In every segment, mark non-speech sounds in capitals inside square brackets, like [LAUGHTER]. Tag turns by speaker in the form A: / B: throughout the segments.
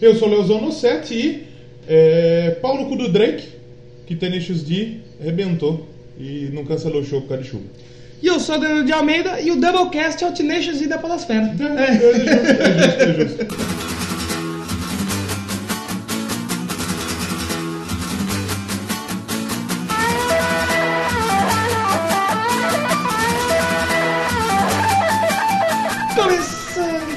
A: Eu sou Leozono 7 e é, pau no cu do Drake, que Tenacious D rebentou e não cancelou o show por causa de chuva.
B: E eu sou o Daniel de Almeida e o Doublecast é o Tenacious e da Podosfera.
A: É justo, é justo, é justo.
B: Começando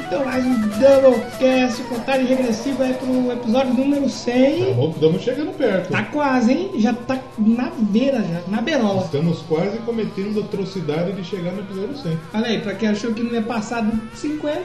B: então mais um Doublecast, contagem regressiva é pro episódio número 100.
A: Tá Bom, Estamos chegando perto.
B: Tá quase, hein? Já tá na beira, já, na beirola.
A: Estamos quase cometendo a atrocidade de chegar no episódio 100.
B: Olha aí, pra quem achou que não ia passar do 50,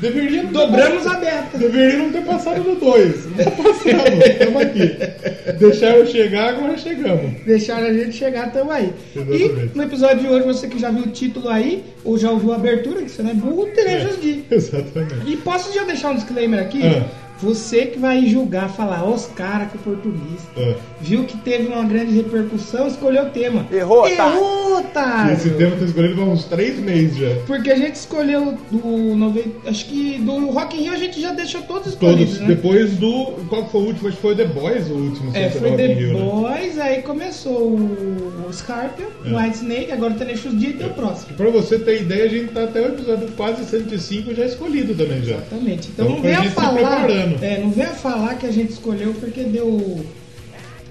A: Deveria não ter
B: dobramos
A: passado-
B: a meta.
A: Deveria não ter passado do 2. Não passamos, estamos aqui. Deixaram chegar, agora chegamos.
B: Deixaram a gente chegar, tamo aí.
A: Exatamente.
B: E no episódio de hoje, você que já viu o título aí, ou já ouviu a abertura, que você não é burro, Terejas de.
A: Exatamente.
B: E posso já deixar um disclaimer aqui?
A: É. Ah.
B: Você que vai julgar, falar, ó, os caras que oportunista.
A: É.
B: Viu que teve uma grande repercussão, escolheu o tema.
C: Errou,
B: Errou, otário!
A: Esse tema que eu escolhi vai uns 3 meses já.
B: Porque a gente escolheu do 90. Acho que do Rock in Rio a gente já deixou todos escolhidos,
A: Todos.
B: né?
A: Depois do. Qual que foi o último? Acho que foi o The Boys o último.
B: É,
A: sem
B: foi
A: ser
B: The
A: Rock in Rio, né?
B: Boys, aí começou o o Scorpion,
A: É.
B: o White Snake, agora o Tenacious D e tem o próximo.
A: Pra você ter ideia, a gente tá até o episódio quase 105 já escolhido também já.
B: Exatamente. Então
A: Então,
B: não
A: foi
B: venha
A: disso que
B: falar.
A: preparando.
B: É, não venha falar que a gente escolheu porque deu.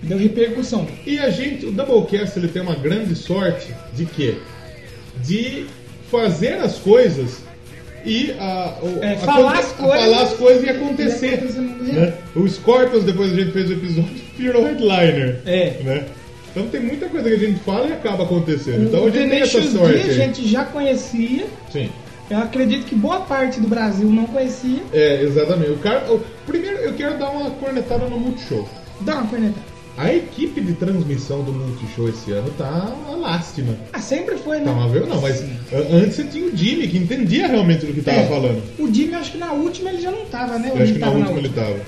B: Deu repercussão.
A: E a gente, o Doublecast, ele tem uma grande sorte de quê? De fazer as coisas e a, o-
B: É,
A: a-
B: falar as
A: a-
B: coisas-
A: falar as coisas e
B: E
A: acontecer.
B: acontecer no-
A: né? O Scorpions, depois a gente fez o episódio, [LAUGHS] virou headliner.
B: É.
A: Né? Então tem muita coisa que a gente fala e acaba acontecendo. Então
B: O
A: a gente tem essa
B: Tenacious D
A: sorte.
B: a
A: aí.
B: gente já conhecia.
A: Sim.
B: Eu acredito que boa parte do Brasil não conhecia.
A: É, exatamente. O cara, o- primeiro eu quero dar uma cornetada no Multishow.
B: Dá uma cornetada.
A: A equipe de transmissão do Multishow esse ano tá uma lástima.
B: Ah, sempre foi, né?
A: Tá uma vez não, mas a- antes você tinha o Jimmy que entendia realmente do que tava
B: É.
A: falando.
B: O Jimmy, eu acho que na última ele já não tava, né? Ou
A: Eu acho
B: ele
A: que na
B: tava
A: última ele tava.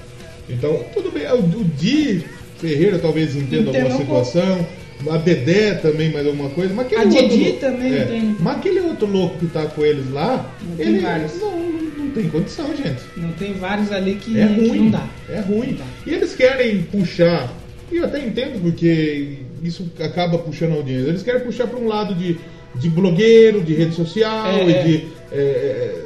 A: Então, tudo bem. O, o Di Ferreira talvez entenda
B: Entendeu,
A: alguma
B: pô.
A: situação. A Dedé também mais alguma coisa. Mas aquele
B: A
A: outro
B: Didi
A: lou-
B: também
A: é,
B: entende.
A: Mas aquele outro louco que tá com eles lá,
B: Não tem
A: ele
B: vários.
A: não, não tem condição, gente.
B: Não tem vários ali que,
A: É
B: que não
A: ruim.
B: dá.
A: É ruim. E eles querem puxar, e eu até entendo porque isso acaba puxando a audiência. Eles querem puxar para um lado de, de blogueiro, de rede social,
B: É,
A: e
B: é.
A: de. é, é,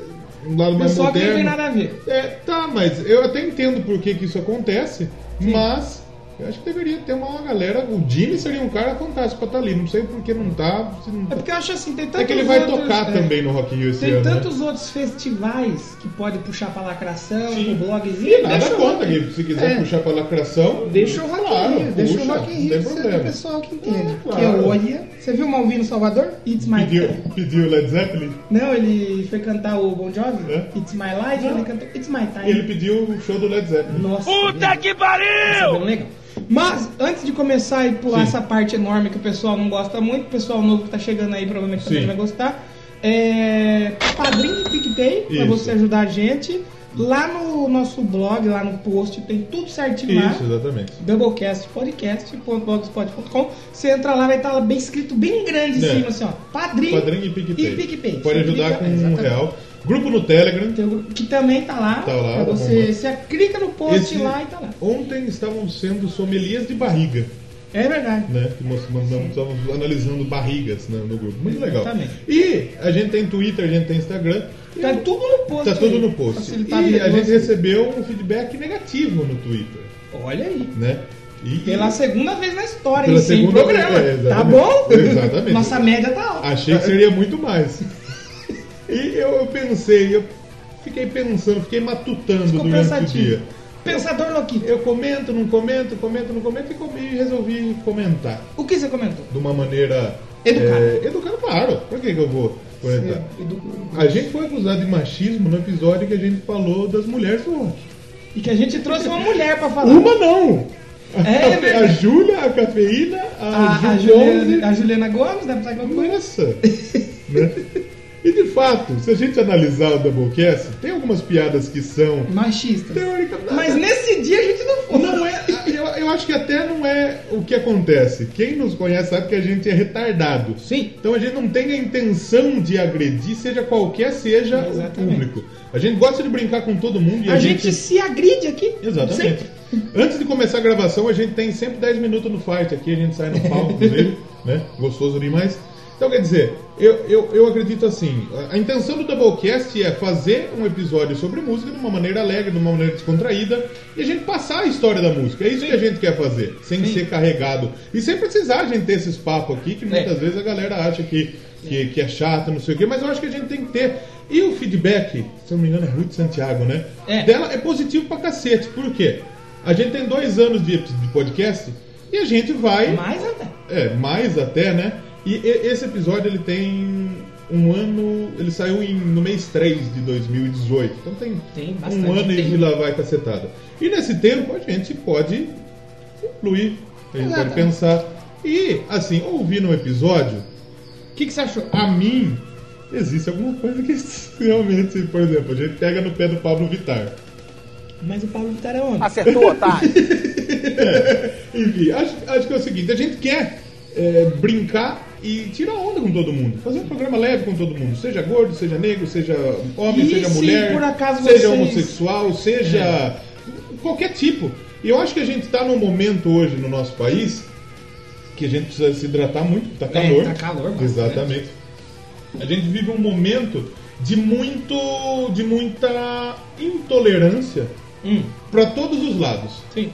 A: um lado
B: O
A: mais
B: pessoal que não tem
A: moderno.
B: nada a ver.
A: É, tá, mas eu até entendo por que, que isso acontece,
B: Sim.
A: mas eu acho que deveria ter uma galera. O Jimmy seria um cara fantástico pra estar ali. Não sei por que não tá. se não
B: É
A: tá.
B: porque eu acho assim, tem tantos
A: É que ele vai
B: outros-
A: tocar
B: é,
A: também no Rock in Rio esse
B: Tem
A: ano. né?
B: tantos outros festivais que pode puxar pra lacração,
A: Sim.
B: pro blogzinho.
A: E nada
B: deixa o
A: conta,
B: Rock-
A: que se quiser
B: É.
A: puxar pra lacração.
B: Deixa o Rock in
A: claro,
B: Rio, deixa o
A: puxa,
B: Rock in
A: Não tem
B: Rio ser do
A: problema.
B: pessoal que entende.
A: É,
B: Que
A: claro.
B: olha. Você viu o Malvino Salvador? It's My
A: Pediu,
B: Life.
A: pediu Led Zeppelin
B: Não, ele foi cantar o Bon Jovi?
A: É.
B: It's My Life, ele cantou It's My Time.
A: e ele pediu o show do Led Zeppelin.
B: Nossa.
C: Puta que pariu!
B: Tá bem legal. Mas, antes de começar e pular
A: Sim.
B: essa parte enorme que o pessoal não gosta muito, o pessoal novo que tá chegando aí provavelmente também
A: Sim.
B: vai gostar, é padrinho e PicPay pra
A: Isso.
B: você ajudar a gente. Lá no nosso blog, lá no post, tem tudo certinho lá.
A: Isso, exatamente.
B: Doublecastpodcast.blogspot.com Você entra lá, vai estar lá bem escrito, bem grande em
A: É.
B: cima, assim, ó. Padrinho,
A: Padrinho e PicPay.
B: e PicPay.
A: Pode
B: Você
A: ajudar
B: clica-
A: com um
B: Exatamente.
A: real. Grupo no Telegram.
B: Tem o grupo Que também tá lá.
A: Tá lá, tá
B: você,
A: bombando.
B: você clica no post
A: Esse-
B: lá e tá lá.
A: Ontem estavam sendo sommeliers de barriga,
B: É verdade.
A: né? Que nós mandamos, estávamos analisando barrigas né, no grupo. Muito legal.
B: Exatamente.
A: E a gente tem Twitter, a gente tem Instagram. E
B: Tá tudo no post.
A: tá tudo no
B: Pra
A: post.
B: facilitar a
A: E
B: vida
A: a
B: de
A: gente
B: vocês.
A: recebeu um feedback negativo no Twitter,
B: Olha aí.
A: né? E
B: Pela segunda vez na história,
A: Pela
B: em cem
A: segunda vez,
B: programa.
A: é,
B: tá
A: exatamente.
B: bom?
A: Exatamente.
B: Nossa média tá alta.
A: Achei que seria muito mais. E eu, eu pensei, eu fiquei pensando, fiquei matutando
B: Ficou
A: durante o dia.
B: pensativo. Pensador Loquito,
A: Eu comento, não comento, comento, não comento e, com- e resolvi comentar
B: o que você comentou?
A: de uma maneira
B: Educada.
A: É, educada, claro. Por que, que eu vou comentar?
B: É, Edu-
A: A gente foi acusado de machismo no episódio que a gente falou das mulheres do rock.
B: E que a gente trouxe uma mulher pra falar.
A: Uma não! A,
B: É
A: cafe-
B: verdade.
A: a Júlia, a cafeína,
B: A,
A: a,
B: a,
A: Ju
B: Juliana,
A: Onze.
B: a Juliana Gomes, da Psicopata.
A: Nossa! né? E de fato, se a gente analisar o Doublecast, tem algumas piadas que são
B: Machista.
A: teóricas.
B: Mas nesse dia a gente não foi.
A: Não é. Eu, eu acho que até não é o que acontece. Quem nos conhece sabe que a gente é retardado.
B: Sim.
A: Então a gente não tem a intenção de agredir, seja qualquer seja o
B: Exatamente.
A: público. A gente gosta de brincar com todo mundo e
B: A gente se agride aqui.
A: Exatamente.
B: Sempre.
A: Antes de começar a gravação, a gente tem sempre 10 minutos no fight aqui, a gente sai no palco,
B: [LAUGHS]
A: inclusive, né? Gostoso demais. Então, quer dizer, eu, eu, eu acredito assim, a- a intenção do Doublecast é fazer um episódio sobre música de uma maneira alegre, de uma maneira descontraída, e a gente passar a história da música. É isso que a gente quer fazer, sem ser carregado. E sem precisar a gente ter esses papos aqui, que muitas
B: É.
A: às vezes a galera acha que, que, que é chato, não sei o quê, mas eu acho que a gente tem que ter. E o feedback, se eu não me engano, é Ruth Santiago, né?
B: É.
A: Dela é positivo pra cacete. Por quê? A gente tem dois anos de, de podcast e a gente vai.
B: Mas até.
A: É, mais até, né? E, e- esse episódio ele tem um ano. Ele saiu em- no mês 3 de 2018. Então tem,
B: Tem bastante
A: um ano e
B: tempo.
A: de lá vai cacetada. E nesse tempo a gente pode incluir, a gente pode
B: Exatamente.
A: pensar. E, assim, ouvindo um episódio,
B: O que, que você achou?
A: a mim, existe alguma coisa que [LAUGHS] realmente, por exemplo, a gente pega no pé do Pablo Vittar.
B: Mas o Paulo Vittar é
A: Ah.
B: onde?
C: Acertou,
D: [LAUGHS]
C: otário.
A: [LAUGHS] Enfim, acho, acho que é o seguinte, a gente quer é, brincar e tirar onda com todo mundo, fazer um programa leve com todo mundo, seja gordo, seja negro, seja homem,
B: E
A: seja
B: se
A: mulher,
B: por acaso
A: seja
B: vocês- É.
A: homossexual, seja qualquer tipo. E eu acho que a gente está num momento hoje no nosso país que a gente precisa se hidratar muito, tá
B: É,
A: calor.
B: tá calor, bastante.
A: Exatamente. A gente vive um momento de muito de muita intolerância
B: Hum,
A: para todos os lados
B: sim.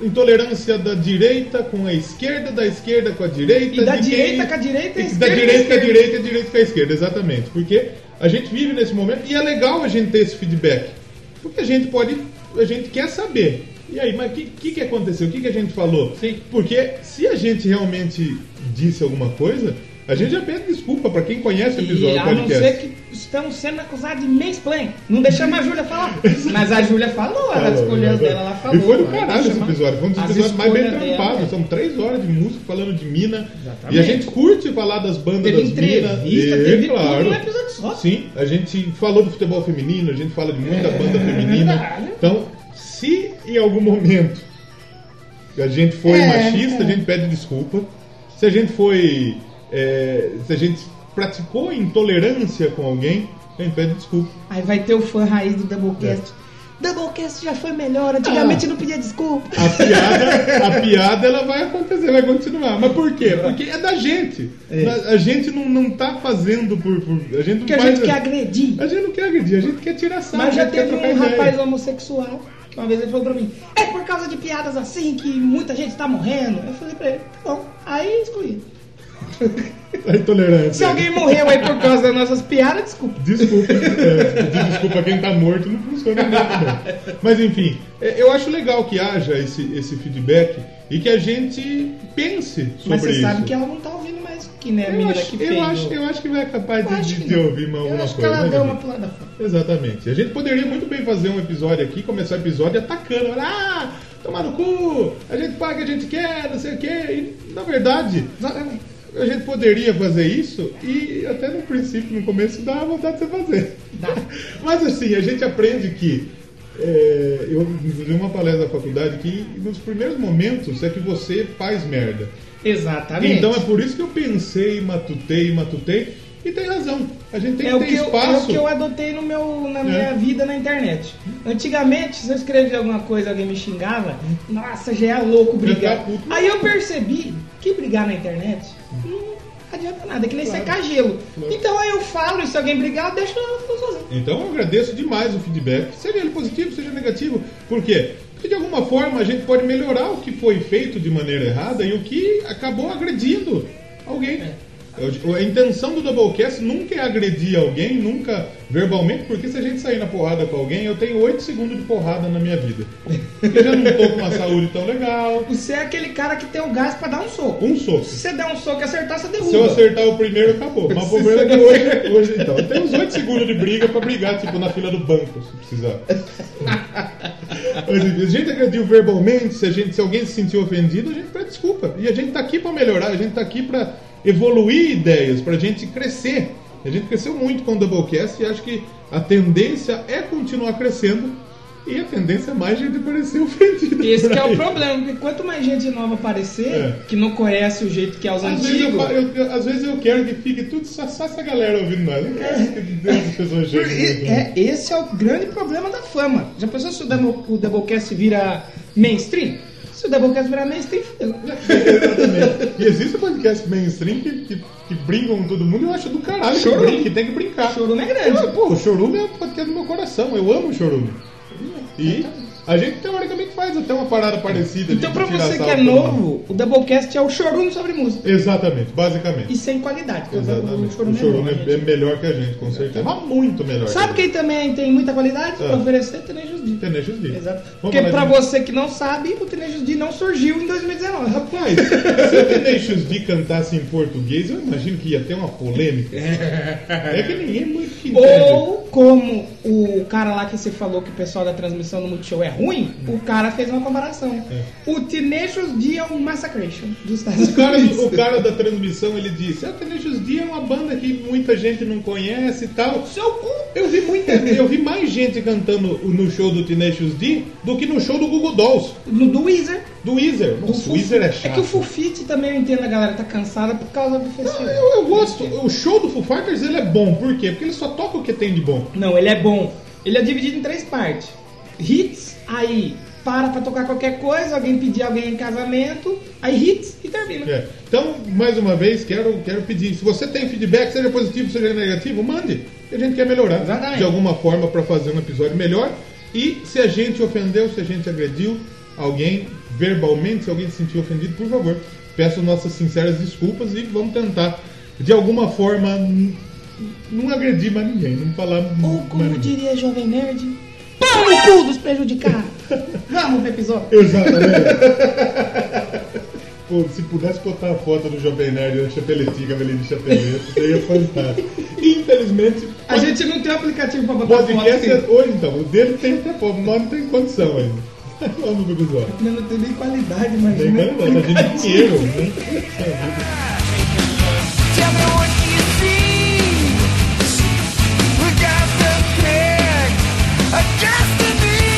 A: intolerância da direita com a esquerda, da esquerda com a direita.
B: E da
A: de
B: direita com a direita,
A: e
B: e
A: Da
B: esquerda
A: direita com a
B: com a
A: direita, e direita com a esquerda, exatamente. Porque a gente vive nesse momento e é legal a gente ter esse feedback. Porque a gente pode, a gente quer saber. E aí, mas o que, que, que aconteceu? O que, que a gente falou?
B: Sim.
A: Porque se a gente realmente disse alguma coisa, a gente já pede desculpa pra quem conhece o é episódio
B: E
A: do
B: a não
A: podcast.
B: ser que estamos sendo acusados de mansplain. Não deixamos a
A: [LAUGHS]
B: Júlia falar. Mas a Júlia falou, ela
A: Falou,
B: escolheu as
A: né?
B: dela, ela falou.
A: E foi do
B: Aí
A: caralho esse
B: chamar-
A: episódio. Foi um dos
B: as
A: episódios mais bem
B: escolhas dela,
A: trampados.
B: é.
A: São três horas de música falando de mina.
B: Exatamente.
A: E a gente curte falar das bandas
B: Teve
A: das
B: entrevista,
A: minas. E,
B: teve tudo
A: claro.
B: num episódio só.
A: Sim, a gente falou do futebol feminino, a gente fala de muita banda feminina.
B: É. caralho.
A: Então, se em algum momento a gente foi
B: É,
A: machista,
B: é.
A: a gente pede desculpa. Se a gente foi. é, se a gente praticou intolerância com alguém, a gente pede desculpa.
B: Aí vai ter o fã raiz do Doublecast.
A: É.
B: Doublecast já foi
A: Ah.
B: melhor, antigamente não pedia desculpa.
A: A piada, a piada ela vai acontecer, vai continuar. Mas por quê? Porque é da gente.
B: É.
A: A, a gente não, não tá fazendo por. por- a gente não
B: Porque a
A: faz-
B: gente quer agredir.
A: a gente não quer agredir, a gente quer tirar sarro.
B: Mas
A: a
B: já
A: gente quer
B: teve
A: trocar
B: um
A: ideia.
B: rapaz homossexual que uma vez ele falou pra mim: É por causa de piadas assim que muita gente tá morrendo. Eu falei pra ele: Tá bom, aí excluí.
A: [LAUGHS] A intolerância.
B: Se alguém morreu aí por causa das nossas piadas, desculpa.
A: Desculpa, é, pedir desculpa a quem tá morto não funciona muito não. Mas enfim, é, eu acho legal que haja esse, esse feedback e que a gente pense sobre
B: Mas você
A: isso.
B: sabe que ela não tá ouvindo mais o que, né? A
A: eu,
B: menina
A: acho,
B: que fez.
A: eu,
B: o-
A: acho, eu acho que vai capaz
B: Eu acho
A: de,
B: que
A: de ter
B: não.
A: ouvido
B: Eu
A: alguma
B: acho que
A: coisa.
B: ela
A: né,
B: deu
A: Gabi?
B: uma pulada fora.
A: Exatamente. A gente poderia muito bem fazer um episódio aqui, começar o episódio atacando, olha, ah, tomar no cu, a gente paga o que a gente quer, não sei o quê. E, na verdade,
B: Exatamente.
A: a gente poderia fazer isso e até no princípio, no começo, dá vontade de você fazer. [LAUGHS]
B: Dá.
A: Mas assim, a gente aprende que. é, eu dei uma palestra na faculdade que nos primeiros momentos é que você faz merda.
B: [LAUGHS] Exatamente.
A: Então é por isso que eu pensei, matutei, matutei, e tem razão. A gente tem
B: É
A: que
B: o
A: ter
B: que, eu, é o
A: espaço.
B: que eu adotei no meu, na
A: É.
B: minha vida na internet. Antigamente, se eu escrevia alguma coisa alguém me xingava, nossa, já é louco brigar.
A: tá puto.
B: Aí eu percebi que brigar na internet não adianta nada, é que nem
A: Claro.
B: secar gelo.
A: Claro.
B: Então aí eu falo, e se alguém brigar, eu deixo ela sozinha.
A: Então eu agradeço demais o feedback, seja ele positivo, seja negativo. Por quê? Porque de alguma forma a gente pode melhorar o que foi feito de maneira errada e o que acabou agredindo alguém. Eu- A intenção do Doublecast nunca é agredir alguém, nunca verbalmente, porque se a gente sair na porrada com alguém, eu tenho 8 segundos de porrada na minha vida. Eu já não tô com uma saúde tão legal.
B: Você é aquele cara que tem o gás pra dar um soco.
A: Um soco.
B: Se você der um soco e acertar, você derruba.
A: Se eu acertar o primeiro, acabou. Mas o problema
B: [LAUGHS]
A: é que hoje, hoje então, tem uns 8 segundos de briga pra brigar, tipo, na fila do banco, se precisar. Mas, enfim, Se a gente agrediu verbalmente, se, a gente, se alguém se sentiu ofendido, a gente pede desculpa. E a gente tá aqui pra melhorar, a gente tá aqui pra evoluir ideias, pra gente crescer. A gente cresceu muito com o Doublecast e acho que a tendência é continuar crescendo. E a tendência é mais gente parecer ofendido.
B: Esse
A: por
B: que é o
A: aí.
B: problema, porque quanto mais gente nova aparecer,
A: É.
B: que não conhece o jeito que é os
A: Às vezes, eu,
B: antigos,
A: fa- eu- eu- às vezes eu quero que fique tudo só, só essa galera ouvindo nós. Não quero que as pessoas cheguem.
B: E- É, esse é o grande problema da fama. Já pensou se o, Demo, o Doublecast vira mainstream? Se o Doublecast virar mainstream, fodeu.
A: Exatamente. E existe podcast mainstream que, que, que brincam com todo mundo e eu acho do caralho. que
B: Chorume.
A: brinca, Que tem que brincar.
B: o chorume é
A: Eu,
B: grande.
A: pô, o Chorume é o podcast do meu coração. Eu amo o Chorume. E a gente teoricamente faz até uma parada parecida. de
B: Então, pra
A: tirar
B: você que
A: sarro
B: é
A: todo mundo.
B: novo, o Doublecast é o chorume sobre música.
A: Exatamente, basicamente.
B: E sem qualidade. porque o
A: Exatamente. O
B: chorume
A: Chorume,
B: é bom,
A: é,
B: gente.
A: é melhor que a gente, com certeza. Mas muito melhor.
B: Sabe
A: que a
B: quem também tem muita qualidade
A: Ah.
B: pra oferecer? Tenejos
A: gente.
B: D.
A: Tenejos D.
B: Exato.
A: Vamos
B: Porque
A: falar
B: pra
A: de-
B: você que não sabe, o Tenejos D não surgiu em 2019.
A: Rapaz, se o Tenacious D cantasse assim em português, eu imagino que ia ter uma polêmica. É que ninguém muito que entende.
B: Ou como o cara lá que você falou que o pessoal da transmissão no Multishow é ruim, o cara fez uma comparação.
A: É.
B: O Tenacious D é um Massacration dos Estados
A: O cara,
B: Unidos.
A: o [LAUGHS] cara da transmissão ele disse: A Tenacious D é uma banda que muita gente não conhece e tal.
B: Seu cu!
A: Eu vi muita, eu vi mais gente cantando no show do Tenacious D do que no show do Google Dolls,
B: No do Weezer.
A: do Weezer.
B: do
A: Nossa,
B: Foo-
A: o Weezer é chato.
B: que o Fufite também eu entendo, a galera tá cansada por causa do festival.
A: eu, eu gosto. O show do Foo Fighters ele é bom. Por quê? Porque ele só toca o que tem de bom.
B: Não, ele é bom. Ele é dividido em três partes. Hits, aí para pra tocar qualquer coisa, alguém pedir alguém em casamento, aí hits e termina.
A: É. Então, mais uma vez, quero, quero pedir: se você tem feedback, seja positivo, seja negativo, mande. que A gente quer melhorar
B: Exatamente.
A: de alguma forma para fazer um episódio melhor. E se a gente ofendeu, se a gente agrediu alguém verbalmente, se alguém se sentiu ofendido, por favor, peço nossas sinceras desculpas e vamos tentar, de alguma forma, n- não agredir mais ninguém, não falar
B: Ou
A: mais
B: como
A: ninguém.
B: diria Jovem Nerd, pau no cu dos prejudicados.
A: [LAUGHS]
B: Vamos pro episódio.
A: Exatamente. Pô, se pudesse botar a foto do Jovem Nerd na chapeletinha, cabelinho de chapeleta, seria é fantástico. Infelizmente,
B: A gente não tem um aplicativo pra
A: o
B: botar foto.
A: podcast é...
B: assim.
A: Hoje, então, o dele tem até foto, mas não tem condição ainda. [LAUGHS] Vamos pro episódio.
B: Não, não tem nem qualidade, mas
A: Tem
B: né?
A: grana, imagina dinheiro. né?
C: Tell me what you see. We got the pick of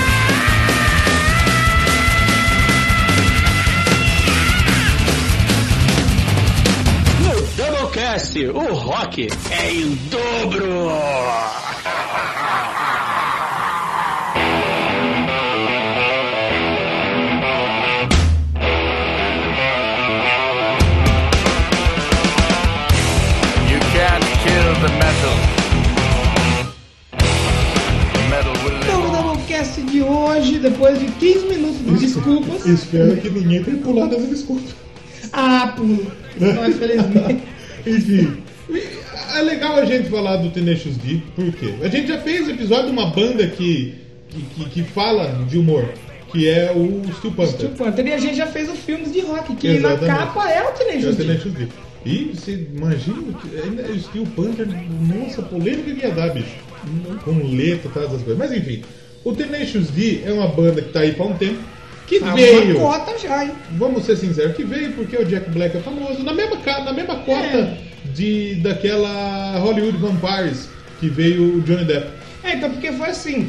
C: destiny.
E: No Doublecast, o rock é em dobro!
F: You can't kill the metal. The metal will live.
B: Então, o Doublecast de hoje, depois de 15 minutos de desculpas.
A: Espero que ninguém tenha pulado essa desculpa.
B: Ah, pulo.
A: [LAUGHS]
B: Não, infelizmente.
A: Enfim. É legal a gente falar do Tenacious D, por quê? A gente já fez episódio de uma banda que, que, que, que fala de humor, que é o Steel Panther.
B: Tipo, a gente já fez o filme de rock, que
A: Exatamente.
B: na capa é o
A: É o
B: Tenejus.
A: Tenacious D. E você imagina o que- ainda o Steel Panther, nossa, polêmica que ia dar, bicho. Com letra e tal, essas coisas. Mas enfim, o Tenacious D é uma banda que tá aí faz um tempo, que
B: Tá
A: veio...
B: uma cota já, hein?
A: Vamos ser sinceros, que veio porque o Jack Black é famoso, na mesma, ca- na mesma cota
B: É.
A: de, daquela Hollywood Vampires que veio o Johnny Depp.
B: É, então, porque foi assim,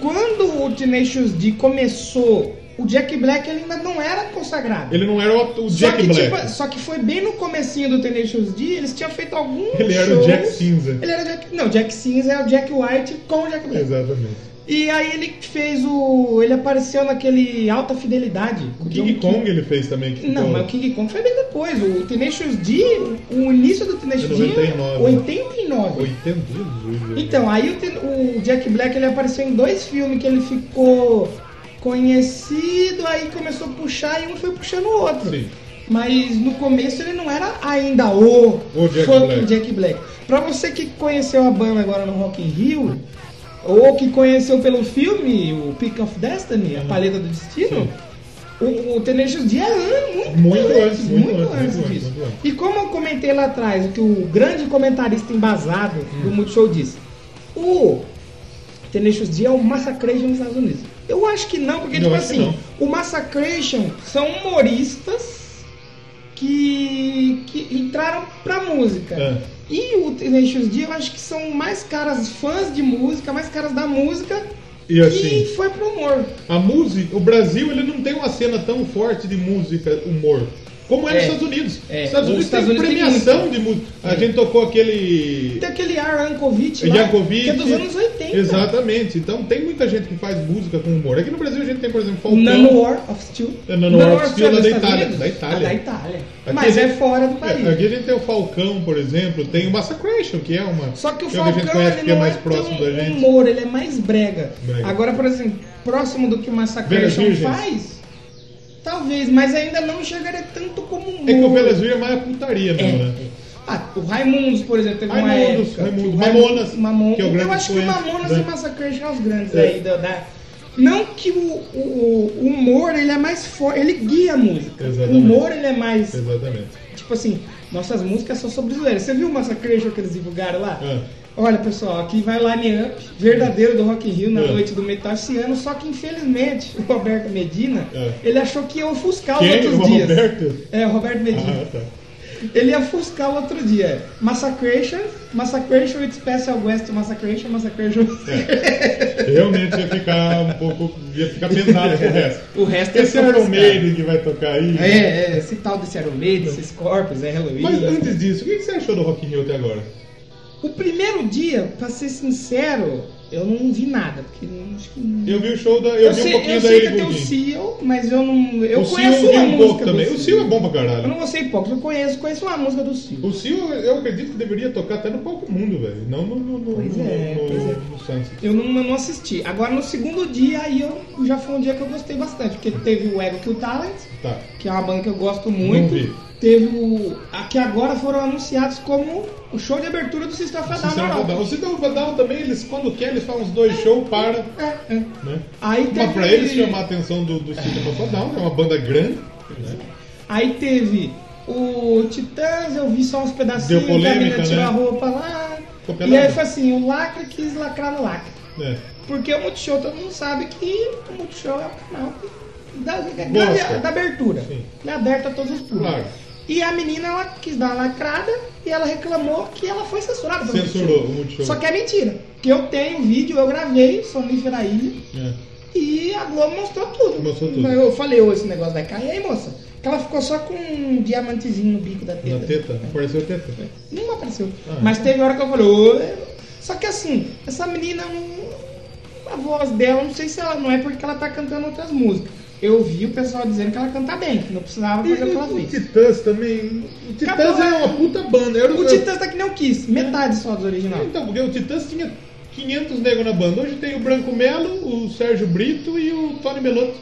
B: quando o Tenacious D começou, o Jack Black ele ainda não era consagrado.
A: Ele não era o, o
B: só,
A: Jack
B: que,
A: Black.
B: tipo, só que foi bem no comecinho do Tenacious D, eles tinham feito alguns
A: Ele era o
B: shows.
A: Jack Cinza.
B: Ele era o Jack... Não, o Jack Cinza é o Jack White com o Jack Black.
A: Exatamente.
B: E aí ele fez o... ele apareceu naquele Alta Fidelidade.
A: O King Kong ele fez também. Que
B: Não,
A: ficou-
B: mas o King Kong foi bem depois. O Tenacious D, o início do Tenacious D é
A: 99.
B: 89.
A: 82.
B: Então, aí o, Ten- o Jack Black ele apareceu em dois filmes que ele ficou conhecido, aí começou a puxar e um foi puxando o outro.
A: Sim.
B: Mas no começo ele não era ainda o,
A: O Jack
B: funk
A: Black.
B: Jack Black. Pra você que conheceu a banda agora no Rock in Rio, ou que conheceu pelo filme, o Pick of Destiny, a
A: Uhum.
B: paleta do destino, o, o Tenacious D é an- muito,
A: Muito antes, muito
B: muito
A: antes,
B: antes
A: muito
B: disso.
A: antes, muito antes.
B: E como eu comentei lá atrás, o que o grande comentarista embasado do
A: Uhum.
B: Multishow disse, o Tenacious D é o Massacration nos Estados Unidos. Eu acho que não, porque,
A: Eu
B: tipo
A: acho que
B: assim, o Massacration são humoristas que, que entraram pra música.
A: É.
B: E o Tenacious D eu acho que são mais caras fãs de música, mais caras da música,
A: E assim-
B: que foi pro humor.
A: A música, o Brasil ele não tem uma cena tão forte de música, humor, como é, nos
B: É.
A: Estados Unidos.
B: É.
A: Os Estados
B: Os
A: Unidos
B: Estados
A: tem
B: Unidos tem É.
A: premiação de música. A gente tocou aquele
B: Tem aquele ar Ankovic lá,
A: Djakovic.
B: que é dos anos 80.
A: Exatamente. Então tem muita gente que faz música com humor. Aqui no Brasil a gente tem, por exemplo,
B: O
A: Falcão.
B: Nano War of Steel.
A: Então, É, Nano War of Steel
B: é
A: lá
B: dos
A: da
B: Estados
A: Itália,
B: Unidos?
A: da Itália.
B: Ah, da Itália.
A: Aqui
B: Mas
A: a
B: é
A: gente-
B: fora do país.
A: É, aqui a gente tem o Falcão, por exemplo, tem o Massacration, que é uma.
B: Só que o
A: que a gente
B: Falcão,
A: conhece
B: ele
A: que é
B: não é
A: mais
B: tão
A: próximo da gente.
B: humor, ele é mais brega.
A: Brega.
B: Agora, por exemplo, próximo do que o
A: Velhas
B: Massacration
A: Virgens.
B: faz, talvez, mas ainda não chegaria tanto como humor.
A: É que o Velas Vira é mais a putaria mesmo, né?
B: Ah, o Raimundos, por exemplo, teve uma
A: Raimundos,
B: época.
A: Raimundos.
B: que o Raimundos-
A: Mamonas,
B: Mamon-
A: que é o grande
B: Eu acho que o
A: expoente,
B: Mamonas
A: né?
B: e o Massacration são os grandes
A: É.
B: aí. Da, da- Não que o, o- o humor, ele é mais forte, ele guia a música.
A: Exatamente.
B: O humor, ele é mais,
A: Exatamente.
B: tipo assim, nossas músicas são sobre zoeira. Você viu o Massacration que eles divulgaram lá?
A: É.
B: Olha, pessoal, aqui vai o line-up verdadeiro do Rock in Rio na
A: É.
B: noite do metal esse ano, só que infelizmente o Roberto Medina,
A: É.
B: ele achou que ia ofuscar os
A: Quem?
B: outros
A: O
B: dias.
A: Roberto?
B: É, o Roberto Medina.
A: Ah, tá.
B: Ele ia ofuscar o outro dia. Massacration, Massacration with Special Guest Massacration, Massacration.
A: É. Realmente ia ficar um pouco. ia ficar pesado essa conversa.
B: o resto
A: Esse
B: é
A: é
B: só
A: o
B: ofuscar.
A: Maiden que vai tocar aí.
B: É, é, esse tal desse Iron Maiden, esses corpos, é Halloween.
A: Mas antes disso, o que você achou do Rock in Rio até agora?
B: O primeiro dia, pra ser sincero, eu não vi nada, porque não- acho que não
A: Eu vi o show da. Eu, vi um
B: sei,
A: pouquinho
B: eu
A: da
B: sei
A: Ellie
B: que tem o
A: Goulding.
B: Seal, mas eu não. Eu
A: o
B: conheço
A: Seal eu vi
B: uma
A: um
B: música
A: pouco
B: do
A: também. O Seal é bom pra
B: Eu não
A: caralho.
B: vou ser hipócrita, eu conheço, conheço uma música do Seal.
A: O Seal, eu acredito que deveria tocar até no Palco Mundo, velho. Não no, no, no,
B: Pois
A: no,
B: é,
A: no,
B: pois é.
A: no Sunset.
B: Eu não, eu não assisti. Agora no segundo dia aí eu já foi um dia que eu gostei bastante, porque teve o Ego Kill Talent,
A: Tá.
B: que é uma banda que eu gosto
A: vi.
B: muito. Teve o. a que agora foram anunciados como o show de abertura do System of a Down Tá na
A: Sistema
B: Europa.
A: Fadal. O é Sistema Fadal também, eles, quando quer, eles fazem uns dois shows, para.
B: É, é.
A: Né?
B: Aí
A: Mas
B: teve,
A: pra eles chamar a atenção do, do Sistema Fadal, que é uma banda grande. né?
B: Aí teve o Titãs, eu vi só uns pedacinhos,
A: Deu polêmica,
B: a menina tirou
A: né?
B: a roupa lá.
A: Ficou pelada.
B: E aí foi assim, o Lacra quis lacrar no Lacra.
A: É.
B: Porque o Multishow todo mundo sabe que o Multishow é o canal da,
A: Gosta.
B: da, da abertura.
A: Sim.
B: Ele é aberto a todos os públicos.
A: Claro.
B: E a menina ela quis dar uma lacrada e ela reclamou que ela foi censurada. pelo
A: Censurou o
B: Multishow.
A: Multishow.
B: Só que é mentira. Porque eu tenho vídeo, eu gravei, Sonífera Ilha.
A: É.
B: E a Globo mostrou tudo.
A: Mostrou tudo.
B: Eu falei, ô, esse negócio vai cair aí, moça. Que ela ficou só com um diamantezinho no bico da teta.
A: Na teta, apareceu teta.
B: Não apareceu.
A: Ah.
B: Mas teve hora que eu falei, ô. é." Só que assim, essa menina, não- a voz dela, não sei se ela não é porque ela tá cantando outras músicas. Eu vi o pessoal dizendo que ela canta bem, que não precisava fazer o que ela
A: E o
B: fez.
A: Titãs também. O Titãs
B: Acabou.
A: é uma puta banda. Eu,
B: O
A: eu-
B: Titãs tá que nem o Kiss, metade só dos originais.
A: Então, porque o Titãs tinha 500 negros na banda. Hoje tem o Branco Melo, o Sérgio Brito e o Tony Melotto.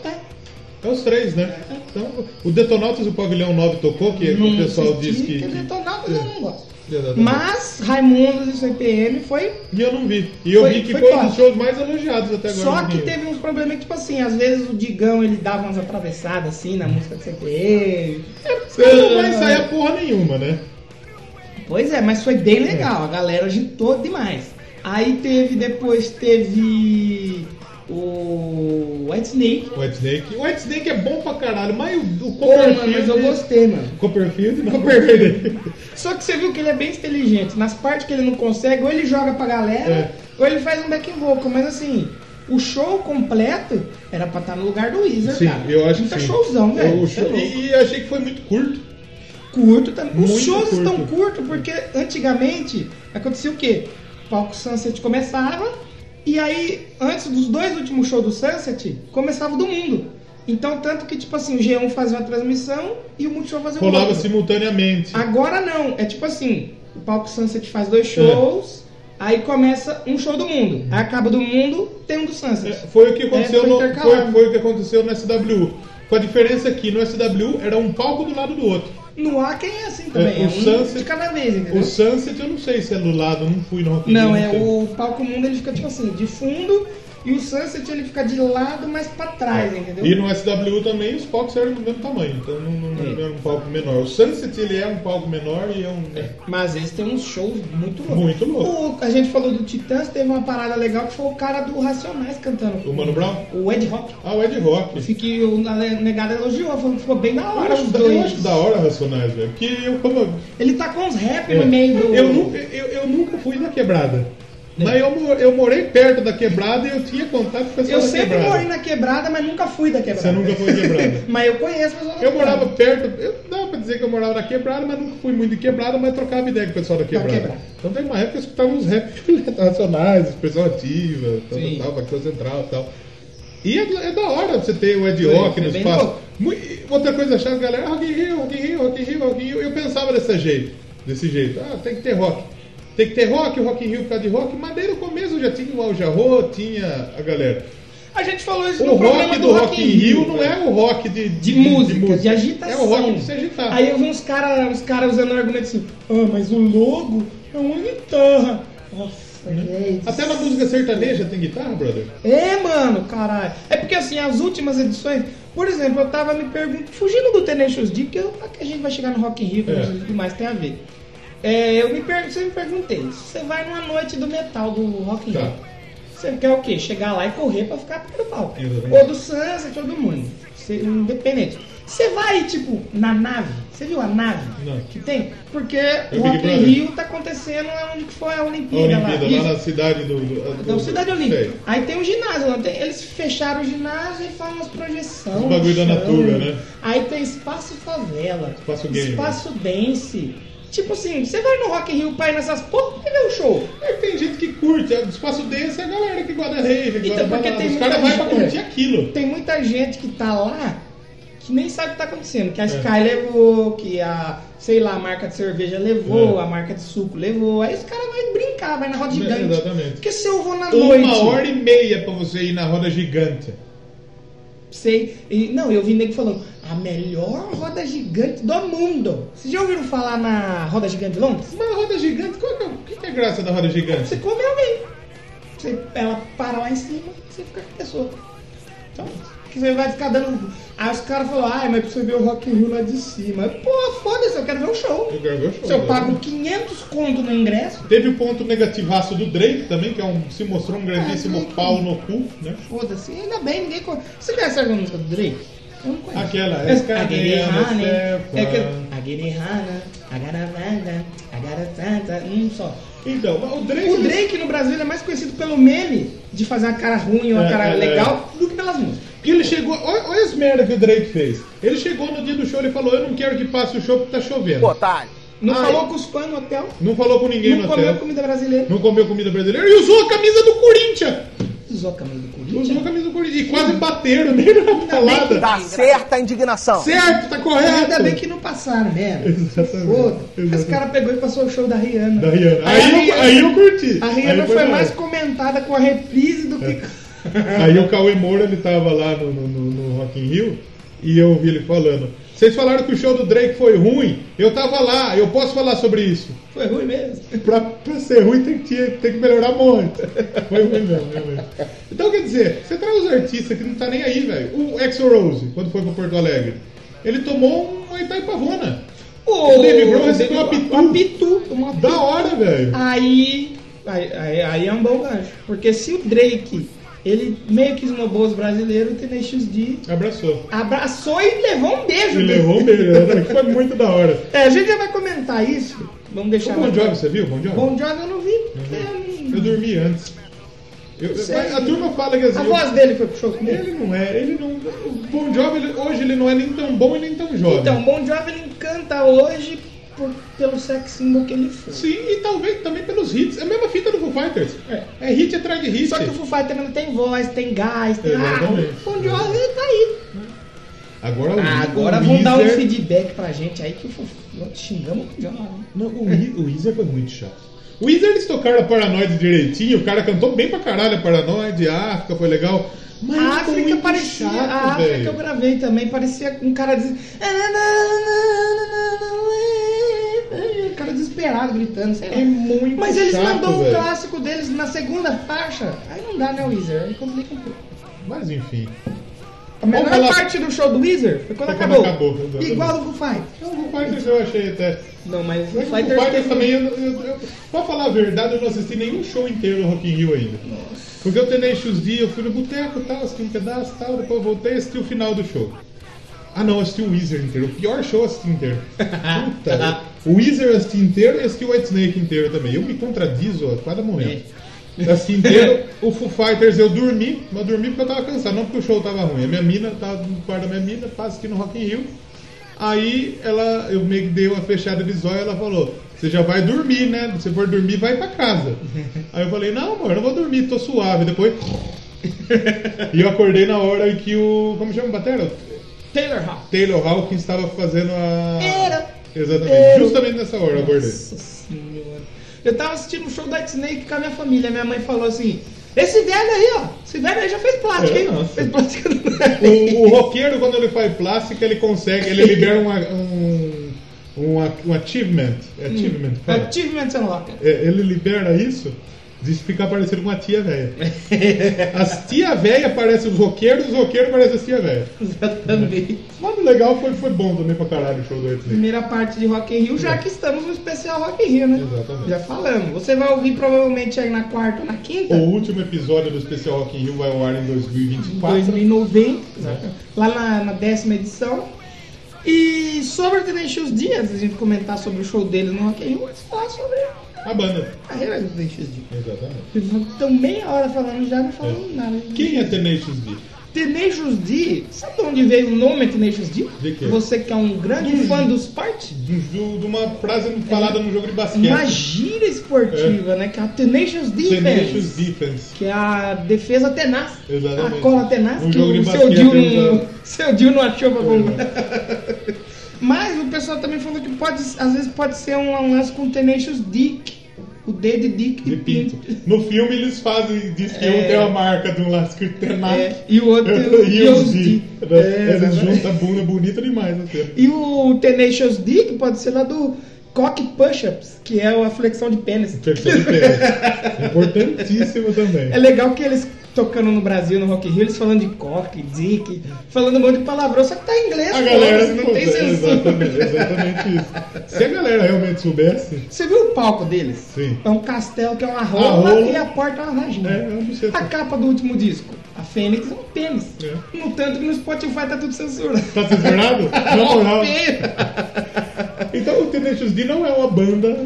A: É os três, né? Então, o Detonautas e o Pavilhão 9 tocou, que o pessoal diz que. É.
B: que Detonautas eu não gosto.
A: que- Exatamente.
B: Mas Raimundos e o CPM foi
A: E eu não vi. E eu
B: Foi-
A: vi que foi,
B: foi
A: um dos
B: fácil.
A: shows mais elogiados até agora.
B: Só
A: no
B: que
A: Rio.
B: teve uns problemas que, tipo assim, às vezes o Digão ele dava umas atravessadas assim na música do CPM.
A: Os caras Não vai sair a porra nenhuma, né?
B: Pois é, mas foi bem legal, a galera agitou demais. Aí teve, depois teve o White Snake.
A: White Snake. White Snake é bom pra caralho, mas o, o
B: Pô, mano, mas eu gostei, mano.
A: Copperfield não. [LAUGHS] Copperfield.
B: Só que você viu que ele é bem inteligente. Nas partes que ele não consegue, ou ele joga pra galera,
A: É.
B: ou ele faz um back vocal. Mas assim, o show completo era pra estar no lugar do Weezer,
A: Sim,
B: cara.
A: eu acho
B: Puta
A: que sim.
B: Tá. showzão,
A: O
B: velho. Tá
A: show-
B: louco. Tá
A: e, e achei que foi muito curto.
B: curto também. Os
A: Muito
B: shows
A: curto.
B: estão curtos porque antigamente acontecia o quê? O palco Sunset começava e aí, antes dos dois últimos shows do Sunset, começava o do mundo. Então, tanto que, tipo assim, o G1 fazia uma transmissão e o Multishow fazia o
A: Rolava
B: outro.
A: simultaneamente.
B: Agora não, é tipo assim, o palco Sunset faz
A: É.
B: dois shows, aí começa um show do mundo. Aí acaba do mundo, tem um do
A: É,
B: Sunset.
A: Foi o que aconteceu
B: foi
A: no, foi,
B: intercalado.
A: foi o que aconteceu no SW. Com a diferença que no SW era um palco do lado do outro.
B: No Acre é assim também,
A: o
B: é, um
A: Sunset-
B: de cada vez, entendeu?
A: O Sunset eu não sei se é do lado, não fui no Rock in
B: Uhum. Não,
A: Rio,
B: é o palco mundo, ele fica tipo assim, de fundo, E o Sunset ele fica de lado, mas pra trás, entendeu?
A: É. E no SW também os palcos eram do mesmo tamanho, então não, não, não era um palco menor. O Sunset ele é um palco menor e é um.
B: Mas às vezes tem uns shows muito loucos.
A: Muito louco.
B: O- a gente falou do Titãs, teve uma parada legal que foi o cara do Racionais cantando.
A: O Mano Brown?
B: O Ed Rock.
A: Ah, o Ed Rock.
B: Fiquei o negado elogiou, falou que ficou bem da
A: Eu
B: hora
A: acho,
B: os
A: da,
B: dois.
A: eu acho da hora Racionais, velho. Porque eu, como,
B: Ele tá com uns rap
A: É.
B: no meio do. É.
A: Eu, nunca, eu, eu nunca fui na quebrada. Mas eu, mo- eu morei perto da quebrada e eu tinha contato com
B: Eu
A: pessoas da
B: sempre
A: quebrada.
B: morei na quebrada, mas nunca fui da quebrada.
A: Você nunca foi
B: [LAUGHS]
A: quebrada.
B: Mas eu conheço pessoas da
A: Eu
B: quebrada.
A: morava perto, eu, dá pra dizer que eu morava na quebrada, mas nunca fui muito em quebrada, mas trocava ideia com o pessoal da quebrada.
B: quebrada.
A: Então teve uma época que eu escutava uns rap [LAUGHS] violentos, racionais, expressão ativa, então tal,
B: Sim.
A: tal, tal, Facção Central e tal. E é, é da hora você ter o Ed Rock
B: é
A: no
B: bem
A: espaço.
B: louco.
A: Mu- e Outra coisa chata, galera, Rock in Rio, Rock in Rio, Rock in Rio, Rock in Rio. Eu pensava desse jeito, desse jeito. Ah, tem que ter rock. Tem que ter rock, Rock in Rio por causa de rock. Mas desde o começo já tinha o Al Jarreau, tinha a galera.
B: A gente falou isso
A: O
B: no programa
A: rock do Rock in Rio não
B: velho.
A: é o rock de,
B: De música, de, agitação.
A: É o rock de se agitar.
B: Aí eu vi uns caras uns cara usando o argumento assim, ah, mas o logo é uma guitarra. Nossa, velho.
A: Até na música sertaneja tem guitarra, brother?
B: É, mano, caralho. É porque assim, as últimas edições, por exemplo, eu tava me perguntando, fugindo do Tenacious D, porque eu, que a gente vai chegar no Rock in Rio,
A: É.
B: mas tudo mais tem a ver. É, eu me pergunto, você me perguntei, você vai numa noite do metal do Rock in
A: Tá.
B: Rio. Você quer o quê? Chegar lá e correr pra ficar pelo pau.
A: Exatamente.
B: Ou do Sunset, todo mundo. Você, independente. Você vai, tipo, na nave. Você viu a nave
A: Não.
B: que tem? Porque
A: Big
B: o Rock in
A: Brother.
B: Rio tá acontecendo onde que foi a
A: A
B: Olimpíada,
A: Olimpíada,
B: lá.
A: lá na cidade do. do, do
B: Da Então, Cidade Olímpica.
A: Sei.
B: Aí tem um ginásio lá. tem- eles fecharam o ginásio e fazem umas projeções.
A: Os bagulho da
B: chão.
A: Natura, né?
B: Aí tem espaço favela.
A: Espaço gamer.
B: Espaço dance. Tipo assim, você vai no Rock in Rio pra ir nessas porra e ver o show.
A: É que tem gente que curte, é, o espaço desse é a galera que guarda rave, que guarda
B: Então, porque
A: balada.
B: tem
A: Os
B: muita
A: caras vão pra
B: gente- é.
A: curtir aquilo.
B: Tem muita gente que tá lá que nem sabe o que tá acontecendo. Que a
A: É.
B: Sky levou, que a, sei lá, a marca de cerveja levou,
A: É.
B: a marca de suco levou. Aí os caras vão brincar, vai na roda
A: É,
B: gigante.
A: exatamente.
B: Porque se eu vou na noite...
A: Uma hora e meia pra você ir na roda gigante.
B: Sei. E, não, eu vi nego falando, a melhor roda gigante do mundo. Vocês já ouviram falar na roda gigante de Londres?
A: Mas a roda gigante, qual que é, o que que é a graça da roda
B: Você
A: gigante?
B: come alguém. Você, ela para lá em cima, você fica com a pessoa. Então, você vai ficar dando. Aí os caras falam, ah, mas pra você ver o Rock in Rio lá de cima. Pô, foda-se, eu quero ver o show.
A: Eu quero ver o show,
B: Se eu
A: né?
B: pago 500 conto no ingresso,
A: Teve o ponto negativaço do Drake também, que é um, se mostrou um grandíssimo
B: Ah, Drake.
A: pau no cu, né?
B: foda-se. Ainda bem, ninguém conhece. Você conhece a música do Drake? Eu não conheço.
A: Aquela,
B: É,
A: essa
B: I get it, honey. É que
A: é
B: I get it, honey. I got a vanda. I got a tanta. Um só.
A: Então, mas o Drake.
B: O Drake no Brasil ele é mais conhecido pelo meme de fazer uma cara ruim ou uma
A: É,
B: cara
A: é,
B: legal do que pelas músicas.
A: Porque ele chegou. Olha, olha as merda que o Drake fez. Ele chegou no dia do show e falou: Eu não quero que passe o show porque tá chovendo.
B: Não
A: Ai.
B: falou com os fãs no hotel,
A: Não falou com ninguém
B: não
A: no
B: comeu
A: hotel.
B: comida brasileira,
A: Não comeu comida brasileira e usou a camisa do Corinthians.
B: usou a camisa do
A: Usou a
B: Corinthians.
A: camisa do Corinthians. E quase bateram nele na falada.
D: Tá certa a indignação.
A: Certo, tá correto.
B: Ainda bem que não passaram mesmo.
A: Exatamente.
B: Foda. Aí os
A: Exatamente.
B: caras pegou e passou o show da Rihanna.
A: Da Rihanna.
B: A
A: Aí, aí eu curti.
B: A Rihanna
A: Aí É.
B: foi,
A: da
B: mais
A: hora.
B: comentada com a reprise do que.
A: [LAUGHS] Aí o Cauê Moura, ele tava lá no, no, no- no Rock in Rio e eu ouvi ele falando. Vocês falaram que o show do Drake foi ruim. Eu tava lá, eu posso falar sobre isso.
B: Foi ruim mesmo.
A: pra, pra ser ruim tem que, tinha- tem que melhorar muito. Foi ruim mesmo, realmente. Então, quer dizer, você traz os artistas que não tá nem aí, velho. O Exo Rose, quando foi pra Porto Alegre, ele tomou uma Itaipavona.
B: O
A: David Grohl recebeu uma pitu.
B: Uma pitu. Uma pitu.
A: Da hora, velho.
B: Aí, aí, aí- aí é um bom gancho. Porque se o Drake, ele meio que esnobou os brasileiros, o Tenacious D
A: Abraçou.
B: abraçou e levou um beijo.
A: E
B: dele.
A: levou um beijo, né? foi muito da hora.
B: É, a gente já vai comentar isso. Vamos
A: O
B: deixar...
A: Bon
B: mais-
A: Jovi, você viu? o Bon Jovi?
B: Bon Jovi eu não vi. porque eu não-
A: Eu dormi antes. Eu- eu-
B: Sério?
A: a turma fala que assim,
B: é A voz dele foi pro show comigo.
A: ele não é, ele não. O Bon Jovi, ele- hoje ele não é nem tão bom e nem tão jovem.
B: Então, Bon Jovi ele encanta hoje por- pelo sex symbol que ele foi.
A: Sim, e talvez também pelos hits. É a mesma fita do Foo Fighters. É, hit atrás de hit.
B: Só que o Foo Fighters não tem voz, tem gás, tem... Ah,
A: Exatamente.
B: Bon Jovi ele tá aí.
A: Agora, o-
B: Ah, agora
A: o
B: vão dar um
A: Weezer-
B: feedback pra gente aí que o Foo- nós xingamos o Bon Jovi. né?
A: Não, o Wee- o Weezer foi muito chato. O Weezer eles tocaram a Paranoid direitinho, o cara cantou bem pra caralho a Paranoid, a África foi legal. Mas
B: A
A: ficou
B: África
A: muito
B: parecia.
A: chato,
B: a África
A: velho.
B: eu gravei também, Ah, parecia um cara dizendo. O cara desesperado gritando, sei lá.
A: É muito
B: Mas eles
A: chato,
B: mandou o
A: velho.
B: clássico deles na segunda faixa. Aí não dá, né, Weezer? Aí complica um pouco.
A: Mas enfim.
B: A melhor
A: falar-
B: parte do show do Weezer foi quando
A: Foi quando
B: acabou.
A: acabou, exatamente.
B: Igual do Foo Fighters.
A: Então, o Fighters eu achei até.
B: Não, mas o
A: Mas o
B: Fighters
A: Fighters
B: teve-
A: também, eu, eu, eu- pra falar a verdade, eu não assisti nenhum show inteiro do Rock in Rio ainda. Porque eu Tenacious D, eu fui no boteco e tal, assisti um pedaço e tal, depois eu voltei e assisti o final do show. Ah não, eu assisti o Weezer inteiro, o pior show eu assisti inteiro. Puta, o Weezer eu assisti inteiro e assisti o White Snake inteiro também. Eu me contradizo, ó, quase morrendo. Eu Assisti inteiro, o Foo Fighters eu dormi, mas dormi porque eu tava cansado, não porque o show tava ruim. A minha mina, eu tava no quarto da minha mina, passa aqui no Rock in Rio. Aí ela, eu meio que dei uma fechada de zóio, ela falou, você já vai dormir, né? Se for dormir, vai pra casa. Aí eu falei, não, amor, eu não vou dormir, tô suave. Depois. [LAUGHS] e eu acordei na hora em que o. Como chama o batera?
B: Taylor Hawk.
A: Taylor Hawkins estava fazendo a.
B: Era.
A: Exatamente.
B: Era.
A: Justamente nessa hora eu acordei.
B: Nossa senhora. Eu tava assistindo um show da Snake com a minha família. Minha mãe falou assim: Esse velho aí, ó. Esse velho aí já fez plástica,
A: É,
B: hein?
A: nossa.
B: Fez plástica
A: [LAUGHS]
B: do
A: O, o roqueiro, quando ele faz plástica, ele consegue, ele libera uma- um, um, um achievement. É Achievement, fala.
B: Achievement Unlocked.
A: É, ele libera isso, diz que fica parecendo uma tia velha.
B: [LAUGHS]
A: As tia velha parecem os roqueiros, os roqueiros parecem as tia velha.
B: Exatamente.
A: Mas o legal foi, foi bom também pra caralho o show do Whitney.
B: Primeira parte de Rock in Rio, já que estamos no especial Rock in Rio, né?
A: Exatamente.
B: Já falamos. Você vai ouvir provavelmente aí na quarta ou na quinta.
A: O último episódio do especial Rock in Rio vai ao ar em 2024.
B: 2090, exatamente. lá na, na décima edição. E sobre o Tenacious D, antes da gente comentar sobre o show dele no Rock in Rio, mas falar sobre a
A: A banda.
B: carreira do Tenacious D.
A: Exatamente.
B: Estão Então, meia hora falando já, não falando nada.
A: Quem é Tenacious D?
B: Tenacious D, sabe de onde veio o nome Tenacious D?
A: De quê?
B: Você que é um grande
A: Do-
B: fã dos partes?
A: De, um- de uma frase falada num jogo de basquete.
B: Uma gíria esportiva, né? Que é a Tenacious D,
A: Tenacious Defense.
B: Que é a defesa tenaz.
A: Exatamente.
B: A cola tenaz
A: Um
B: que
A: jogo de
B: o seu
A: basquete,
B: Dil,
A: então.
B: [LAUGHS] não, seu Dil não achou pra
A: né?
B: comprar. [LAUGHS] Mas o pessoal também falou que pode, às vezes pode ser um lance com Tenacious Dick. O D de Dick
A: De pinto. No filme eles fazem, diz que um
B: É.
A: tem uma marca de um lado escrito Tenac.
B: É, e o outro
A: [LAUGHS] e o Z.
B: É,
A: Eles
B: exatamente.
A: juntam a bunda bonita demais né, no tempo.
B: E o Tenacious D, que pode ser lá do cock push-ups, que é a flexão de pênis.
A: Perfeito, é. Importantíssimo também.
B: É legal que eles tocando no Brasil, no Rock in Rio, eles falando de cock, dick, falando um monte de palavrão, só que tá em inglês,
A: A
B: pô,
A: galera
B: não tem censura.
A: exatamente, exatamente isso. Se a galera realmente soubesse,
B: Você viu o palco deles?
A: Sim.
B: É um castelo que é uma rola
A: rola.
B: e a porta é uma vagina.
A: é, eu não sei.
B: A capa do último disco, a Fênix é um pênis.
A: É.
B: No tanto que no Spotify tá tudo censurado.
A: Tá censurado? Na moral.
B: [LAUGHS] Feio.
A: Então o Tenacious D não é uma banda.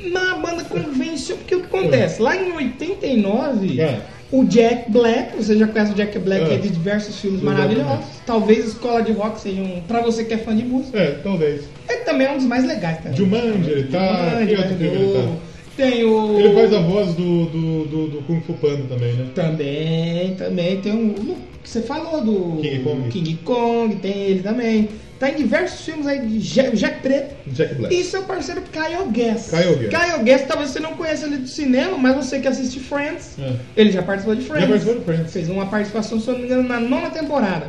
B: na banda convencional. Porque o que acontece? Lá em 89,
A: É.
B: o Jack Black, você já conhece o Jack Black
A: É.
B: é de diversos filmes
A: Exatamente.
B: maravilhosos. Talvez Escola de Rock seja um. Pra você que é fã de música,
A: É, talvez.
B: ele também Ah, é um dos mais legais, tá?
A: Jumanji, ele tá.
B: Jumanji, né?
A: que outro filme ele
B: Mandou,
A: tá?
B: Tem o.
A: Ele faz a voz do, do, do, do Kung Fu Panda também, né?
B: Também, também. Tem um. no- Você falou do.
A: King Kong.
B: King Kong, tem ele também. Tá em diversos filmes aí de Jack, Jack Preto.
A: Jack Black.
B: E seu é parceiro Kyle Guess.
A: É. Kyle Guess.
B: talvez você não conheça ele do cinema, mas você que assiste Friends,
A: É.
B: ele já participou de Friends.
A: Já participou do Friends.
B: Fez uma participação, se eu não me engano, na nona temporada.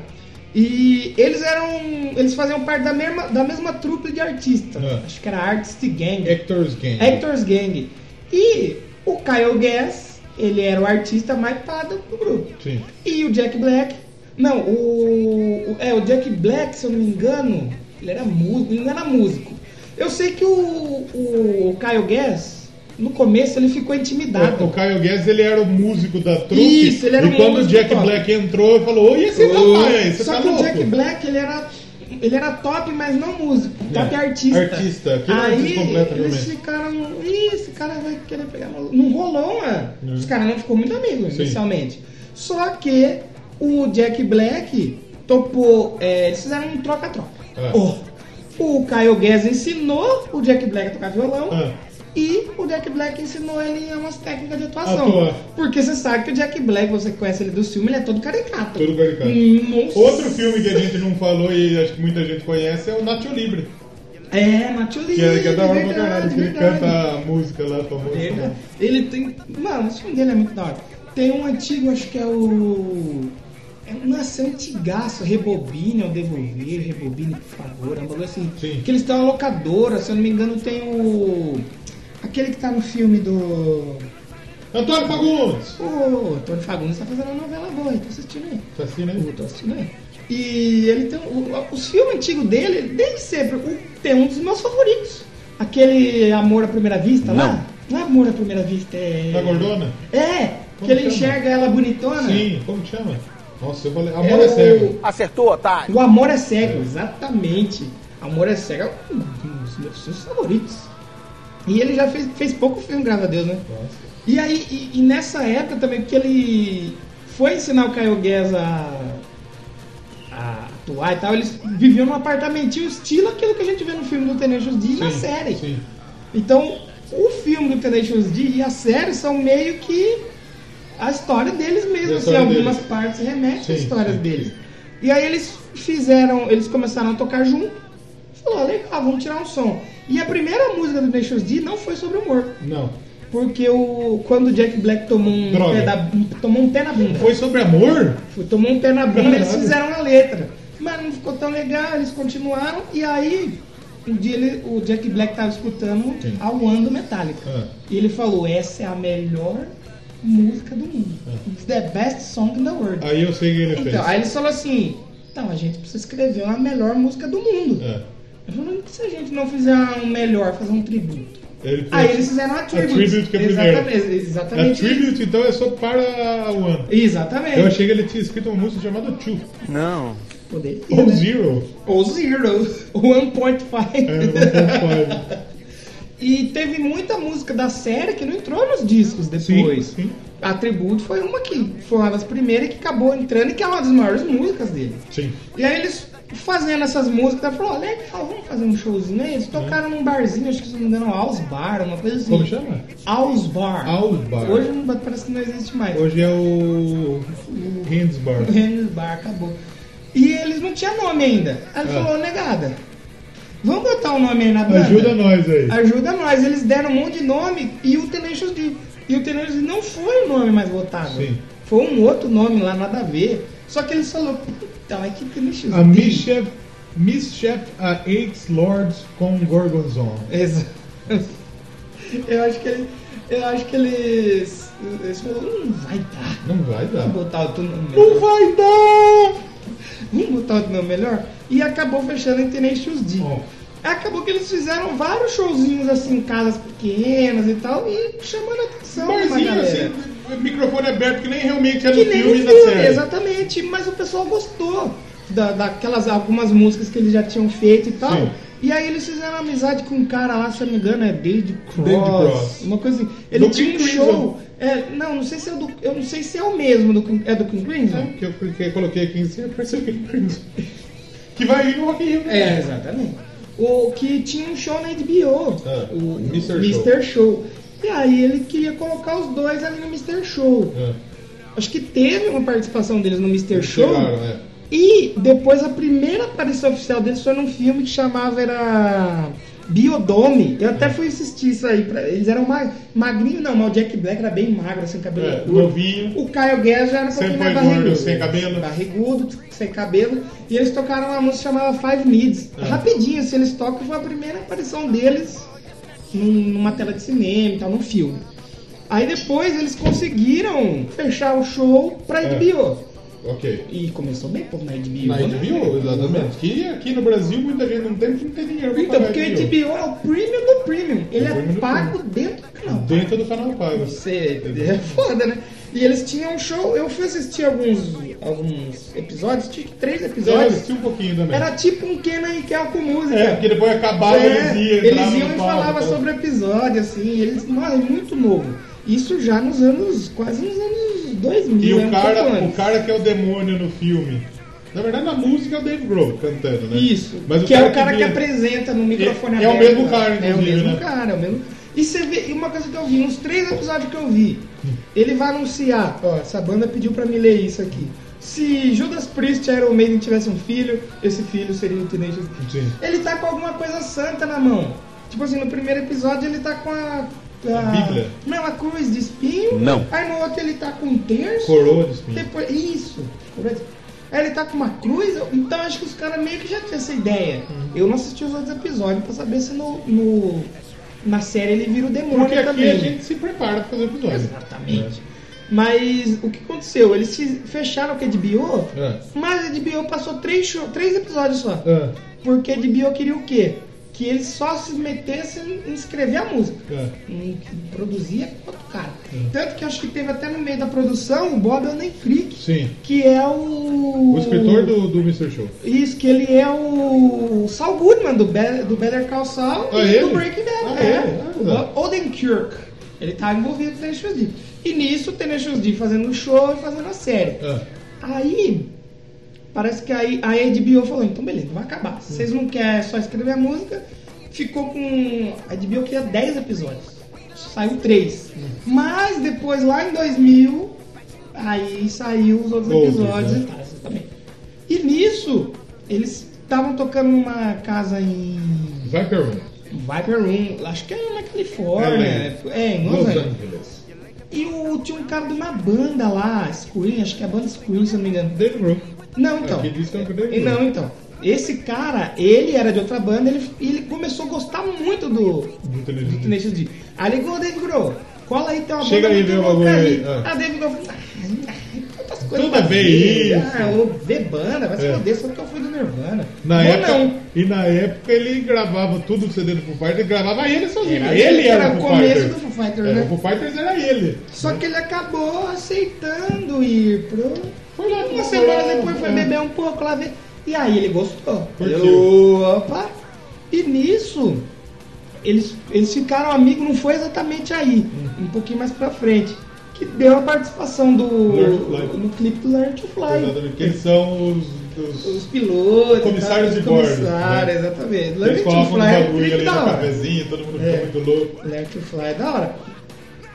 B: E eles eram. Eles faziam parte da mesma, da mesma trupe de artistas.
A: É.
B: Acho que era Artist Gang.
A: Hector's Game.
B: Hector's Gang. E o Kyle Guess, ele era o artista mais pado do grupo.
A: Sim.
B: E o Jack Black. Não, o. o- É, o Jack Black, se eu não me engano, ele era músico, ele não era músico. Eu sei que o, o Kyle Guess, no começo, ele ficou
A: É, O
B: intimidado.
A: Caio Guedes, ele era o músico da trupe.
B: Isso, ele era
A: E
B: um
A: quando o
B: músico
A: Jack
B: top.
A: Black entrou, ele falou: Oi, esse
B: Ô,
A: rapaz aí, você
B: Só
A: tá
B: que
A: louco?
B: o Jack Black, ele era. Ele era top, mas não músico. Top é,
A: É,
B: artista.
A: artista, aquele
B: Aí
A: artista completo,
B: eles
A: realmente.
B: ficaram. Ih, esse cara vai querer pegar maluco. Não rolou, mano.
A: Uhum.
B: Os caras né? não ficou muito amigos
A: Sim.
B: inicialmente. Só que o Jack Black topou. é, eles fizeram um troca-troca.
A: É.
B: Ó, O Kyle Guess ensinou o Jack Black a tocar violão.
A: É.
B: E o Jack Black ensinou ele umas técnicas de atuação.
A: Atuar.
B: Porque você sabe que o Jack Black, você conhece ele do filme, ele é todo caricato.
A: Todo caricato.
B: Nossa.
A: Outro filme que a gente não falou e acho que muita gente conhece é o Nacho Libre.
B: É, Matheus
A: Que é, que é da hora pra caralho, que ele
B: verdade. né?
A: canta a música lá famosa.
B: Verdade. Ele tem. Mano, esse filme dele é muito da hora. Tem um antigo, acho que é o. É um nossa, é um antigaço, rebobine ao devolver, rebobine por favor, é um bagulho assim.
A: Sim.
B: Que eles têm uma locadora, se eu não me engano, tem o. Aquele que tá no filme do.
A: Antônio Fagundes!
B: O Antônio Fagundes tá fazendo uma novela boa, então assistindo aí.
A: Tá assim, né?
B: Eu tô assistindo aí. E ele tem. o- os filmes antigos dele, desde sempre, o- tem um dos meus favoritos. Aquele Amor à Primeira Vista lá? Não é Amor à Primeira Vista, é.
A: Da gordona?
B: É!
A: Tá Como
B: que ele
A: chama?
B: enxerga ela bonitona.
A: Sim, como que chama? Nossa, eu falei.
B: É
A: Amor é,
B: Ah. o-
A: cego.
F: Acertou, otário.
B: O Amor é Cego, exatamente. Amor é Cego é um dos meus filmes favoritos. E ele já fez, fez pouco filme, graças a Deus, né?
A: Nossa.
B: E aí, e, e nessa época também, porque ele foi ensinar o Caio Guedes a, a atuar e tal, eles viviam num apartamentinho estilo aquilo que a gente vê no filme do Tenacious D e na
A: Sim,
B: série.
A: Sim.
B: Então, o filme do Tenacious D e a série são meio que a história
A: É
B: deles
A: a
B: mesmo, assim,
A: história
B: algumas
A: deles.
B: partes remetem à
A: Sim,
B: história
A: sim.
B: deles. E aí eles fizeram, eles começaram a tocar junto, falou, "Ah, legal, vamos tirar um som. E a primeira música do Tenacious D não foi sobre humor.
A: Não.
B: Porque o, quando o Jack Black tomou um,
A: Droga.
B: pé da- um- tomou um pé na bunda,
A: Foi sobre amor?
B: foi- tomou um pé na bunda,
A: Caralho.
B: eles fizeram a letra. Mas não ficou tão legal, eles continuaram. E aí, um dia ele- o Jack Black tava escutando
A: Sim.
B: a One do Metallica.
A: Ah.
B: E ele falou, essa é a melhor música do mundo.
A: Ah.
B: It's the best song in the world.
A: Aí eu sei o que ele fez.
B: então, aí ele falou assim, então a gente precisa escrever uma melhor música do mundo.
A: É.
B: Eu falei, "E se a gente não fizer um melhor, fazer um tributo?
A: Ele fez-
B: Aí eles fizeram a tribute.
A: tribute que é a primeira.
B: Exatamente,
A: A
B: exatamente isso.
A: tribute, então, é só para a One.
B: Exatamente.
A: Eu achei que ele tinha escrito uma música chamada Two.
F: Não.
B: Poderia,
A: Ou
B: né?
A: Zero.
B: Ou zero. [LAUGHS] 1.5.
A: É,
B: [LAUGHS]
A: 1.5. É.
B: E teve muita música da série que não entrou nos discos
A: Sim,
B: depois.
A: sim.
B: A Tributo foi uma que foi uma das primeiras que acabou entrando e que é uma das maiores músicas dele.
A: Sim.
B: E aí eles fazendo essas músicas, falou, "Ó, legal, vamos fazer um showzinho aí. Eles tocaram num barzinho, acho que se não me engano, House Bar, uma coisa assim.
A: Como chama?
B: House Bar.
A: House Bar.
B: Hoje não- parece que não existe mais.
A: Hoje é o. o Hands Bar.
B: Henry's Bar acabou. E eles não tinham nome ainda. Aí ele
A: Ah.
B: falou, negada, vamos botar um nome aí na banda?
A: Ajuda nós aí.
B: Ajuda nós. Eles deram um monte de nome e o Tenacious D. E o Tenacious D não foi o nome mais votado.
A: Sim.
B: Foi um outro nome lá, nada a ver. Só que eles falaram, então é que Tenacious
A: A
B: D.
A: Mischief, Mischief a Eight Lords com Gorgonzola.
B: Exato. [LAUGHS] Eu acho que ele... Eu acho que eles... Eles falaram, não vai dar.
A: Não vai dar.
B: Vamos botar outro nome.
A: Não vai dar!
B: Vamos botar outro nome melhor? E acabou fechando em Tenacious D.
A: Ó.
B: Acabou que eles fizeram vários showzinhos assim, em casas pequenas e tal, e chamando a atenção de uma
A: Barzinho
B: galera.
A: assim, microfone aberto, que nem realmente é
B: que
A: no
B: nem
A: filme
B: filme,
A: e na série.
B: exatamente, mas o pessoal gostou da, daquelas algumas músicas que eles já tinham feito e tal.
A: Sim.
B: E aí eles fizeram amizade com um cara lá, se eu não me engano, é David Cross.
A: David Cross.
B: Uma coisa assim. Ele
A: Do
B: tinha um
A: King Crimson.
B: show. é, não, não sei se é do. Eu não sei se é o mesmo do King- é do King Crimson.
A: É, que eu cliquei, coloquei aqui em cima, apareceu aqui em cima. Que vai vir no Rock in Rio. né?
B: É, exatamente. O que tinha um show na HBO,
A: Ah,
B: o
A: Mr.
B: Mr. Show. E aí ele queria colocar os dois ali no Mr. Show.
A: É,
B: Acho que teve uma participação deles no Mr. Show.
A: chegaram, é.
B: E depois a primeira aparição oficial deles foi num filme que chamava era Biodome. Eu
A: Hum.
B: até fui assistir isso aí. pra- Eles eram ma magrinhos, não, mas o Jack Black era bem magro, assim, cabelo
A: É,
B: curto.
A: novinho.
B: O Caio Guedes já era um
A: Sempre
B: pouquinho mais
A: foi gordo,
B: barrigudo.
A: sem cabelo.
B: Barrigudo, sem cabelo. E eles tocaram uma música chamada Five Needs.
A: É.
B: Rapidinho, assim, eles tocam. Foi a primeira aparição deles num- numa tela de cinema e tal, num filme. Aí depois eles conseguiram fechar o show pra
A: É.
B: HBO.
A: Ok.
B: E começou bem pouco na HBO.
A: Na
B: né?
A: HBO, exatamente. Que aqui no Brasil muita gente não tem, porque não tem dinheiro pra
B: Então,
A: pagar
B: porque o
A: HBO.
B: HBO é o premium do premium. Ele
A: É o
B: é
A: premium do
B: pago dentro do canal.
A: Dentro do canal pago.
B: Você é foda, né? E eles tinham um show, eu fui assistir alguns, alguns episódios, tinha três
A: Eu
B: episódios.
A: assisti um pouquinho também.
B: Era tipo um Kenan e Kel com música.
A: É, porque depois acabava,
B: É,
A: eles iam,
B: eles
A: entravam no
B: iam e
A: palco, então.
B: falavam
A: tal.
B: sobre o episódio, assim, eles. Nossa, é muito novo. Isso já nos anos. quase nos anos 2000.
A: E
B: né?
A: o
B: Um pouco
A: cara, o
B: antes.
A: cara que é o demônio no filme. Na verdade, na música é o Dave Grohl cantando, né?
B: Isso.
A: Mas o
B: que
A: cara
B: é o cara que,
A: vinha-
B: apresenta no microfone
A: É- é o
B: aberto,
A: mesmo cara,
B: É o
A: inclusive,
B: mesmo
A: né?
B: cara, é o mesmo. E você vê, e uma coisa que eu vi, uns três episódios que eu vi, ele vai anunciar, ó, essa banda pediu pra me ler isso aqui. Se Judas Priest e Iron Maiden tivesse um filho, esse filho seria o Tenacious D.
A: Sim.
B: Ele tá com alguma coisa santa na mão. Tipo assim, no primeiro episódio ele tá com a... a-
A: Bíblia.
B: Não, a cruz de espinho.
E: Não.
B: Aí no outro ele tá com um terço.
A: Coroa de espinho.
B: Depois, isso. Aí ele tá com uma cruz, eu- então acho que
A: Uhum.
B: os caras meio que já tinham essa ideia. Eu não assisti os outros episódios pra saber se no, no, na série ele vira o demônio
A: Porque aqui
B: também.
A: a gente se prepara pra fazer o episódio.
B: Exatamente. Mas o que aconteceu? Eles se fecharam com a HBO,
A: É.
B: mas a HBO passou três, show- três episódios só.
A: Ah,
B: Porque a HBO queria o quê? Que eles só se metessem em escrever a música.
A: ah.
B: Não produzia quanto cara.
A: É.
B: Tanto que eu acho que teve até no meio da produção o Bob Odenkirk,
A: Sim.
B: que é o.
A: O escritor do, do Mr. Show.
B: Isso, que ele é o Saul Goodman do, Be do Better Call Saul
A: Ah,
B: e
A: ele?
B: do Breaking Bad.
A: Ah,
B: é.
A: ele? Ah,
B: O
A: tá.
B: Bob Odenkirk. Ele tá envolvido com o Tenacious D. E nisso, o Tenacious D fazendo um show e fazendo a série.
A: Ah,
B: Aí, parece que aí a HBO falou, então beleza, vai acabar. Se vocês não querem só escrever a música, ficou com... A HBO queria 10 episódios. Saiu 3. Mas depois, lá em 2000, aí saiu os outros
A: Outros,
B: episódios
A: né?
B: e tal, isso também. E nisso, eles estavam tocando numa casa em...
A: vai, um. Carmen.
B: Viper Room, acho que é na Califórnia.
A: LA.
B: É, em Los
A: Los
B: Angeles.
A: Angeles.
B: E o, tinha um cara de uma banda lá, Screen, acho que é a banda Screen, se eu não me engano.
A: Dave Grohl.
B: Não, então.
A: Aqui diz que é o Dave
B: E
A: Grohl.
B: não, então. Esse cara, ele era de outra banda, ele, ele começou a gostar muito do, do
A: Do Tenacious D.
B: Tenacious D. Aí ligou o David Grohl. Cola aí, tem uma
A: Chega
B: banda
A: aí,
B: muito
A: vê o
B: louca
A: bagulho
B: aí.
A: aí. Ah.
B: Ah, David Grohl falou, "Ah, ah, tantas coisas
A: Toda
B: pra
A: vez
B: ver.
A: isso."
B: Ah, eu vê banda, vai se
A: É.
B: foder, só porque eu fui do Nirvana.
A: Na
B: Ou
A: época,
B: não.
A: E na época ele gravava tudo o CD do Foo Fighters, ele gravava ele sozinho.
B: Era
A: ele
B: ele,
A: era,
B: era
A: o
B: o
A: Foo
B: começo
A: Fighters.
B: do Foo Fighters,
A: É,
B: né?
A: O Foo Fighters era ele.
B: Só que ele acabou aceitando ir pro.
A: Foi lá, foi
B: Uma semana
A: lá,
B: depois foi
A: é.
B: beber um pouco lá ver. E aí ele gostou.
A: Curtiu.
B: Ele, opa! E nisso, eles, eles ficaram amigos, não foi exatamente aí, um pouquinho mais pra frente. Que deu a participação do.
A: Learn to Fly.
B: no clipe do Learn to Fly.
A: Exatamente. Eles são os. os-
B: Os pilotos,
A: Comissários
B: e
A: de
B: tal, os
A: bordo,
B: Comissários,
A: né?
B: exatamente. Learn
A: eles
B: to
A: colocam um
B: Fly é um
A: bagulho
B: clipe
A: ali
B: da
A: no
B: hora.
A: cafezinho, todo mundo
B: É.
A: fica muito louco.
B: Learn to Fly é da hora.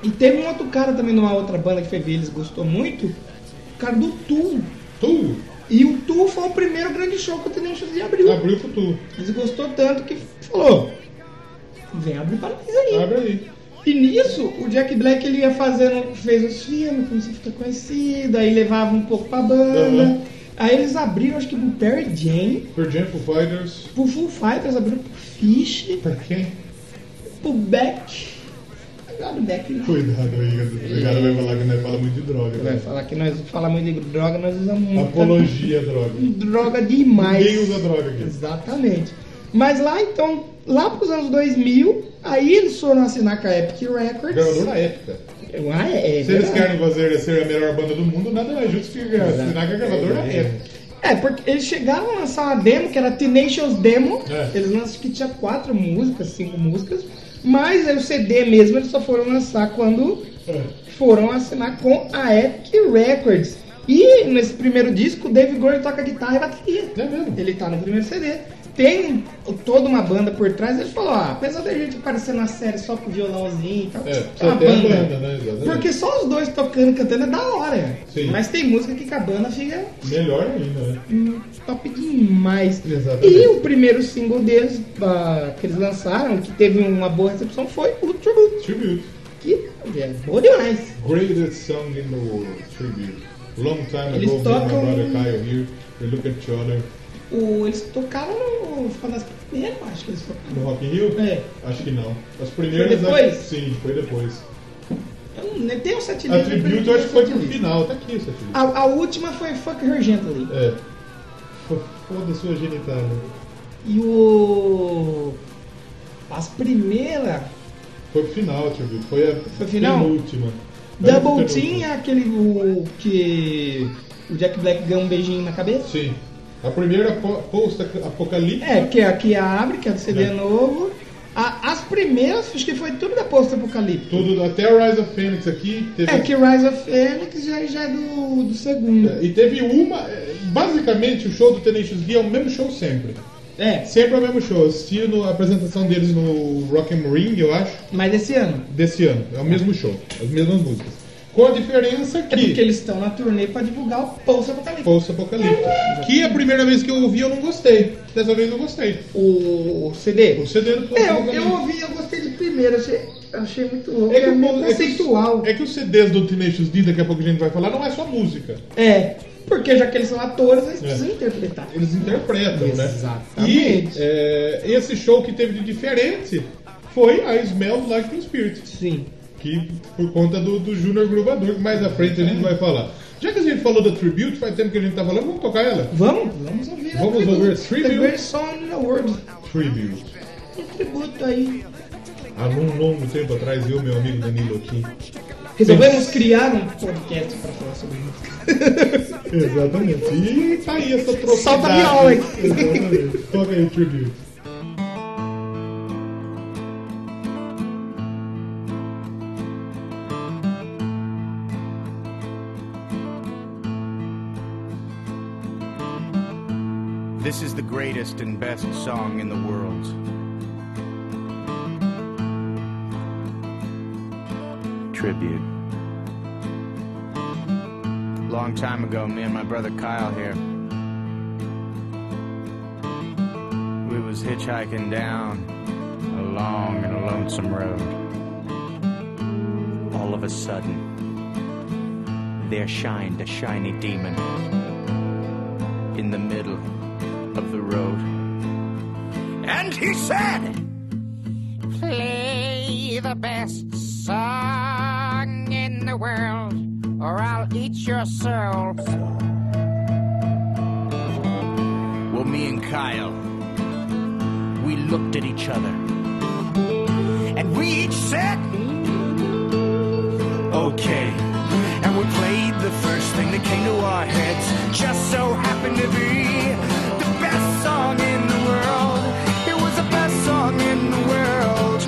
B: E teve um outro cara também numa outra banda que foi ver, eles gostou muito. O cara do Tu.
A: Tu
B: E o Tu foi o primeiro grande show que o Tenacious D abriu.
A: abriu pro tu.
B: Eles gostou tanto que falou: vem abrir para nós aí.
A: Abre aí.
B: E nisso, o Jack Black ele ia fazendo, fez os filmes, começou a ficar conhecido, aí levava um pouco pra banda.
A: Aham.
B: Aí eles abriram, acho que pro Perry Jane,
A: Pearl Jam, Foo Fighters.
B: pro Full Fighters, abriram pro Fish,
A: Pra quem?
B: pro Beck. Agora o Beck né? não.
A: Cuidado aí, o cara vai falar que nós fala muito de droga.
B: Vai
A: Né?
B: falar que nós falamos muito de droga, nós usamos muito.
A: Apologia à droga.
B: Droga demais.
A: Ninguém usa droga aqui.
B: Exatamente. Mas lá então, lá pros anos 2000, aí eles foram assinar com a Epic Records.
A: Gravadora épica.
B: Ah, é, é
A: Se eles
B: verdade.
A: querem fazer ser a melhor banda do mundo, nada mais justo que assinar com a gravadora épica.
B: É, porque eles chegaram a lançar uma demo que era Tenacious Demo.
A: É.
B: Eles lançaram que tinha quatro músicas, cinco músicas. Mas aí o CD mesmo eles só foram lançar quando
A: É.
B: foram assinar com a Epic Records. E nesse primeiro disco, o Dave Grohl toca guitarra e bateria.
A: É mesmo?
B: Ele tá no primeiro CD. Tem toda uma banda por trás. Ele falou: ó, apesar da gente aparecer na série só com violãozinho e tal,
A: É, precisa
B: tá
A: ter a banda, né? Exatamente.
B: Porque só os dois tocando e cantando é da hora.
A: Sim.
B: Mas tem música que com a banda fica
A: Melhor ainda, né?
B: hum, top demais.
A: Exatamente.
B: E o primeiro single deles, ah, que eles lançaram, que teve uma boa recepção, foi o Tribute,
A: Tribute.
B: que é boa demais.
A: Greatest song in the world. Tribute. Long time ago,
B: Eles
A: me and
B: tocam-
A: my brother Kyle here. We look at each other.
B: O, eles tocaram no. Foi nas primeiras, acho que eles tocaram.
A: No Rock in Rio?
B: É.
A: Acho que não. As primeiras.
B: Foi depois?
A: Sim, foi depois.
B: Eu não nem tenho o set
A: A
B: list,
A: Tribute
B: eu
A: eu acho que foi pro
B: set list.
A: final. Tá aqui essa Tribute.
B: A, a última foi Fuck Her Gently.
A: É. Fo- Foda sua genitália.
B: E o. As primeiras.
A: Foi pro final, Tribute. Foi a
B: Foi final?
A: penúltima. Foi a
B: Double Team
A: penúltima.
B: é aquele o, que o Jack Black ganha um beijinho na cabeça.
A: Sim. A primeira po- post-apocalipse.
B: É, que é a que abre, que é do CD
A: É.
B: novo. A- as primeiras, acho que foi tudo da Post Apocalipse.
A: Tudo, até o Rise of Phoenix aqui teve.
B: É que Rise of Phoenix já, já é do, do segundo.
A: E teve uma. eh, Basicamente, o show do Tenacious D é o mesmo show sempre.
B: É,
A: Sempre é o mesmo show. Eu Assisti no- a apresentação deles no Rock and Ring, eu acho,
B: mas esse ano.
A: desse ano. É o mesmo show, as mesmas músicas. Com a diferença
B: É porque
A: que.
B: eles estão na turnê pra divulgar o Post Apocalipse.
A: Post Apocalipse. Que a primeira vez que eu ouvi eu não gostei. Dessa vez eu gostei.
B: O CD.
A: O CD do Post
B: É, eu,
A: Apocalipse.
B: eu ouvi, eu gostei de primeiro, achei, achei muito louco.
A: É que, o
B: meio
A: povo- é, que,
B: um conceitual.
A: os- é que os CDs do Tenacious D, daqui a pouco a gente vai falar, não é só música.
B: É, porque já que eles são atores, eles
A: É.
B: precisam interpretar.
A: Eles interpretam, né?
B: Exatamente.
A: E é, esse show que teve de diferente foi a Smells Like Teen Spirit.
B: Sim.
A: que por conta do, do Júnior Gruvador, que mais à frente a gente vai falar. Já que a gente falou da Tribute, faz tempo que a gente tá falando, vamos tocar ela?
B: Vamos? Vamos ouvir
A: Vamos
B: a
A: ouvir
B: The
A: Tribute.
B: Great Song in the World.
A: Tribute.
B: Um tributo aí.
A: Há um longo tempo atrás, eu, meu amigo Danilo aqui.
B: Resolvemos criar um podcast pra falar sobre música.
A: Exatamente. E tá aí essa trocidade.
B: Solta a viola aí.
A: Exatamente. Toca aí, Tribute.
D: This is the greatest and best song in the world. Tribute. Long time ago, me and my brother Kyle here. We was hitchhiking down a long and lonesome road. All of a sudden, there shined a shiny demon in the middle of the road. And he said,
G: play the best song in the world, or I'll eat your soul.
D: Well, me and Kyle, we looked at each other. And we each said, okay. And we played the first thing that came to our heads. Just so happened to be the best song in the world. It was the best song in the world.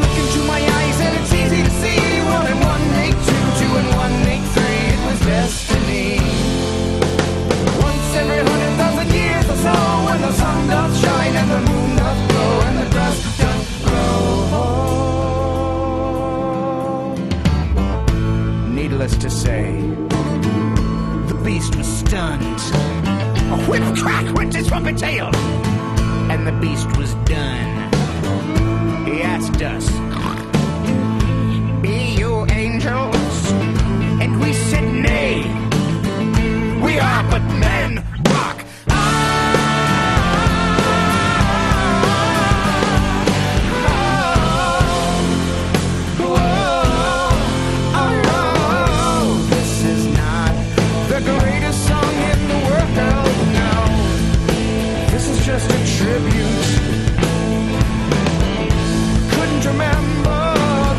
D: Look into my eyes, and it's easy to see. One and one make two, two and one make three. It was destiny. Once every hundred thousand years or so, when the sun does shine and the moon does glow and the grass does grow. Needless to say, the beast was stunned. A whip crack went his rumpet tail, and the beast was done. He asked us, "Be you angels?" And we said, "Nay." We are but men. Rock. Ah! Oh! This is not the greatest song in the world. No, this is just a tribute. Oh, Couldn't remember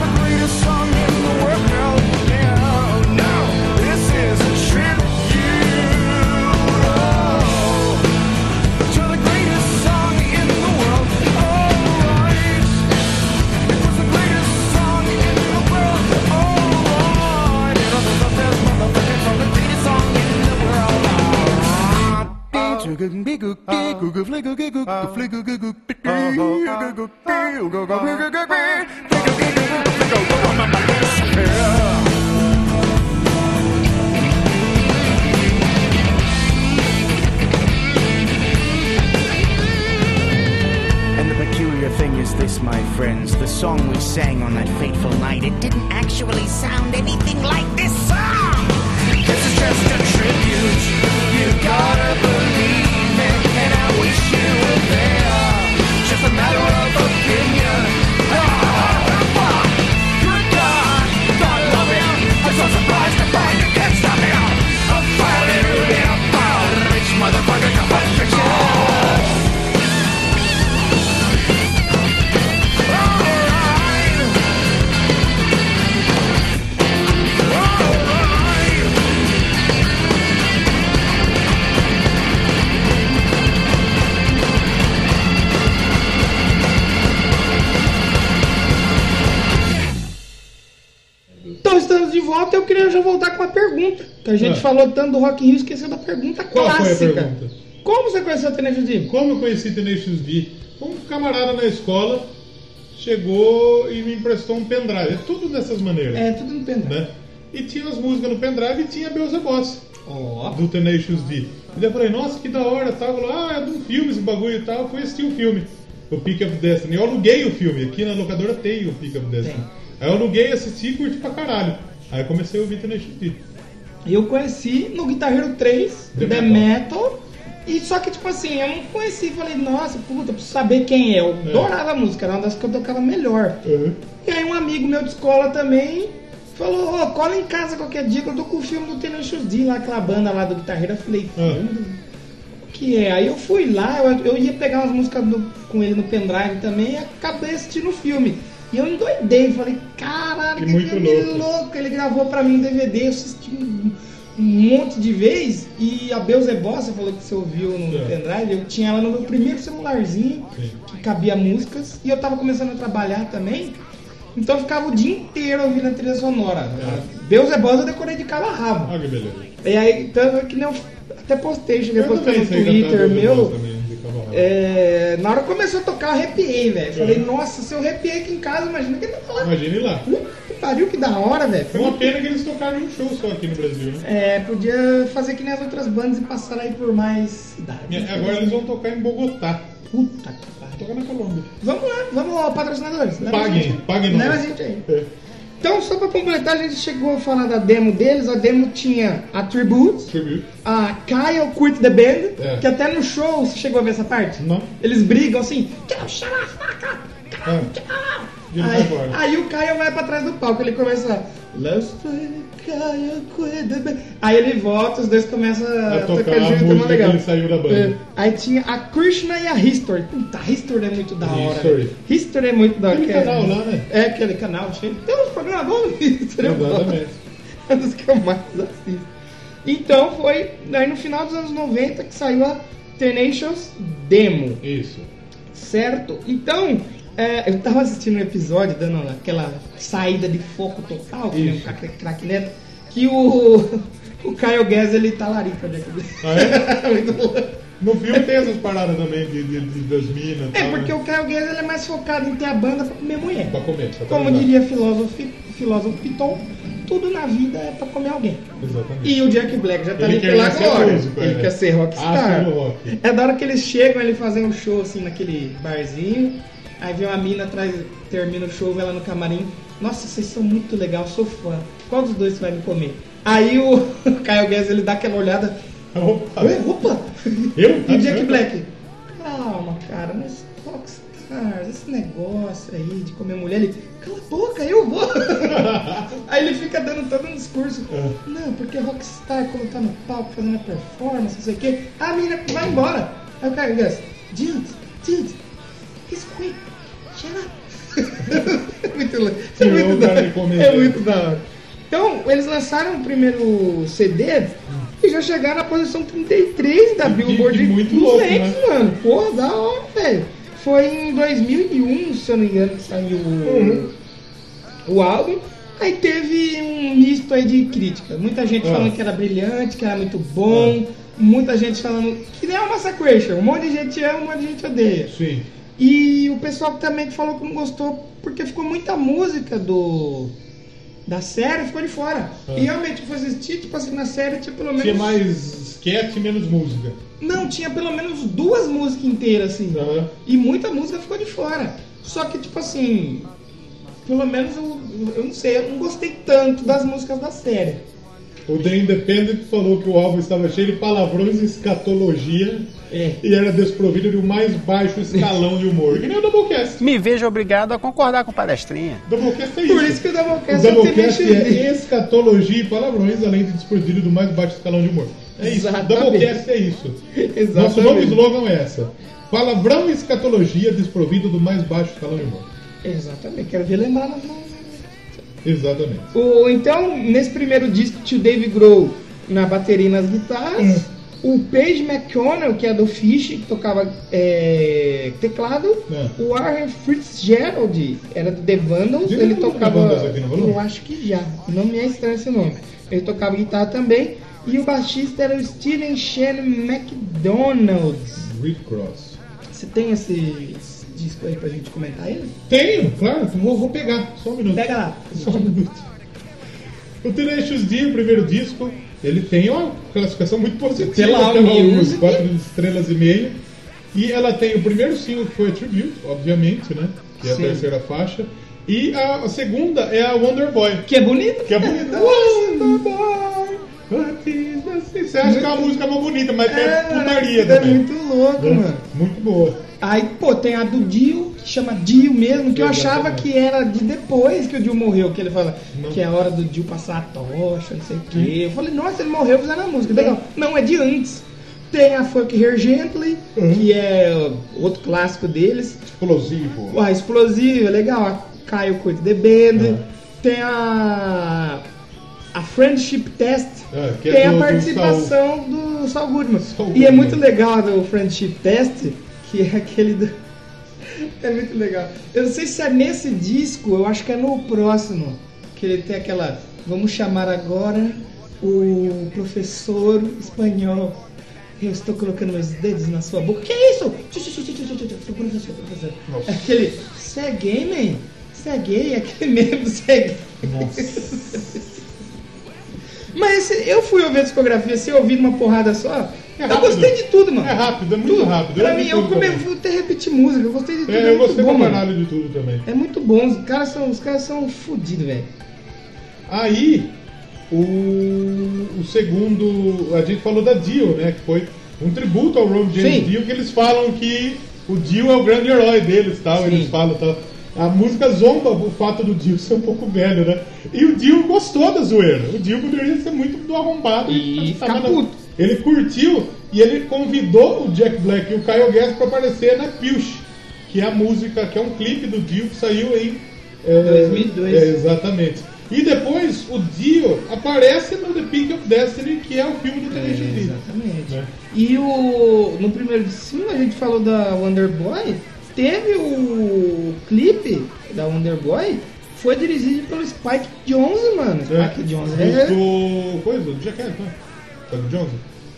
D: the greatest song in the world. No, no, this is a tribute. Oh, to the greatest song in the world. Alright. It was the greatest song in the world. Alright. It was the best motherfucking song, the greatest song in the world. Yeah. And the peculiar thing is this, my friends. The song we sang on that fateful night, it didn't actually sound anything like this song. This is just a tribute. You gotta believe it, and I wish you were there. Just a matter of opinion. Ah, ah, Good God, God love you. I'm so surprised to find you can't stop me. I'm firing through the fire, rich motherfucker, come on, fix it.
B: Então estamos de volta eu queria já voltar com uma pergunta. Que a gente
A: Ah.
B: falou tanto do Rock in Rio, esqueceu da pergunta
A: Qual
B: clássica.
A: foi a pergunta?
B: Como você conheceu o Tenente D?
A: Como eu conheci Tenacious D? Um camarada na escola chegou e me emprestou um pendrive. É tudo dessas maneiras.
B: É, tudo no pendrive.
A: né? E tinha as músicas no pendrive e tinha Beelzebos.
B: Ó.
A: do Tenacious D. E daí eu falei, nossa, que da hora, tal. Falou, ah, é de um filme esse bagulho e tal. Eu fui assistir o filme, o Pick Up Destiny. Eu aluguei o filme, aqui na locadora tem o Pick Up Destiny.
B: Tem.
A: Aí eu aluguei, assisti e curti pra caralho. Aí eu comecei a ouvir Tenacious D.
B: Eu conheci no Guitar Hero 3,
A: The
B: The,
A: Metal.
B: Metal. E só que, tipo assim, eu não conheci, falei, nossa, puta, preciso saber quem é. Eu adorava a música, era uma das que eu tocava melhor.
A: Uhum.
B: E aí um amigo meu de escola também falou, ô, cola em casa qualquer dia que eu tô com o filme do Tenacious D lá, aquela banda lá do Guitarreira. Eu falei,
A: Ah.
B: filme do- o que é? Aí eu fui lá, eu, eu ia pegar umas músicas do- com ele no pendrive também e acabei assistindo o filme. E eu endoidei, falei, caralho,
A: Que
B: que
A: muito
B: filme
A: louco."
B: louco. Ele gravou pra mim um DVD, eu assisti um, um monte de vezes. E a Beelzebub, você falou que você ouviu no
A: É.
B: pendrive, eu tinha ela no meu primeiro celularzinho
A: Sim.
B: que cabia músicas e eu tava começando a trabalhar também. Então eu ficava o dia inteiro ouvindo a trilha sonora. Deus é Boss eu decorei de cabo a rabo.
A: Ah, Olha que beleza.
B: E aí, tanto que nem eu até postei, cheguei a
A: Eu
B: postar
A: também
B: no
A: sei cantar
B: Twitter
A: Deus é Bom
B: meu.
A: também, de cavalo.
B: É, na hora que começou a tocar, eu arrepiei, velho. Falei, nossa, se eu arrepiei aqui em casa, imagina que ele tá falando.
A: Imagine lá.
B: Puta que pariu, que da hora, velho.
A: Foi uma pena que eles tocaram um show só aqui no Brasil, né?
B: É, podia fazer que nem as outras bandas e passar aí por mais cidades.
A: E Agora eles vão tocar em Bogotá.
B: Puta que pariu.
A: Tocar na Colômbia.
B: Vamos lá, vamos lá, patrocinadores. Leva a
A: Paguem,
B: gente aí.
A: paguem nós.
B: Leva a gente aí.
A: É.
B: Então, só pra completar, a gente chegou a falar da demo deles. A demo tinha a Tribute,
A: Subiu.
B: a Kyle Quit the Band,
A: É.
B: que até no show você chegou a ver essa parte?
A: Não.
B: Eles brigam assim, "Get out, shut up, fuck up, get out,
A: Ah.
B: get out."
A: E ele vai
B: Aí,
A: embora.
B: aí o Kyle vai pra trás do palco, ele começa. "Let's play Kyle Quit the Band." Aí ele volta, os dois começam a
A: A tocar
B: junto,
A: a
B: é
A: música
B: mó
A: que ele saiu da banda.
B: É. Aí tinha a Krishna e a History. Puta, a History é muito da hora.
A: History.
B: velho. History é muito da hora.
A: Aquele
B: que é-
A: canal lá, né?
B: É, aquele canal. cheio- Tem uns programas bons no History. eu gosto.
A: Exatamente.
B: [LAUGHS] É dos que eu mais assisto. Então foi aí no final dos anos 90 que saiu a Tenacious Demo,
A: Isso.
B: certo? Então, é, eu tava assistindo um episódio, dando aquela saída de foco total, que nem um
A: Isso.
B: craque- craque neto, que o, [LAUGHS] o Caio Guedes, ele tá larica, né?
A: Ah,
B: Muito louco.
A: No filme tem essas paradas também de, de, de, das minas. e
B: É
A: tal,
B: porque
A: né?
B: o Caio Guedes ele é mais focado em ter a banda pra comer mulher.
A: Pra comer. Pra
B: Como
A: comer.
B: diria filósofo, filósofo Piton, tudo na vida é pra comer alguém.
A: Exatamente.
B: E o Jack Black já tá
A: Ele
B: ali
A: quer
B: pela
A: ser
B: agora.
A: músico,
B: ele
A: é.
B: quer ser rockstar.
A: Ah, sim, o rock.
B: É da hora que eles chegam, ele fazem um show assim naquele barzinho. Aí vem uma mina atrás, termina o show, vai lá no camarim. Nossa, vocês são muito legal, sou fã. Qual dos dois você vai me comer? Aí o [LAUGHS] Caio Guedes ele dá aquela olhada.
A: Opa.
B: Ué, Tá opa! [LAUGHS]
A: Eu? Tá
B: E o Jack
A: Eu?
B: Black? Calma, cara, mas Rockstars, esse negócio aí de comer mulher, ele. Cala a boca, eu vou! [LAUGHS] aí ele fica dando todo um discurso.
A: É.
B: Não, porque Rockstar, quando tá no palco fazendo a performance, não sei o quê, a menina vai embora. Aí o cara diz: Dudes, dudes, he's quick, shut up. muito louco. [LAUGHS] É
A: Tirou
B: muito
A: o
B: da
A: cara
B: hora.
A: de comer,
B: É
A: né?
B: muito da hora. Então, eles lançaram o primeiro CD e já chegaram na posição 33 da
A: Que-
B: Billboard
A: que muito
B: 200,
A: louco, né?
B: mano. Pô, da hora, velho. Foi em 2001, se eu não me engano, que saiu
A: Uhum.
B: o- o álbum. Aí teve um misto aí de crítica. Muita gente
A: Ah.
B: falando que era brilhante, que era muito bom. Muita gente falando que nem uma Massacration. Um monte de gente ama, um monte de gente odeia.
A: Sim.
B: E o pessoal também que falou que não gostou porque ficou muita música do da série ficou de fora.
A: Ah.
B: E realmente eu fui assistir, tipo assim, na série tinha pelo menos
A: Tinha mais sketch e menos música.
B: não, tinha pelo menos duas músicas inteiras assim.
A: Aham.
B: E muita música ficou de fora. Só que tipo assim, pelo menos eu, eu não sei, eu não gostei tanto das músicas da série.
A: O The Independent falou que o álbum estava cheio de palavrões e escatologia
B: É.
A: e era desprovido do mais baixo escalão de humor. Que nem o Doublecast.
E: Me vejo obrigado a concordar com o palestrinha.
A: Doublecast é isso.
B: Por isso que o
A: o
B: Doublecast é o
A: Doublecast
B: TMX.
A: é escatologia e palavrões, além de desprovido do mais baixo escalão de humor. É isso.
B: Exatamente.
A: Doublecast é isso. Nosso novo
B: Exatamente.
A: slogan é essa. Palavrão e escatologia desprovido do mais baixo escalão de humor.
B: Exatamente, quero ver lembrar na- na-
A: Exatamente.
B: O- então, nesse primeiro disco tinha o Dave Grohl na bateria e nas guitarras,
A: Hum.
B: o Paige McConnell, que é do Fish, que tocava é, teclado,
A: É.
B: o Warren Fitzgerald, era do The Vandals,
A: Diga
B: ele
A: o nome do The
B: tocava...
A: Vandals aqui, não falou?
B: eu acho que já, não me é estranho esse nome. Ele tocava guitarra também, e o baixista era o Steven Shane McDonald's.
A: Rick Cross.
B: Você tem esse, esse disco aí pra gente comentar ele?
A: Tenho, claro. Vou, vou pegar. Só um minuto.
B: Pega lá.
A: Só um minuto. O Tenacious D, o primeiro disco, ele tem uma classificação muito positiva.
B: Sei lá,
A: tem
B: um
A: umas
B: music.
A: quatro estrelas e meia. E ela tem o primeiro single, que foi a Tribute, obviamente, né? Que é a
B: Sim.
A: terceira faixa. E a, a segunda é a Wonder Boy.
B: Que é
A: [LAUGHS]
B: bonito.
A: Que é bonita.
B: Nossa,
A: Wonder Boy, what is the você acha Ah, que é uma música mais bonita, mas é, putaria
B: é é
A: também. Hum.
B: muito louco, mano.
A: Muito boa.
B: Aí, pô, tem a do Dio, que chama Dio mesmo, que eu
A: Exatamente.
B: achava que era de depois que o Dio morreu, que ele fala
A: Não. Hum.
B: que é a hora do Dio passar a tocha, não sei o quê. Eu falei, nossa, ele morreu, fizeram a música. Legal. Não, é de antes. Tem a Fuck Her Gently,
A: Hum.
B: que é outro clássico deles.
A: Explosivo.
B: Porra, explosiva, legal. A Caio Coito The Band.
A: É.
B: Tem a. A Friendship Test.
A: É, que é
B: tem
A: do-
B: a
A: do
B: participação do Saul Goodman.
A: Saul
B: E é
A: Goodman.
B: muito legal do Friendship Test, que é aquele do. É muito legal. Eu não sei se é nesse disco, eu acho que é no próximo. Que ele tem aquela. Vamos chamar agora o professor espanhol. Eu estou colocando meus dedos na sua boca. Que isso? Tchu, tchu, tchu, tchu, tchu, tchu, tchu, Professor, professor.
A: Nossa.
B: Aquele. Você é gay, man? Você é gay? [LAUGHS] Aquele mesmo, você é gay. Mas esse- eu fui ouvir a discografia, se eu ouvir uma porrada só.
A: É
B: eu
A: rápido.
B: gostei de tudo, mano.
A: É rápido, é muito
B: Tudo.
A: rápido.
B: Pra
A: Eu
B: mim,
A: vi
B: eu
A: tudo
B: come-
A: também.
B: vou até repetir música. Eu gostei de tudo.
A: É,
B: muito
A: eu gostei
B: bom,
A: pra
B: mano.
A: caralho de tudo também.
B: É muito bom. Os caras são, os caras são fodidos, velho.
A: Aí, o, o segundo. A gente falou da Dio, né? Que foi um tributo ao Ron James
B: Sim.
A: Dio, que eles falam que o Dio é o grande herói deles tal. Eles falam tal. A música zomba o fato do Dio [LAUGHS] ser um pouco velho, né? E o Dio gostou da zoeira. O Dio poderia ser muito do arrombado
B: E
A: tava
B: ficar
A: na-
B: puto.
A: Ele curtiu e ele convidou o Jack Black e o Kyle Gass pra aparecer na Pilch, que é a música, que é um clipe do Dio que saiu em é,
B: 2002.
A: é, exatamente. E depois o Dio aparece no The Pink of Destiny, que é o filme do Terence
B: É,
A: Hill.
B: exatamente.
A: Né?
B: E o. No primeiro de cima a gente falou da Wonderboy. Teve o clipe da Wonderboy. Foi dirigido pelo Spike Jonze, mano. Spike Jonze.
A: É,
B: É,
A: Do. Coisa, do Jack né? Doug Jones.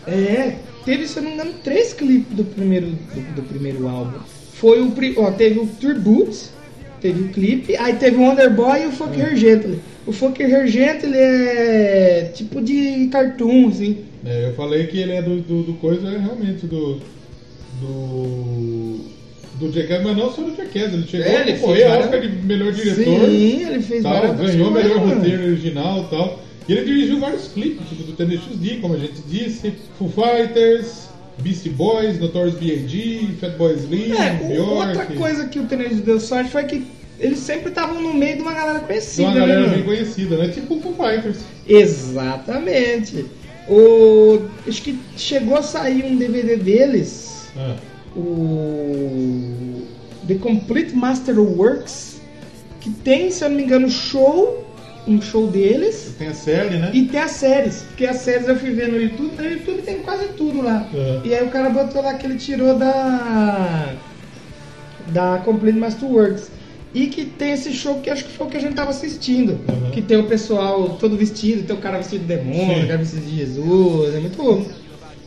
B: é. Teve, se eu não me engano, três clipes do primeiro, do, do primeiro álbum. Foi o. pri- Ó, teve o Tribute. Teve o clipe. Aí teve o Wonderboy e o Fuck
A: É.
B: Her Gently. O Fuck Her Gently é tipo de cartoon, assim.
A: É, eu falei que ele é do, do, do coisa, é realmente do. Do. Do Jackass, mas não só do Jackass, ele chegou
B: É,
A: a
B: ele
A: concorrer
B: fez
A: ao
B: várias-
A: Oscar de melhor diretor.
B: Sim, ele fez
A: tal,
B: várias
A: Tá, ganhou o melhor
B: coisas, mano.
A: roteiro original tal. E ele dirigiu vários clipes, tipo do Tenacious D, como a gente disse, Foo Fighters, Beastie Boys, Notorious B.I.G., Fatboy Slim,
B: É, o-
A: Bjork.
B: outra coisa que o Tenente deu sorte foi que eles sempre estavam no meio de uma galera conhecida,
A: Então, é Uma
B: né,
A: galera
B: mano?
A: bem conhecida, né? Tipo Foo Fighters.
B: Exatamente. O... Acho que chegou a sair um DVD deles,
A: Ah,
B: o The Complete Masterworks, que tem, se eu não me engano, show, um show deles,
A: tem a série, né?
B: e tem as séries, porque as séries eu fui ver no YouTube, no YouTube tem quase tudo lá.
A: É.
B: E aí o cara botou lá que ele tirou da. Da Complete Masterworks. E que tem esse show que acho que foi o que a gente tava assistindo.
A: Uhum.
B: Que tem o pessoal todo vestido, tem o cara vestido de demônio,
A: Sim.
B: o cara vestido de Jesus, é muito louco.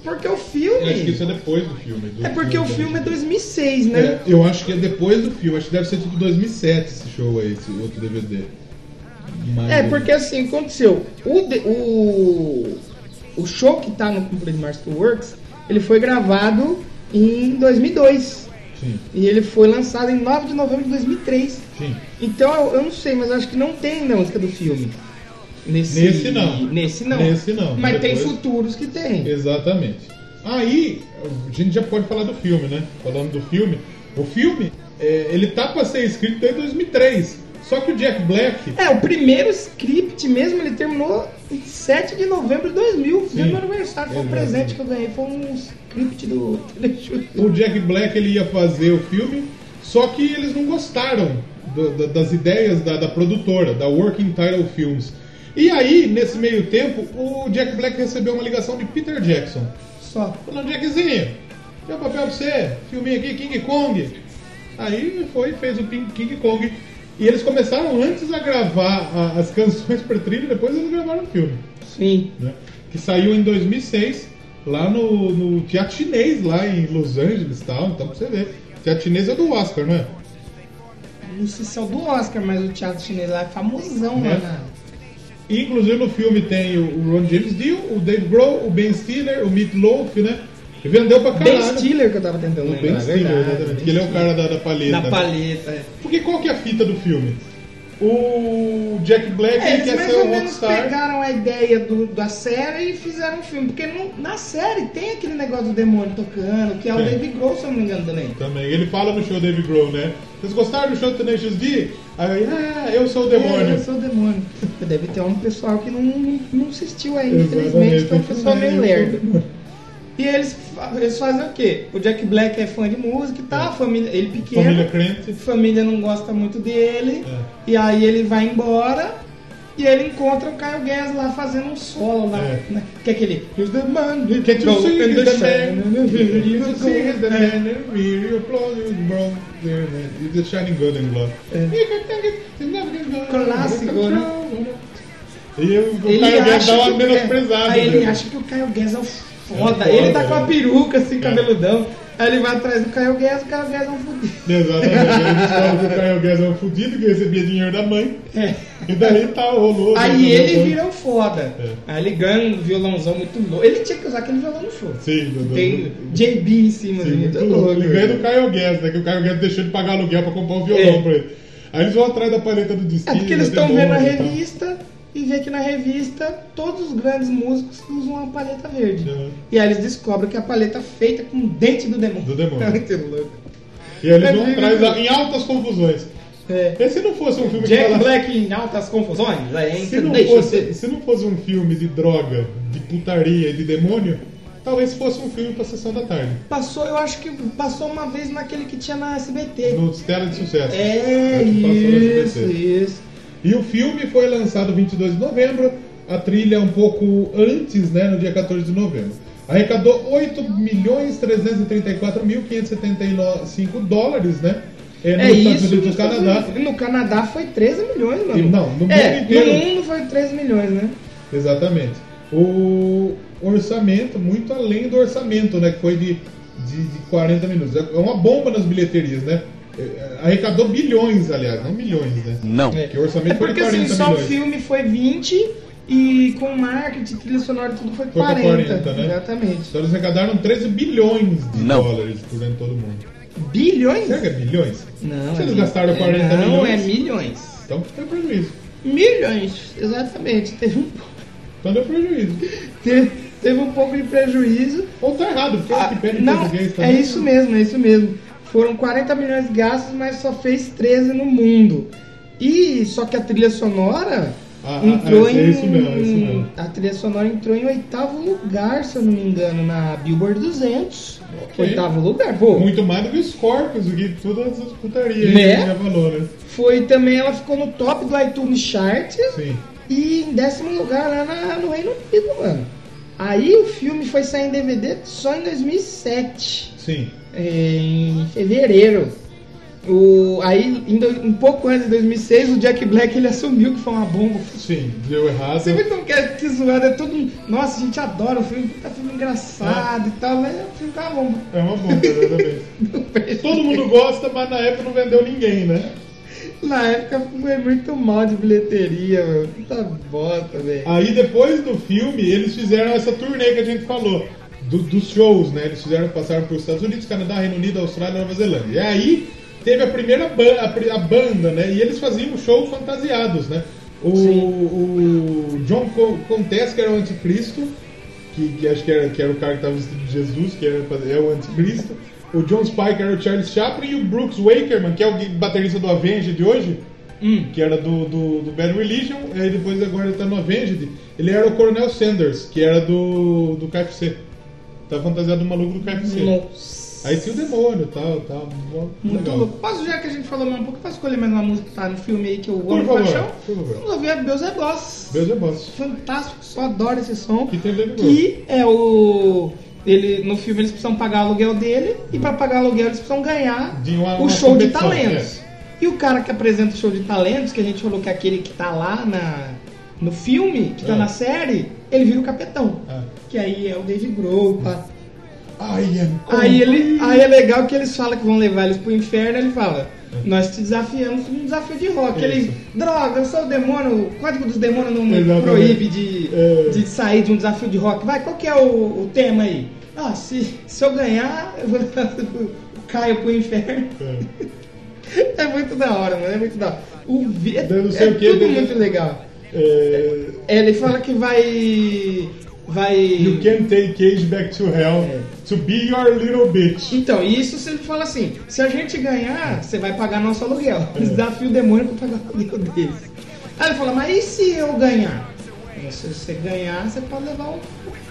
B: Porque o
A: Eu acho que isso
B: filme.
A: é depois do filme. do-
B: É porque o
A: do-
B: filme é 2006, né?
A: É, eu acho que é depois do filme, acho que deve ser tipo 2007 esse show aí, esse outro DVD. Mas-
B: É, porque assim, aconteceu. O, de- o, o show que tá no Complete Masterworks, ele foi gravado em 2002.
A: Sim,
B: E ele foi lançado em 9 de novembro de 2003.
A: sim.
B: Então eu, eu não sei, mas eu acho que não tem ainda a música do filme. Nesse,
A: Nesse não.
B: Nesse não.
A: Nesse não.
B: Mas tem
A: Depois-
B: futuros que tem.
A: Exatamente. Aí, a gente já pode falar do filme, né? Falando do filme. O filme, é, ele tá pra ser escrito desde 2003. Só que o Jack Black,
B: É, o primeiro script mesmo, ele terminou em 7 de novembro de 2000. Foi
A: Sim.
B: meu aniversário, foi um
A: Exato.
B: presente que eu ganhei, foi um script do [LAUGHS] Telechute.
A: o Jack Black ele ia fazer o filme, só que eles não gostaram do- da- das ideias da, da produtora, da Working Title Films. E aí, nesse meio tempo, o Jack Black recebeu uma ligação de Peter Jackson.
B: Só.
A: Falando, Jackzinho, tem um papel pra você, filminho aqui, King Kong. Aí foi, fez o Pin- King Kong. E eles começaram antes a gravar a- as canções pra trilha, depois eles gravaram o filme,
B: Sim.
A: né? Que saiu em 2006, lá no, no Teatro Chinês, lá em Los Angeles e tal, então pra você ver. Teatro Chinês é do Oscar, não é?
B: Não sei se é o do Oscar, mas o teatro chinês lá é famosão,
A: Né?
B: né? mano.
A: E, Inclusive no filme tem o o Ron James Dio, o Dave Grohl, o Ben Stiller, o Meat Loaf, né? E vendeu pra
B: Ben
A: caralho.
B: Stiller que eu tava tentando
A: O
B: lembrar,
A: Ben
B: é
A: Stiller,
B: verdade.
A: exatamente. um Que ele é o cara da, da palheta.
B: Da
A: né?
B: palheta, é.
A: Porque qual que é a fita do filme? o Jack Black
B: É,
A: ele
B: eles
A: quer
B: mais
A: ser
B: ou
A: um
B: menos
A: rockstar.
B: pegaram a ideia do- da série e fizeram um filme. Porque não- na série tem aquele negócio do demônio tocando, que é o
A: Tem.
B: David Grohl, se eu não me engano, também.
A: Também. Ele fala no show David Grohl, né? Vocês gostaram do show do Tenacious D? Aí, ah, eu sou o demônio.
B: É, eu sou o demônio. Deve ter um pessoal que não, não assistiu ainda,
A: Exatamente,
B: infelizmente, então o
A: tem que
B: pessoal é
A: ver,
B: meio
A: eu sou o
B: lerdo. E eles, fa- eles fazem o quê? O Jack Black é fã de música e tal, a família, ele pequeno.
A: Família crente.
B: família não gosta muito dele.
A: É.
B: E aí ele vai embora e ele encontra o Caio Guedes lá fazendo um solo lá.
A: É.
B: Né? Que é aquele. Here's the man,
A: Can't you
B: go
A: see
B: in
A: the
B: the
A: man?
B: shine,
A: You see
B: you go.
A: the
B: É.
A: man and we will applaud you, bro. There, man. It's The Shining Golden Glove.
B: É.
A: You can take it, it's never gonna go.
B: Clássico, né?
A: E o o
B: Ele
A: Caio Guedes
B: acha
A: dá
B: que
A: uma
B: o-
A: menosprezada.
B: Aí ele
A: né?
B: acha que o Caio Guedes é um foda.
A: foda,
B: ele tá com uma
A: né?
B: peruca assim,
A: É.
B: cabeludão. Aí ele vai atrás do Caio Guedes, o Caio Guedes é um fudido.
A: Exatamente. Ele descobre que o Caio Guedes é um fudido que recebia dinheiro da mãe.
B: É.
A: E daí tá, rolou.
B: Aí
A: né,
B: ele
A: né,
B: vira o foda.
A: É.
B: Aí ele ganha um violãozão muito louco. Ele tinha que usar aquele violão no show.
A: Sim, meu Deus.
B: Tem JB em cima, assim, muito louco.
A: Ele ganha do Caio Guedes, né? Que o Caio Guedes deixou de pagar aluguel pra comprar um violão
B: É.
A: pra ele. Aí eles vão atrás da paleta do
B: É
A: destino.
B: porque eles
A: da
B: estão vendo a
A: demônio e tal.
B: revista e vê que na revista todos os grandes músicos usam uma paleta verde.
A: É.
B: E aí eles descobrem que a paleta é feita com o dente do demônio.
A: Do demônio.
B: [LAUGHS] É muito louco.
A: E aí eles vão
B: É,
A: atrás
B: é,
A: a- em altas confusões.
B: É.
A: E se não fosse um filme que
B: Jack
A: fala-
B: Black em altas confusões, aí
A: se não,
B: deixa
A: fosse,
B: você.
A: se não fosse um filme de droga, de putaria e de demônio, talvez fosse um filme pra sessão da tarde.
B: Passou, eu acho que passou uma vez naquele que tinha na SBT.
A: No Estela de Sucesso.
B: É,
A: que passou no
B: isso,
A: SBT.
B: isso.
A: E o filme foi lançado 22 de novembro, a trilha um pouco antes, né, no dia 14 de novembro. Arrecadou 8.334.575 dólares, né? É, nos
B: é
A: Estados
B: isso.
A: Unidos
B: nos
A: e no
B: Estados
A: Canadá.
B: Unidos. No Canadá foi 13 milhões, mano.
A: Não, no mundo
B: é,
A: inteiro.
B: No mundo foi 13 milhões, né?
A: Exatamente. O orçamento, muito além do orçamento, né? Que foi de, de, de 40 minutos. É uma bomba nas bilheterias, né? É, Arrecadou bilhões, aliás, não milhões, né?
E: Não.
B: É.
A: Que o orçamento
B: É
A: foi
B: porque
A: 40
B: assim, só o
A: milhões.
B: filme foi 20 e com marketing, trilha sonora e tudo foi
A: Foi pra
B: 40.
A: 40, né?
B: Exatamente.
A: Então eles arrecadaram 13 bilhões de
E: Não.
A: dólares durante todo o mundo.
B: Bilhões?
A: Será que é bilhões?
B: Não.
A: Se eles
B: é
A: gastaram
B: mil-
A: 40
B: é, Não, é
A: milhões.
B: milhões.
A: Então deu prejuízo.
B: Milhões, exatamente. Teve um, [LAUGHS]
A: Então deu prejuízo.
B: teve, teve um pouco de prejuízo.
A: Ou tá errado, porque
B: Ah,
A: o que pede em
B: não,
A: português
B: é
A: também.
B: isso mesmo, é isso mesmo. Foram 40 milhões gastos, mas só fez 13 no mundo. E só que a trilha sonora
A: Ah, ah,
B: entrou
A: é,
B: em
A: é isso mesmo, é isso mesmo.
B: a trilha sonora entrou em oitavo lugar, se eu não me engano, na Billboard 200.
A: Ok.
B: Oitavo lugar, pô.
A: Muito mais do que os corpos, o que todas essas putarias
B: Né?
A: aí que já falou, né?
B: Foi também ela ficou no top do iTunes Chart
A: Sim.
B: e em décimo lugar lá na- no Reino Unido, mano. Aí o filme foi sair em DVD só em 2007.
A: Sim.
B: É, em fevereiro. O, aí, em do- um pouco antes de 2006, o Jack Black ele assumiu que foi uma bomba.
A: Sim, deu errado.
B: Você vê que não quer que zoado, é todo. um- Nossa, a gente adora o filme, puta filme engraçado e tal, mas o filme tá uma bomba.
A: É uma bomba, exatamente. Todo mundo gosta, mas na época não vendeu ninguém, né?
B: [LAUGHS] Na época foi muito mal de bilheteria, meu. Puta bosta, velho.
A: Aí depois do filme, eles fizeram essa turnê que a gente falou. do- dos shows, né? Eles fizeram, passaram por Estados Unidos, Canadá, Reino Unido, Austrália, Nova Zelândia. E aí teve a primeira ban- a, pri- a banda, né? E eles faziam show fantasiados, né? O, o John Co- Contess, que era o anticristo, que, que acho que era, que era o cara que estava vestido de Jesus, que era, fazer- é o anticristo. O John Spike era o Charles Chaplin e o Brooks Wakerman, que é o gui- baterista do Avenged de hoje,
B: Hum.
A: que era do, do, do Bad Religion, e aí depois agora ele tá no Avenged. Ele era o Coronel Sanders, que era do, do KFC. Tá fantasiado do maluco do KFC.
B: Nossa.
A: Aí tinha o demônio tal, tal. mó
B: Hum, Muito
A: legal.
B: louco. Posso, já que a gente falou mais um pouco, posso escolher mais uma música que tá no filme aí que eu
A: Por
B: amo de
A: favor,
B: paixão?
A: por favor.
B: Vamos ouvir a Deus é Boss.
A: Deus é boss.
B: fantástico, só adoro esse som.
A: Que tem o David
B: Que é o. Ele, no filme eles precisam pagar o aluguel dele, e para pagar o aluguel eles precisam ganhar
A: De uma-
B: o
A: uma
B: show de
A: competição, é.
B: talentos. E o cara que apresenta o show de talentos, que a gente falou que é aquele que tá lá na, no filme, que tá
A: Ah.
B: na série, ele vira o capitão.
A: Ah.
B: Que aí é o David Grohl, pá.
A: Ai, é
B: Aí, ele, aí é legal que eles falam que vão levar eles pro inferno, ele fala. Nós te desafiamos com um desafio de rock.
A: Isso.
B: Ele, droga, eu sou o demônio, o código dos demônios não me
A: Exatamente.
B: proíbe de,
A: É.
B: de sair de um desafio de rock. Vai, qual que é o, o tema aí? Ah, se, se eu ganhar, eu vou eu [LAUGHS] caio pro inferno. [LAUGHS]
A: É.
B: É muito da hora, mano, é muito da hora. O vi- é,
A: Eu não sei
B: é
A: o quê,
B: tudo
A: eu-
B: muito legal.
A: É,
B: Ele fala que vai. Vai.
A: you can take Cage back to hell
B: É.
A: to be your little bitch.
B: Então, e isso sempre fala assim: se a gente ganhar, você vai pagar nosso aluguel. Desafio o demônio pra pagar o aluguel deles. Aí ele fala: mas e se eu ganhar? Aí, Se você ganhar, você pode levar o,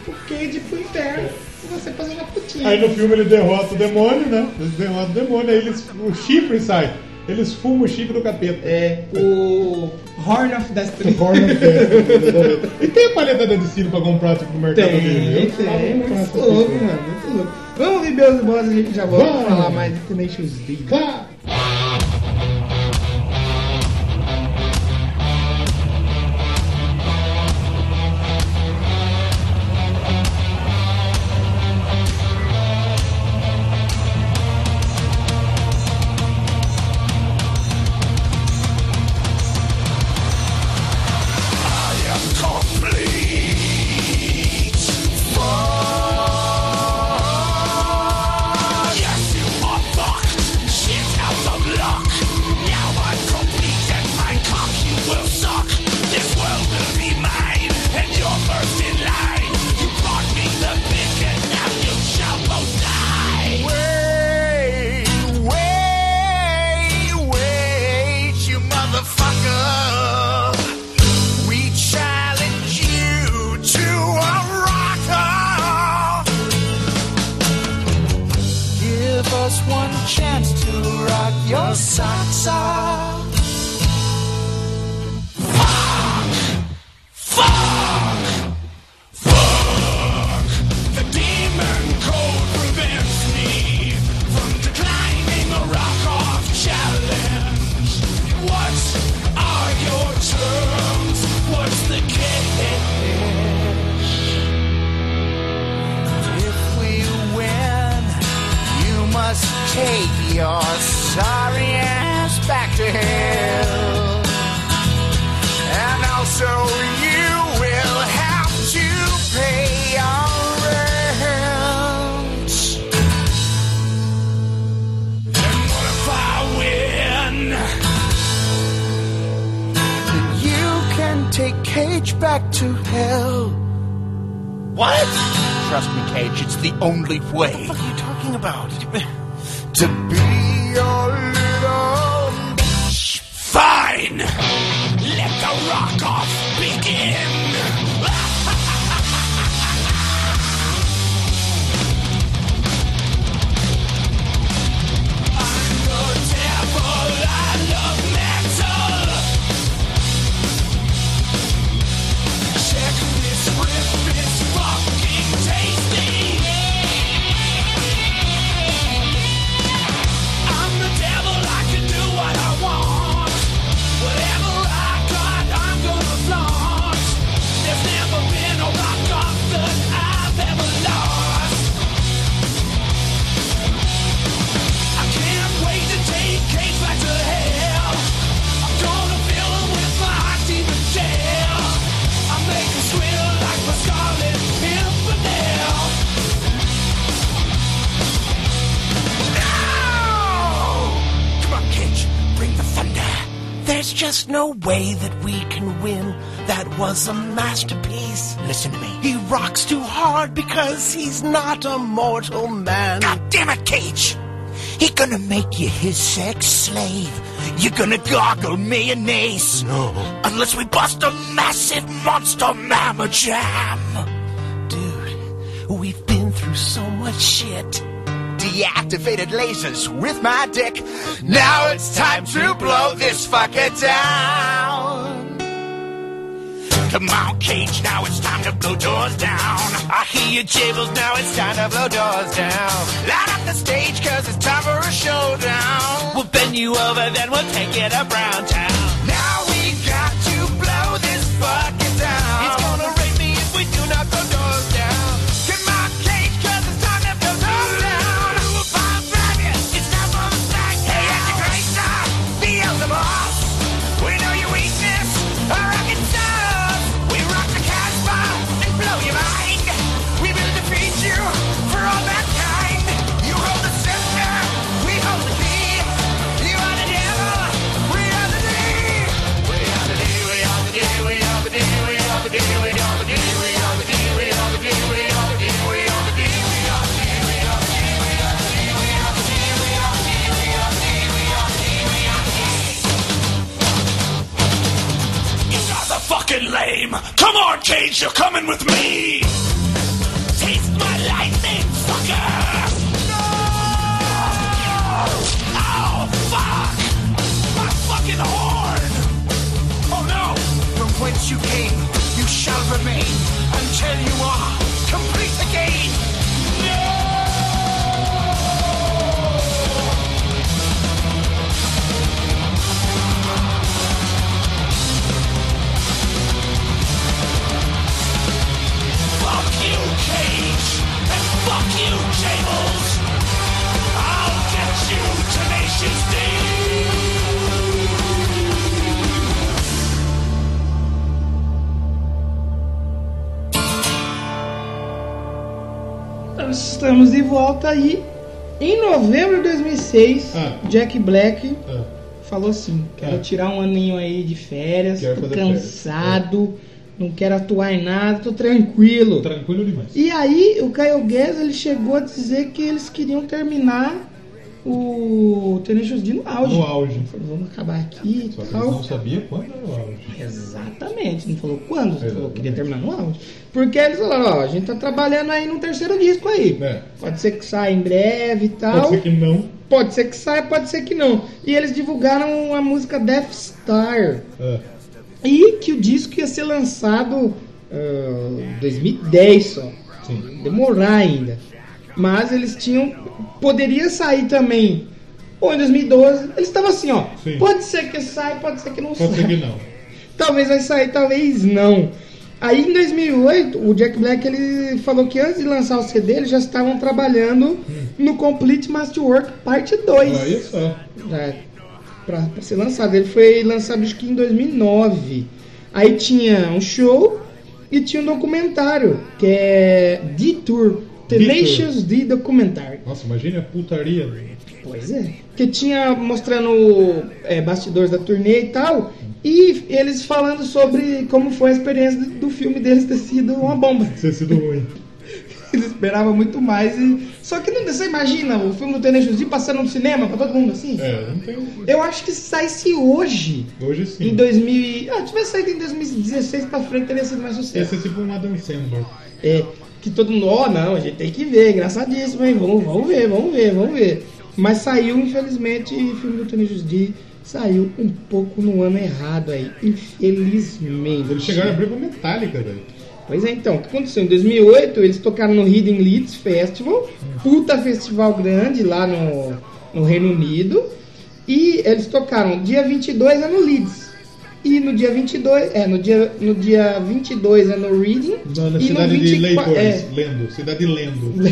B: o Cade pro inferno e você fazer uma putinha.
A: Aí no filme ele derrota o demônio, né? Eles derrotam o demônio, aí eles, o chifre sai. Eles fumam o chifre do capeta.
B: É o Horn of Destiny.
A: Corner Fest. E tem a paleta da Destino pra comprar tipo, no mercado
B: Tem,
A: livre? Eu
B: tem,
A: falo pra essas
B: muito louco,
A: pessoas.
B: mano, muito louco. Vamos ver Beelzebub Boss ali que já vou
A: Vamos.
B: falar mais de Tenacious D.
A: Claro.
C: Wait, wait, wait, you motherfucker. We challenge you to a rocker. Give us one chance to rock your socks off. Fuck! Fuck! Fuck! The demon code prevents me from declining a rock off challenge. What are your terms? What's the catch? If we win, you must take your sorry ass back to hell. And also you will have to pay your rent. Then what if I win? Then you can take Cage back to hell. What? Trust me, Cage, it's the only way. What are you talking about? To be your little bitch. Fine! Let the rock off begin. I'm the devil. I love metal. Check this riff. It's fucking tasty. I'm the devil. I can do what I want. Whatever I got, I'm gonna flaunt. There's never been a rock off that I've ever lost. I can't wait to take Cage back to hell. I'm gonna fill him with my hot demon gel. I make him swill like my scarlet infidel. No! Come on, Cage, bring the thunder. There's just no way that we can win. That was a masterpiece. Listen to me. He rocks too hard because he's not a mortal man. God damn it, Cage! He gonna make you his sex slave. You're gonna gargle mayonnaise. No. Unless we bust a massive monster mamma jam. Dude, we've been through so much shit deactivated lasers with my dick. Now it's time to blow this fucker down. Come on, Cage, now it's time to blow doors down. I hear your jibbles, now it's time to blow doors down. Light up the stage, cause it's time for a showdown. We'll bend you over, then we'll take it around town. Now we got to blow this fucker down. It's gonna rape me if we do not blow doors down. Come on, Cage, cause it's time to blow doors down. We'll find fabulous, it's time for the sack. Hey, Antichrist, feel the boss. We know your weakness, a rocket stuff. We rock the Casbah and blow your mind. We will defeat you for all mankind. You hold the scepter, we hold the key. You are the devil, we are the lead. fucking lame. Come on, Cage, you're coming with me. Taste my lightning, fucker. No! Ow, fuck! My fucking horn! Oh no!
D: From whence you came, you shall remain until you are complete again.
C: Fuck you, Cage! And fuck you, Jables! I'll get you, Tenacious D!
B: Estamos de volta aí. Em novembro de 2006,
A: Ah.
B: Jack Black
A: Ah,
B: falou assim: quero
A: Ah.
B: tirar um aninho aí de férias,
A: Quero
B: tô
A: fazer férias. é.
B: cansado, não quero atuar em nada, tô tranquilo.
A: tranquilo demais.
B: E aí o Caio Guedes ele chegou a dizer que eles queriam terminar o Tenacious D no auge.
A: No auge.
B: Falou, Vamos acabar aqui
A: Só
B: e
A: que eles
B: tal.
A: não sabiam quando era o auge.
B: É Exatamente, não falou quando, só falou que queria
A: Exatamente.
B: terminar no auge. Porque eles falaram, ó, a gente tá trabalhando aí num terceiro disco aí.
A: É.
B: Pode ser que saia em breve e tal.
A: Pode ser que não.
B: Pode ser que saia, pode ser que não. E eles divulgaram a música Death Star.
A: Ah,
B: E que o disco ia ser lançado ah, em 2010 só.
A: sim.
B: Demorar ainda. Mas eles tinham. Poderia sair também. Ou em 2012. Eles estavam assim, ó.
A: Sim.
B: Pode ser que saia, pode ser que não
A: Pode ser
B: [LAUGHS] saia.
A: que não.
B: Talvez vai sair, talvez não. Aí em 2008, o Jack Black ele falou que antes de lançar o CD, eles já estavam trabalhando no Complete Masterwork Parte 2
A: Hum. Olha só.
B: pra, É, pra, pra ser lançado. Ele foi lançado acho que em 2009. Aí tinha um show e tinha um documentário, que é Detour, Tenacious D Documentary.
A: Nossa, imagine a putaria.
B: Pois é. Que tinha mostrando é, bastidores da turnê e tal, e eles falando sobre como foi a experiência do, do filme deles ter sido uma bomba. [LAUGHS]
A: Ter sido ruim.
B: Eles esperavam muito mais e... Só que não, você imagina o filme do Tenacious D passando no cinema pra todo mundo assim?
A: É, não tem.
B: Eu acho que saísse hoje,
A: Hoje
B: em
A: sim.
B: 2000 e- ah, tivesse saído em 2016 pra frente teria sido mais
A: Ia
B: sucesso.
A: ser tipo um Adam Sandler.
B: É, que todo mundo, ó, não, a gente tem que ver, engraçadíssimo, hein? Vamos, vamos ver, vamos ver, vamos ver. Mas saiu, infelizmente, o filme do Tony D saiu um pouco no ano errado aí, infelizmente.
A: Eles chegaram a abrir pra Metallica, velho.
B: Pois é, então, o que aconteceu? Em 2008, eles tocaram no Hidden Leeds Festival, puta festival grande lá no, no Reino Unido, e eles tocaram dia 22 é no Leeds. E no dia 22, é, no dia, no dia 22 é no Reading.
A: Na, na
B: e no
A: cidade de
B: 24
A: Leitores, Lendo. Cidade Lendo.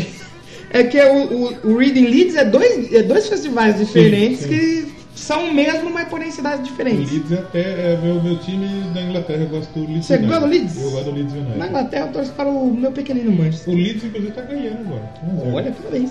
B: É, é [LAUGHS] que o, o, o Reading Leeds é dois, é dois festivais diferentes
A: sim.
B: que são o mesmo, mas porém em cidades diferentes.
A: Leeds até é meu, meu time da Inglaterra, eu gosto do Leeds
B: Você
A: United.
B: gosta do Leeds?
A: Eu gosto do Leeds United.
B: Na Inglaterra, eu torço para o meu pequenino Manchester.
A: O Leeds, inclusive, tá ganhando agora. Um a zero.
B: Olha, parabéns.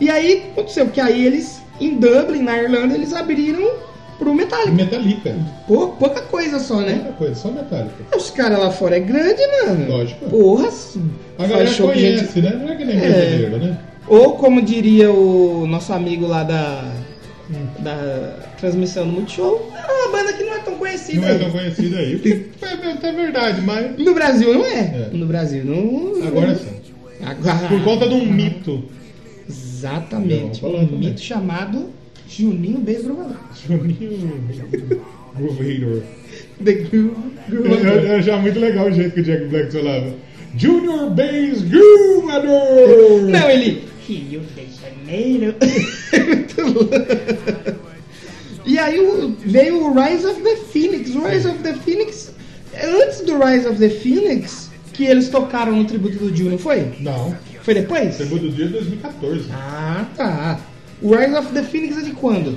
B: E aí, aconteceu que aí eles, em Dublin, na Irlanda, eles abriram pro Metallica.
A: Metallica.
B: Pô, pouca coisa só, né?
A: Outra coisa, só Metallica.
B: Os caras lá fora é grande, mano.
A: Lógico.
B: Porra, assim,
A: A
B: faz
A: galera
B: show com
A: conhece,
B: gente-
A: né? Não é que nem
B: É.
A: brasileiro, né?
B: Ou, como diria o nosso amigo lá da, da transmissão do Multishow, é uma banda que não é tão conhecida
A: Não é
B: aí.
A: tão conhecido aí. O que é até verdade, mas
B: No Brasil não é.
A: É.
B: No Brasil não... é.
A: agora sim.
B: Agora-
A: Por conta de um mito. Vamos
B: Exatamente.
A: falar
B: Um
A: também.
B: mito chamado Juninho Beijo Provador.
A: Juninho Groovator.
B: The Groove
A: Eu, eu, eu achava muito legal o jeito que o Jack Black falava. Junior Bass Groovator!
B: Não, ele. Rio de Janeiro. Muito louco. [LAUGHS] E aí o- veio o Rise of the Phoenix. O Rise of the Phoenix. Antes do Rise of the Phoenix, que eles tocaram no tributo do Dio, não foi?
A: Não.
B: Foi depois?
A: Segundo dia de 2014.
B: Ah, tá. O Rise of the Phoenix é de quando?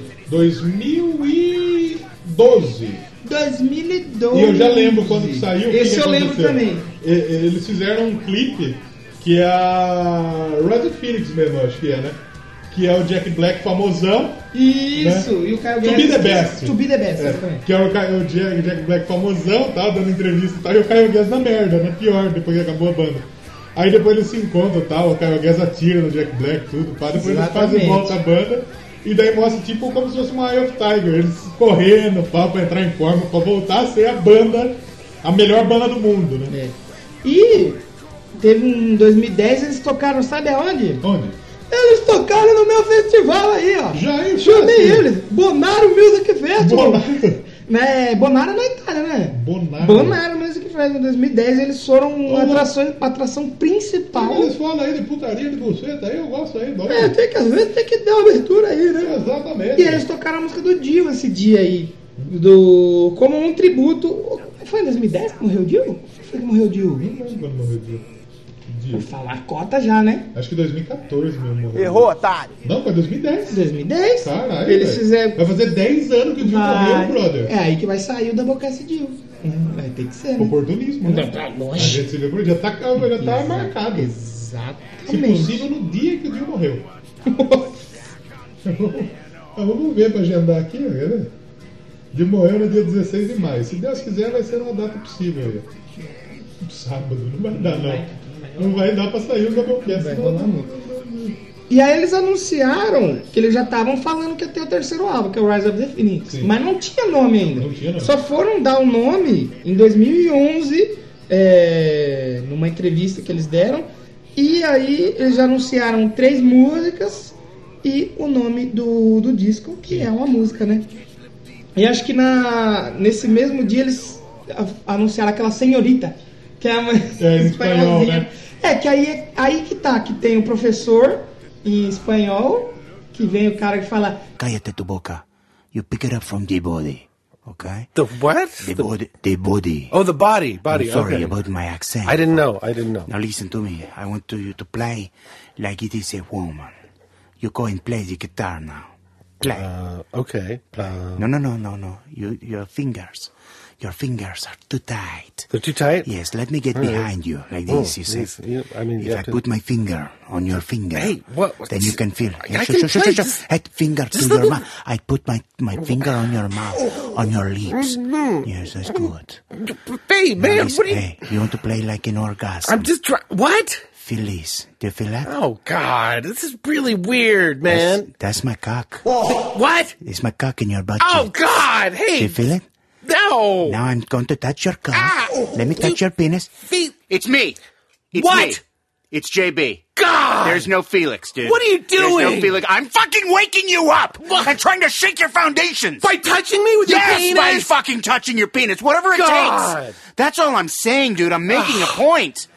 A: 2012.
B: 2012.
A: E eu já lembro quando que saiu. o que
B: Esse
A: que
B: eu lembro
A: aconteceu.
B: também.
A: E- e- Eles fizeram um clipe que é a Red Phoenix mesmo, acho que é, né? Que é o Jack Black famosão.
B: Isso, e o Caio
A: Né? To be
B: Guedes-
A: the best.
B: To be the best,
A: É,
B: exatamente.
A: que é o, Ca- o Jack, Jack Black famosão, tá? Dando entrevista e tal. E o Caio Guedes na merda, né? Pior, depois que acabou a banda. Aí depois eles se encontram e tal. O Caio Guedes atira no Jack Black, tudo. Pá. Depois eles
B: Exatamente.
A: fazem volta a banda. E daí mostra tipo como se fosse uma Eye of Tiger. Eles correndo, pá, pra entrar em forma, pra voltar a ser a banda A melhor banda do mundo, né?
B: É. E teve um 2010, eles tocaram, sabe aonde?
A: Onde?
B: Eles tocaram no meu festival aí, ó.
A: Já eu
B: Chamei
A: assim.
B: eles. Bonaro Music Festival.
A: Bonaro.
B: Né, Bonaro é na Itália, né?
A: Bonaro.
B: Bonaro Music Festival. Em 2010 eles foram
A: Ô,
B: uma atração, a atração principal.
A: Eles falam aí de putaria, de buceta, aí eu gosto aí, bom.
B: É, tem que, às vezes tem que dar uma abertura aí, né?
A: Exatamente.
B: E eles tocaram a música do Dio esse dia aí. Do. Como um tributo. Foi em 2010 que morreu o Dio? Foi que morreu o Dio?
A: Não lembro quando morreu o Dio.
B: Vou
A: Dio.
B: falar a cota já, né?
A: Acho que 2014 mesmo morreu.
E: Errou, otário.
A: Não, foi 2010.
B: 2010.
A: Caralho.
B: eles
A: velho.
B: fizeram.
A: Vai fazer 10 anos que o Dio morreu, brother.
B: É aí que vai sair o Doublecast Dio. É, Vai ter que ser. Né?
A: Oportunismo. né? A gente se vê por dia. Tá, já tá marcado. Se
B: Exatamente.
A: possível, no dia que o Dio morreu. [LAUGHS] Mas vamos ver pra agendar aqui, né? De morreu no dia 16 de maio. Se Deus quiser, vai ser uma data possível aí. Um Sábado, não vai dar não. Não vai dar pra sair o Doublecast.
B: Vai rolar E aí eles anunciaram que eles já estavam falando que ia ter o terceiro álbum, que é o Rise of the Phoenix.
A: Sim.
B: Mas não tinha nome ainda.
A: Não tinha nome.
B: Só foram dar o nome em 2011, é, numa entrevista que eles deram. E aí eles já anunciaram três músicas e o nome do, do disco, que é uma música, né? E acho que na, nesse mesmo dia eles a- anunciaram aquela senhorita, que é uma
A: É, em espanhol,
B: [LAUGHS] espanholzinha.
A: né?
B: É, que aí, é- aí que tá, que tem o professor em espanhol, que vem o cara que fala.
D: Cállate tu boca. You pick it up from the body. Okay?
H: The what?
D: The
H: The-
D: body. The body.
H: oh, the body, body.
D: I'm sorry
H: okay.
D: about my accent.
H: I didn't know. I didn't know.
D: Now listen to me. I want to, you to play like it is a woman. You go and play the guitar now. Play.
H: Uh, okay. Uh,
D: no, no, no, no, no. You, your fingers. Your fingers are too tight.
H: they're too tight.
D: Yes, let me get
H: right.
D: behind you like
H: Oh,
D: this. you see?
H: yes, yeah, I mean, you
D: if
H: have
D: I
H: to-
D: put my finger on your finger,
H: Hey, what-
D: then you can feel.
H: I- I can play, just-
D: Head finger to
H: just
D: your
H: let me-
D: mouth. I put my, my finger on your mouth, on your
H: Oh,
D: lips. Yes, that's good.
H: Hey,
D: Now
H: man,
D: listen,
H: what are you?
D: hey, you want to play like an orgasm?
H: I'm just trying. What?
D: Feel this. Do you feel that?
H: Oh God, this is really weird,
D: That's,
H: man.
D: that's my cock.
H: What?
D: It's my cock in your butt.
H: Oh God!
D: Do you
H: Hey,
D: feel it?
H: no.
D: Now I'm going to touch your cock.
H: Ah!
D: Let me touch your penis.
H: Fe-
E: It's me. It's
H: What?
E: me. It's JB.
H: God.
E: There's no Felix, dude.
H: What are you
E: There's
H: doing?
E: no Felix. I'm fucking waking you up and trying to shake your foundations.
H: by touching me with
E: yes,
H: your
E: by
H: penis.
E: fucking touching your penis, whatever it
H: God.
E: takes. That's all I'm saying, dude. I'm making a point.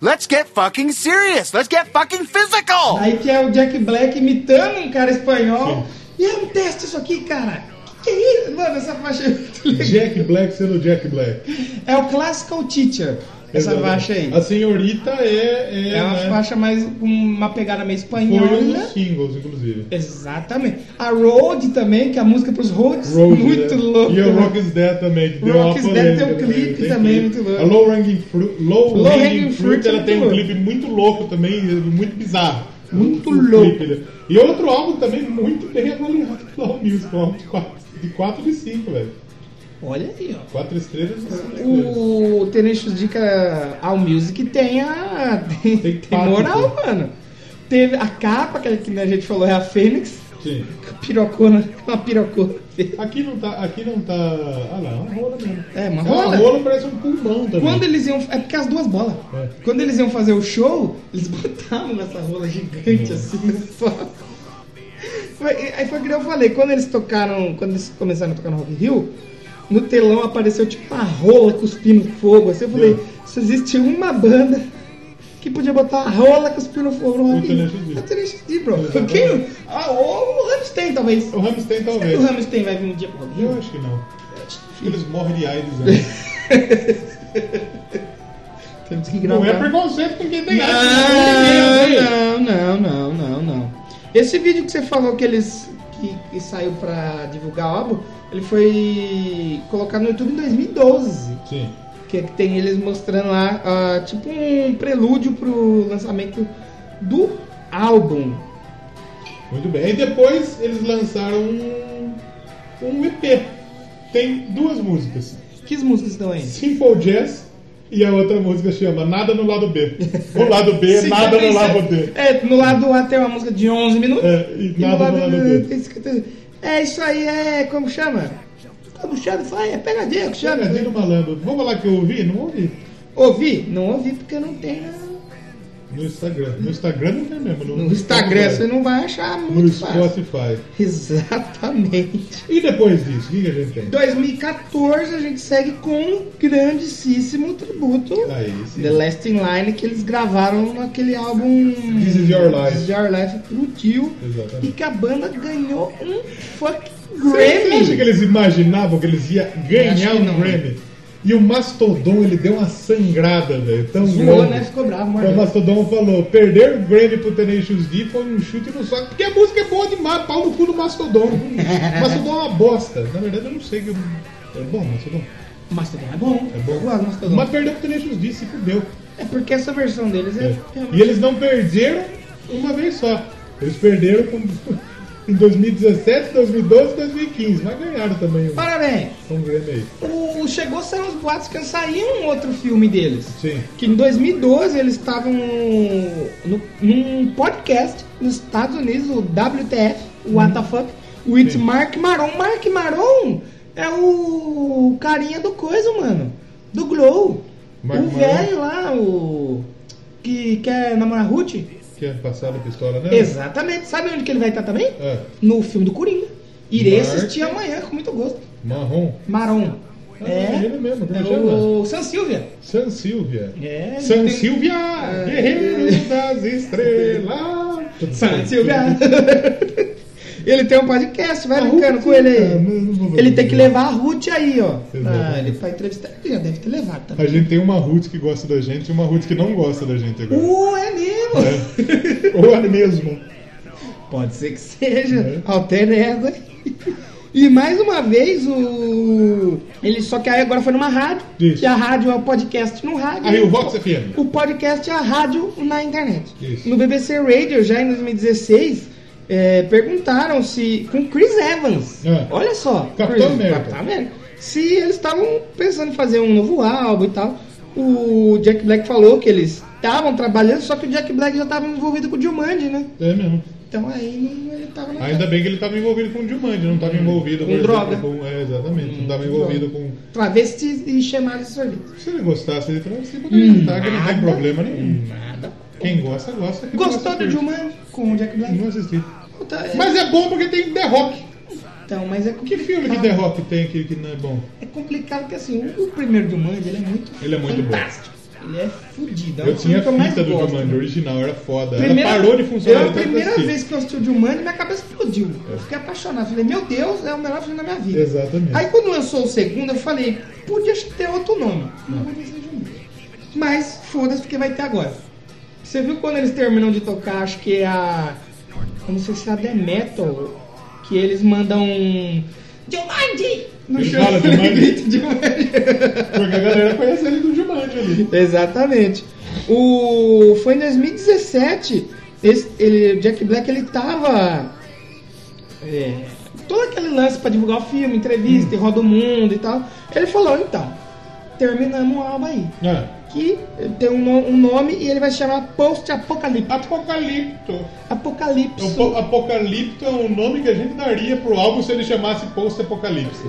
E: Let's get fucking serious. Let's get fucking physical.
B: Aí que é o Jack Black imitando um cara espanhol. E é um teste isso aqui, cara. Que que é isso? Mano, essa faixa é muito legal.
A: Jack Black sendo Jack Black.
B: É o Classical Teacher, essa
A: Exatamente.
B: faixa aí.
A: A senhorita é. É,
B: É uma
A: né,
B: faixa mais com uma pegada meio
A: Foi um
B: espanhola.
A: dos singles, inclusive.
B: Exatamente. A Road também, que é a música pros Roads.
A: Road,
B: muito
A: né?
B: louco.
A: E o
B: né?
A: Rock is Dead também. que Deu
B: Rock
A: uma
B: is Dead
A: polêmica
B: tem um clipe também muito louco.
A: A Low Hanging Fruit, low
B: Low
A: hanging
B: Hanging
A: fruit,
B: Fruit é
A: ela
B: muito
A: tem um
B: louco.
A: clipe muito louco também, muito bizarro.
B: Muito
A: O
B: louco.
A: né? E outro álbum também muito bem avaliado pela Allmusic, um álbum de 4 de, quatro de 5, velho.
B: Olha aí, ó.
A: 4 estrelas e 5 estrelas.
B: O Tenente Dica é All Music tem a. Tem,
A: Tem
B: tem
A: quatro, né?
B: moral,
A: tem.
B: mano. Teve a capa, aquela que a gente falou, é a Fênix.
A: Sim.
B: Pirocona, uma pirocona.
A: Aqui não tá. Aqui não tá. Ah lá, é uma rola mesmo.
B: É, uma
A: É
B: rola.
A: parece um pulmão também.
B: Quando eles iam. É porque as duas bolas.
A: É.
B: Quando eles iam fazer o show, eles [LAUGHS] botavam essa rola gigante assim no palco. Foi, aí foi que eu falei, quando eles tocaram. Quando eles começaram a tocar no Rock in Rio, no telão apareceu tipo uma rola cuspindo fogo. Assim eu falei, se existe uma banda que podia botar a rola cuspindo fogo no Rock in
A: Tenacious D.
B: Rio. É o Tenacious D, bro. Quem? Ah, ou o Ramstein, talvez.
A: O Ramstein
B: O
A: talvez.
B: Ramstein vai vir um dia pro Rock in Rio?
A: Eu acho que não. Acho que eles morrem de AIDS
B: [LAUGHS]
A: né?
B: Temos que
A: Não
B: gravar.
A: é preconceito com quem tem AIDS. né?
B: Não, não, não, não, não. Esse vídeo que você falou que eles. que, que saiu pra divulgar o álbum, ele foi colocado no YouTube em 2012.
A: Sim.
B: Que, é que tem eles mostrando lá, ah, tipo um prelúdio pro lançamento do álbum.
A: Muito bem. E depois eles lançaram um, um EP. Tem duas músicas.
B: Que músicas estão aí?
A: Simple Jazz e a outra música chama Nada no Lado B. O lado B, é
B: Sim,
A: nada no
B: tem
A: lado
B: certo.
A: B.
B: É, no lado A tem uma música de 11 minutos.
A: É, e nada no lado B.
B: tem 50. É, isso aí é. Como chama? Tá puxado, sai, é pegadinha que chama.
A: Pegadinha do malandro. Vamos lá que eu ouvi? Não ouvi.
B: Ouvi? Não ouvi porque não tem na-
A: No Instagram. No Instagram não tem mesmo.
B: no Instagram, você não vai achar
A: No
B: muito fácil.
A: Spotify.
B: Exatamente.
A: E depois disso, o que, que a gente tem?
B: 2014 a gente segue com um grandíssimo tributo.
A: Tá Aí, sim.
B: The Last in Line que eles gravaram naquele álbum
A: This Is Your Life.
B: This Is Your Life pro tio
A: Exatamente.
B: e que a banda ganhou um fucking
A: Você acha que
B: Grammy.
A: eles imaginavam que eles iam
B: Acho
A: ganhar
B: que
A: um
B: não.
A: Grammy? E o Mastodon, ele deu uma sangrada, velho. Tão
B: Zoou,
A: grande.
B: né? Ficou bravo,
A: O
B: mordeu.
A: Mastodon falou: perder o Grammy pro Tenacious D foi um chute no saco, porque a música é boa demais, pau no cu do
B: [LAUGHS]
A: Mastodon. O Mastodon é uma bosta. Na verdade, eu não sei que. É bom, Mastodon.
B: Mas também é bom.
A: É bom.
B: Eu gosto do Mastodon.
A: Mas perdeu pro Tenacious D, se fudeu.
B: É porque essa versão deles é,
A: E eles não perderam uma vez só. Eles perderam com- [LAUGHS] em 2017, 2012 2015. Mas ganharam também um,
B: Parabéns.
A: um Grammy aí.
B: O chegou saiu uns boatos que saiu um outro filme deles.
A: Sim.
B: Que em 2012 eles estavam no- num podcast nos Estados Unidos, o WTF, o What the Fuck, with
A: Sim.
B: Mark Maron. Mark Maron é o carinha do coisa, mano. Do Glow.
A: Mark
B: o
A: Maron.
B: velho lá, o. Que quer namorar a Ruth.
A: Que é passado a pistola, né?
B: Exatamente. Sabe onde que ele vai estar também?
A: É,
B: No filme do Coringa. Irei
A: Mark.
B: assistir amanhã com muito gosto.
A: marrom.
B: Maron.
A: Ah,
B: é.
A: ele mesmo, como
B: é
A: chama?
B: o San Silvia.
A: San Silvia.
B: É,
A: San
B: tem- É.
A: Silvia, guerreiro das estrelas.
B: [LAUGHS] San Silvia. [LAUGHS] ele tem um podcast, vai brincando
A: Ruth,
B: com ele
A: cara, mas eu Ah, não vou
B: aí.
A: ver
B: Ele tem
A: isso.
B: que levar a Ruth aí, ó.
A: Exatamente.
B: Ah, ele vai entrevistar. Ele já deve ter levado
A: A
B: também.
A: gente tem uma Ruth que gosta da gente e uma Ruth que não gosta da gente
B: [LAUGHS]
A: agora.
B: Uh, é mesmo!
A: Ou é a mesma.
B: Pode ser que seja.
A: É.
B: Altera essa aí. E mais uma vez o. Ele só que aí agora foi numa rádio.
A: Isso.
B: Que a rádio é o podcast no rádio. né?
A: Aí o Vox FM.
B: O podcast é a rádio na internet.
A: Isso.
B: No BBC Radio, já em 2016, é, perguntaram se. com Chris Evans.
A: É.
B: Olha só.
A: Capitão
B: Chris-
A: América.
B: Capitão América. Se eles estavam pensando em fazer um novo álbum e tal. O Jack Black falou que eles estavam trabalhando, só que o Jack Black já estava envolvido com o Dilmandi, né?
A: É mesmo.
B: Então aí não- ele tava na.
A: Ainda bem que ele estava envolvido com o Jumanji, não estava envolvido
B: Com
A: por
B: droga.
A: com- é, exatamente, não estava envolvido com.
B: Travesti e chamada de sorvete.
A: Se ele gostasse de trans, você poderia estar, que não tem problema nenhum.
B: Hum, Nada.
A: Quem gosta, gosta. Quem
B: Gostou
A: gosta,
B: do
A: curte.
B: Dilmandi com o Jack Black?
A: Não assisti.
B: Puta, é-
A: assim. Uhum. Mas é bom porque tem The Rock.
B: Então, mas é
A: Que filme que The Rock tem que, que não é bom?
B: É complicado porque assim, o- o primeiro Jumanji ele é muito
A: Ele é muito bom.
B: fantástico. Ele é fudido. É
A: Eu
B: o filme
A: tinha
B: que eu mais
A: fita do
B: gosto.
A: Jumanji original, era foda.
B: Primeira-
A: Ela parou de funcionar.
B: Eu,
A: de
B: a
A: tanto
B: primeira
A: assistir.
B: vez que eu assisti o Jumanji, minha cabeça explodiu. Eu fiquei apaixonado. Falei, meu Deus, é o melhor filme da minha vida.
A: É. Exatamente.
B: Aí quando lançou o segundo, eu falei, podia ter outro nome. Não podia ser Jumanji. Mas foda-se porque vai ter agora. Você viu quando eles terminam de tocar, acho que é a. Eu não sei se é a The Metal, que eles mandam. um Jumanji! [LAUGHS] No
A: Ele
B: chão,
A: fala
B: ele
A: Jumanji?
B: grita Jumanji.
A: Porque a galera conhece ele do Jumanji ali.
B: Exatamente. O foi em 2017. Esse, ele, Jack Black ele tava é, todo aquele lance pra divulgar o filme, entrevista, e roda o mundo e tal. Ele falou então, terminamos o álbum aí,
A: É.
B: que tem um, no- um nome e ele vai chamar Post Apocalipse.
A: Apocalipto.
B: Apocalipse.
A: O É um po- Apocalipto é um nome que a gente daria pro álbum se ele chamasse Post Apocalipse.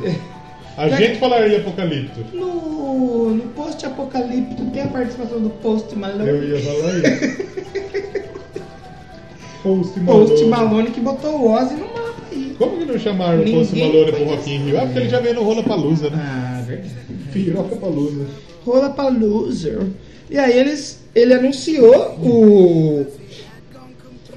A: A gente falaria Apocalipto.
B: No, no Post Apocalipse tem a participação do Post Malone.
A: Eu ia falar isso. Post Malone.
B: Post Malone que botou o Ozzy no mapa aí.
A: Como que não chamaram o Post
B: Ninguém
A: Malone pro
B: conhece.
A: Rock in Rio? Ah, porque ele já veio no Rola Palusa, né?
B: Ah, verdade.
A: Piroca Palusa.
B: Rola pra loser. E aí eles, ele anunciou o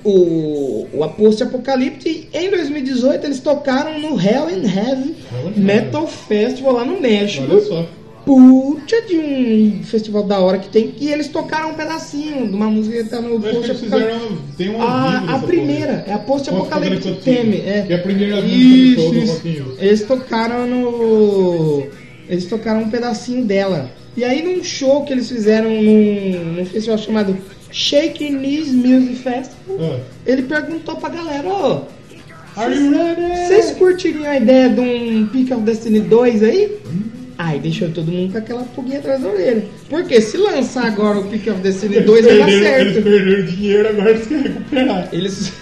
B: o, o Aposto Apocalipse e em 2018 eles tocaram no Hell in Heaven
A: Hell in
B: Metal Festival lá no México.
A: Olha só.
B: Puta de um festival da hora que tem. E eles tocaram um pedacinho de uma música que tá no
A: Eu acho que
B: Post
A: eles
B: Apocalipse.
A: fizeram. Tem um ao vivo
B: Ah, A, a
A: dessa
B: primeira,
A: porra.
B: é a Post Apocalipse
A: Post-Apocalipse
B: Teme.
A: Que é a primeira música de
B: isso,
A: todo o
B: isso.
A: Rock in Rio.
B: Eles tocaram no. Eles tocaram um pedacinho dela. E aí num show que eles fizeram num, num festival chamado Shake Knees Music Festival,
A: Ah.
B: ele perguntou pra galera, ô,
A: Are you ready?
B: vocês curtiriam a ideia de um Pick of Destiny 2 aí? Aí deixou todo mundo com aquela pulguinha atrás da orelha. Porque se lançar agora o Pick of Destiny 2 vai dar
A: Ah. perderam- Eles
B: certo.
A: perderam dinheiro, agora eles querem recuperar. [LAUGHS]
B: Eles.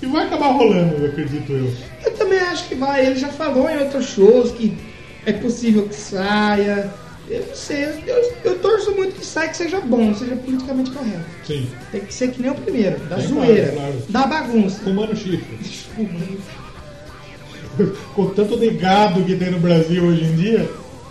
A: E vai acabar rolando, eu acredito eu.
B: Eu também acho que vai. Ele já falou em outros shows que é possível que saia. Eu não sei, eu, eu- eu torço muito que saia, que seja bom, seja politicamente correto.
A: Sim.
B: Tem que ser que nem o primeiro, da
A: Sim, claro,
B: zoeira,
A: claro.
B: da bagunça.
A: Fumando chifre. Com tanto de gado que tem no Brasil hoje em dia,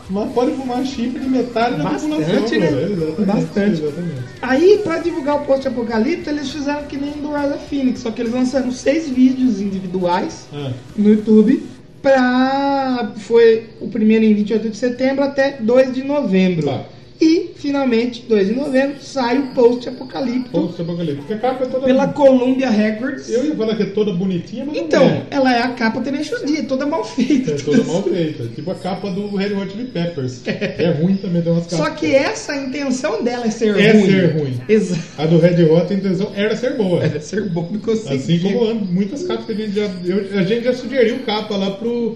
A: mas pode fumar chifre de metade da
B: Bastante,
A: população.
B: né?
A: velho. Exatamente,
B: Bastante.
A: Exatamente.
B: Aí, pra divulgar o post-apocalipse, eles fizeram que nem do Rise of Phoenix, só que eles lançaram seis vídeos individuais
A: Ah,
B: no YouTube pra... foi o primeiro em 28 de setembro até 2 de novembro.
A: Tá.
B: E, finalmente, 2 de novembro, sai o post-apocalipto
A: poxa, apocalipse. Porque a capa é toda.
B: pela Columbia Records.
A: Eu ia falar que é toda bonitinha, mas. não
B: Então,
A: é.
B: ela é a capa Tenacious D, toda mal feita.
A: É toda mal feita. Tipo a capa do Red Hot Chili Peppers. É ruim também, tem umas capas.
B: Só que essa, a intenção dela é ser
A: É
B: ruim.
A: ser ruim.
B: [LAUGHS] Exato.
A: A do Red Hot, a intenção era ser boa.
B: Era É ser bom, não consigo.
A: Assim como an- muitas capas que a gente já. eu- a gente já sugeriu capa lá pro.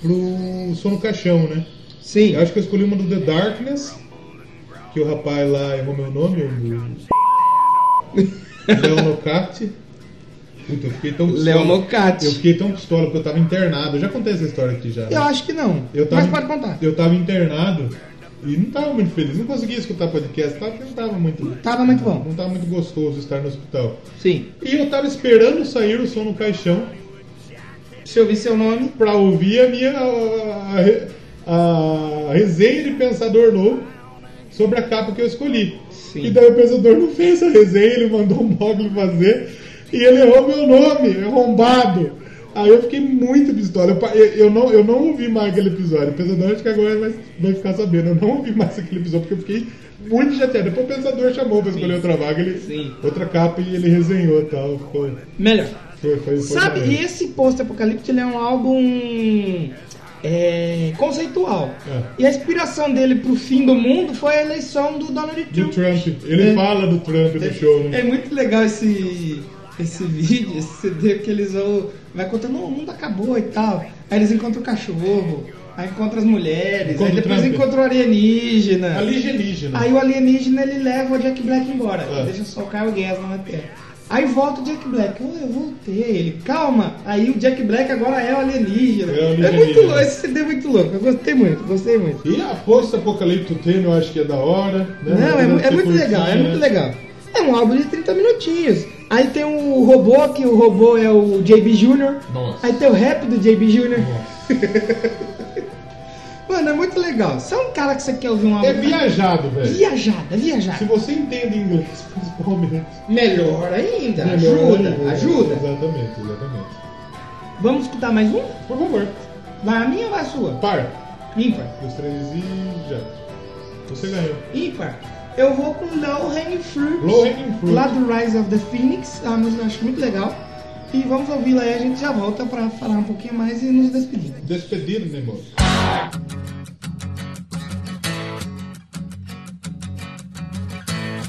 A: pro Sono Caixão, né?
B: Sim.
A: Eu acho que eu escolhi uma do The Darkness, que o rapaz lá errou meu nome, o. Leonocati. Puta, eu fiquei tão pistola.
B: Leonocati.
A: Eu fiquei tão pistola porque eu tava internado. Eu já contei essa história aqui já. né?
B: Eu acho que não.
A: Eu tava,
B: Mas pode contar.
A: Eu tava internado e não tava muito feliz. Não conseguia escutar podcast, tá? Porque não tava muito.
B: Tava muito bom.
A: Não tava muito gostoso estar no hospital.
B: Sim.
A: E eu tava esperando sair o som no caixão
B: Se eu ouvir seu nome,
A: pra ouvir a minha a, a- a resenha de Pensador Novo sobre a capa que eu escolhi.
B: Sim.
A: E daí o Pensador não fez a resenha, ele mandou o Mogli fazer e ele errou meu nome, arrombado. Aí eu fiquei muito pistola. Eu, pa- eu- eu não, eu não ouvi mais aquele episódio. O Pensador acho que agora vai, vai ficar sabendo. Eu não ouvi mais aquele episódio porque eu fiquei muito chateado. Depois o Pensador chamou pra escolher outra vaga, ele,
B: Sim.
A: outra capa e ele resenhou e tal. Foi,
B: melhor.
A: foi, foi, foi
B: Sabe,
A: maneiro.
B: e esse post-apocalipse ele é um álbum é, conceitual.
A: É.
B: E a inspiração dele pro fim do mundo foi a eleição do Donald
A: Do
B: Trump.
A: Trump. Ele
B: É.
A: fala do Trump no show, né?
B: É muito legal esse, esse vídeo, esse CD, porque eles vão. Vai contando, "Oh, o mundo acabou e tal. Aí eles encontram o cachorro, aí encontram as mulheres,
A: Encontra
B: aí
A: o
B: depois
A: Trump.
B: encontram o É alienígena.
A: Alienígena.
B: Aí o alienígena ele leva o Jack Black embora.
A: Ah.
B: Deixa só o Kyle Gass na terra. Aí volta o Jack Black. Oh, eu voltei. Ele, calma. Aí o Jack Black agora é o alienígena.
A: É o
B: É,
A: alienígena.
B: muito louco. Esse CD é muito louco. Eu gostei muito, gostei muito.
A: E a força apocalipto tem, eu acho que é da hora. Né?
B: Não, é,
A: Deve
B: mu-
A: ser
B: é muito
A: curtinha,
B: legal, é
A: né?
B: muito legal. É um álbum de 30 minutinhos. Aí tem o robô, que o robô é o JB Jr.
A: Nossa.
B: Aí tem o rap do JB Jr. Mano, é muito legal. Se é um cara que você quer ouvir um álbum.
A: É viajado, velho.
B: Viajada,
A: Se
B: viajada.
A: você entende inglês, [LAUGHS] principalmente. é
B: Melhor ainda,
A: melhor
B: ajuda,
A: ainda.
B: ajuda.
A: Exatamente, exatamente.
B: Vamos escutar mais um?
A: Por favor,
B: Vai a minha ou vai a sua?
A: par.
B: Ímpar.
A: Dos três e já. Você ganhou.
B: Ímpar. Eu vou com Low Hanging Fruit.
A: Low Hanging Fruit.
B: Lá do Rise of the Phoenix. A música eu acho muito legal. E vamos ouvi-la aí, a gente já volta pra falar um pouquinho mais e nos despedir.
A: Despedido, né, moço?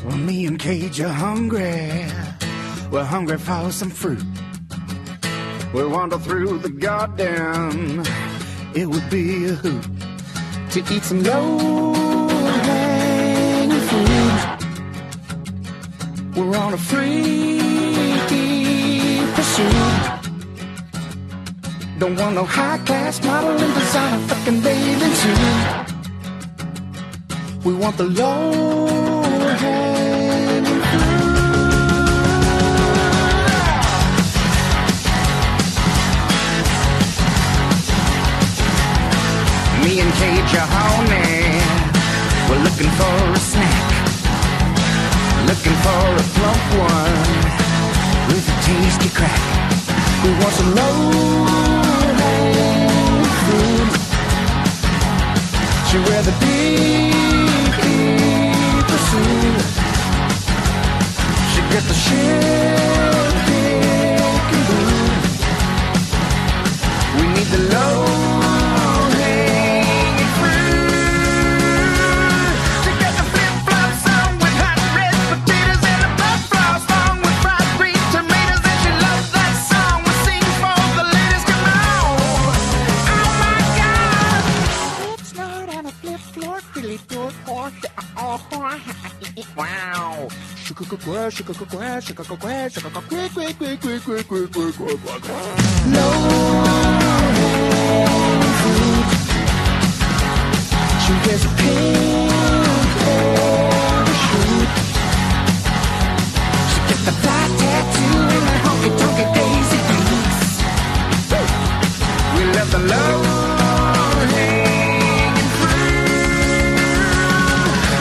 D: Well, me and Cage are hungry. We're hungry for some fruit. We wander through the garden. It would be a hoot to eat some low-hanging fruit. We're on a freaky pursuit. Don't want no high-class model in designer fucking bathing suit. We want the low hanging fruit. Me and Cage are horny. We're looking for a snack. Looking for a plump one with a tasty crack. We want some low hanging fruit. She wear the beekeeper suit. She get the shit kicking boot. We need the low hanging fruit. She got the flip flop song with hot red potatoes and a butt floss song with fried green tomatoes. And she loves that song. We sing for the ladies. Come on. Oh my God.
C: It's not on a flip floor, really good or wow.
D: Low She wears a pink parachute. She gets the fly tattoo in her honky tonk daisy boots. We love the low hanging fruit.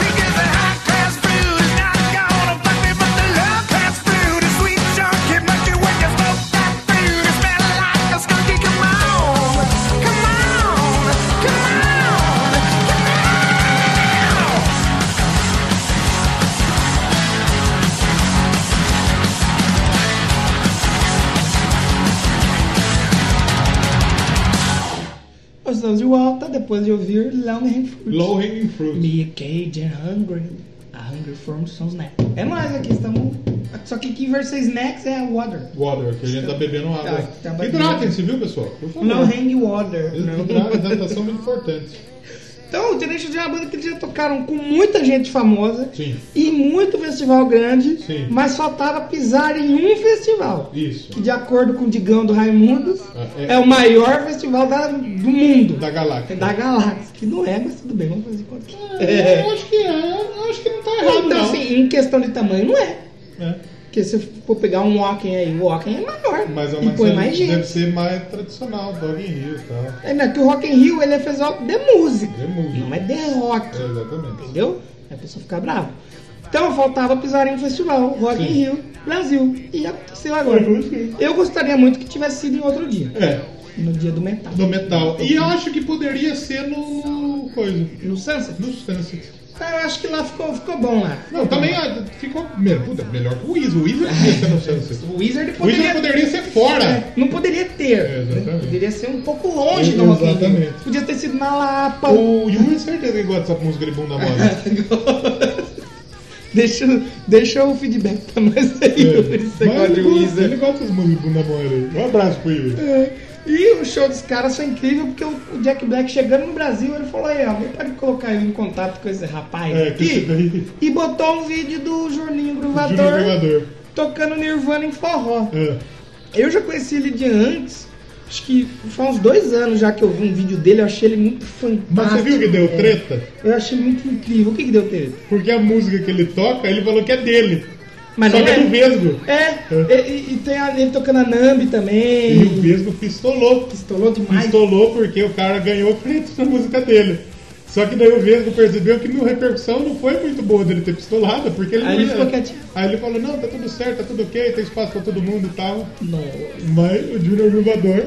D: Because the high class fruit is not gonna bite me, but the low class fruit is sweet, sharp, can make you when you smoke that fruit. It smells like a skunky. Come on, come on, come on.
B: Nós estamos de volta depois de ouvir Long Hang Fruit.
A: Low hanging fruit.
B: Me a cage and hungry. A hungry from some snack. É nós aqui, estamos. Só que aqui em vez de snacks é water.
A: Water, que a gente tá bebendo água.
B: Tá, tá bebendo.
A: Hidratem-se, viu, pessoal? Por favor.
B: Long Hang Water.
A: Hidratar- Hidratação é muito importante.
B: Então, o Generation J é uma banda que eles já tocaram com muita gente famosa
A: Sim.
B: e muito festival grande,
A: Sim.
B: mas faltava pisar em um festival.
A: Isso.
B: Que, de acordo com o Digão do Raimundos,
A: Ah,
B: é,
A: é-
B: o maior festival da- do mundo. É
A: Da galáxia.
B: Da galáxia. Que não é, mas tudo bem, vamos fazer conta. que
A: É, Eu acho que é. Eu acho que não tá errado,
B: Então,
A: não.
B: assim, em questão de tamanho, não é.
A: É,
B: Porque se for pegar um Walken aí, o Walken é maior.
A: Mas é
B: e
A: uma
B: põe
A: coisa
B: mais
A: que deve
B: gente.
A: ser mais tradicional, Dog in Rio e tal.
B: É, não, que o Rock in Rio ele é festival de música,
A: É música.
B: não é de rock.
A: É, exatamente.
B: Entendeu? Aí a pessoa fica brava. Então faltava pisar em um festival, Rock in
A: Sim.
B: Rio, Brasil. E aconteceu agora.
A: Foi.
B: Eu gostaria muito que tivesse sido em outro dia.
A: É,
B: No dia do metal.
A: do metal. E eu acho que poderia ser no. no coisa.
B: No Sunset?
A: No Sunset.
B: Ah, eu acho que lá ficou, ficou bom lá.
A: Não, também ah, ficou. Meu, puta, melhor que o Weasel. O Weasel podia ser no Sunset.
B: O Wizard
A: O Weasel
B: poderia.
A: poderia ser fora.
B: É, Não poderia ter.
A: É, exatamente.
B: né? Poderia ser um pouco longe do Rock in Rio.
A: Exatamente.
B: Podia ter sido na Lapa.
A: O Yuri certeza que gosta dessa música de bunda mole.
B: [LAUGHS] deixa, deixa o feedback pra nós aí.
A: É.
B: Esse
A: Mas
B: negócio de
A: ele gosta-
B: Wizard.
A: Ele gosta das músicas de bunda mole. Um abraço pro Yuri.
B: É. E o show dos caras foi incrível porque o o Jack Black chegando no Brasil, ele falou aí, alguém pode colocar eu em contato com esse rapaz
A: É, que esse
B: aqui?
A: daí.
B: E botou um vídeo do Jorninho Gruvador,
A: Júnior Gravador.
B: tocando Nirvana em forró.
A: É.
B: Eu já conheci ele de antes, acho que faz uns dois anos já que eu vi um vídeo dele, eu achei ele muito fantástico.
A: Mas você viu que deu
B: cara.
A: treta?
B: Eu achei muito incrível. O que que deu treta?
A: Porque a música que ele toca, ele falou que é dele.
B: Mas
A: Só
B: não
A: que é do Vesgo.
B: É, e, e- e tem a- ele tocando a Nambi
A: E o
B: também.
A: Vesgo pistolou.
B: Pistolou demais.
A: Pistolou porque o cara ganhou crédito na música dele. Só que daí o Vesgo percebeu que a repercussão não foi muito boa dele ter pistolado, porque ele
B: Aí
A: não
B: ele é
A: ia-
B: ficou quietinho.
A: Aí ele falou, não, tá tudo certo, tá tudo ok, tem espaço pra todo mundo e tal.
B: Não,
A: Mas o Junior Gruvador,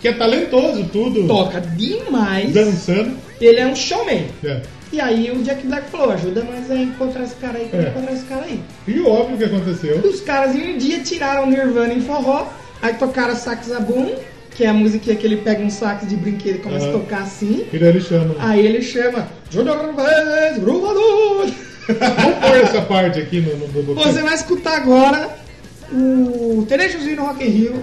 A: que é talentoso, tudo,
B: toca demais.
A: dançando.
B: Ele é um showman.
A: É.
B: E aí o Jack Black falou, ajuda nós a encontrar esse cara aí, que eu
A: É.
B: encontrar esse cara aí.
A: E óbvio que aconteceu.
B: E os caras em um dia tiraram o Nirvana em forró, aí tocaram Saxaboom, que é a musiquinha que ele pega um sax de brinquedo e começa a
A: Aham.
B: tocar assim.
A: E daí ele chama.
B: Aí ele chama Junior Vez, Gruvador.
A: Vamos pôr essa parte aqui no, no, no, no-
B: [LAUGHS] Você vai escutar agora o Terejozinho no Rock in Rio.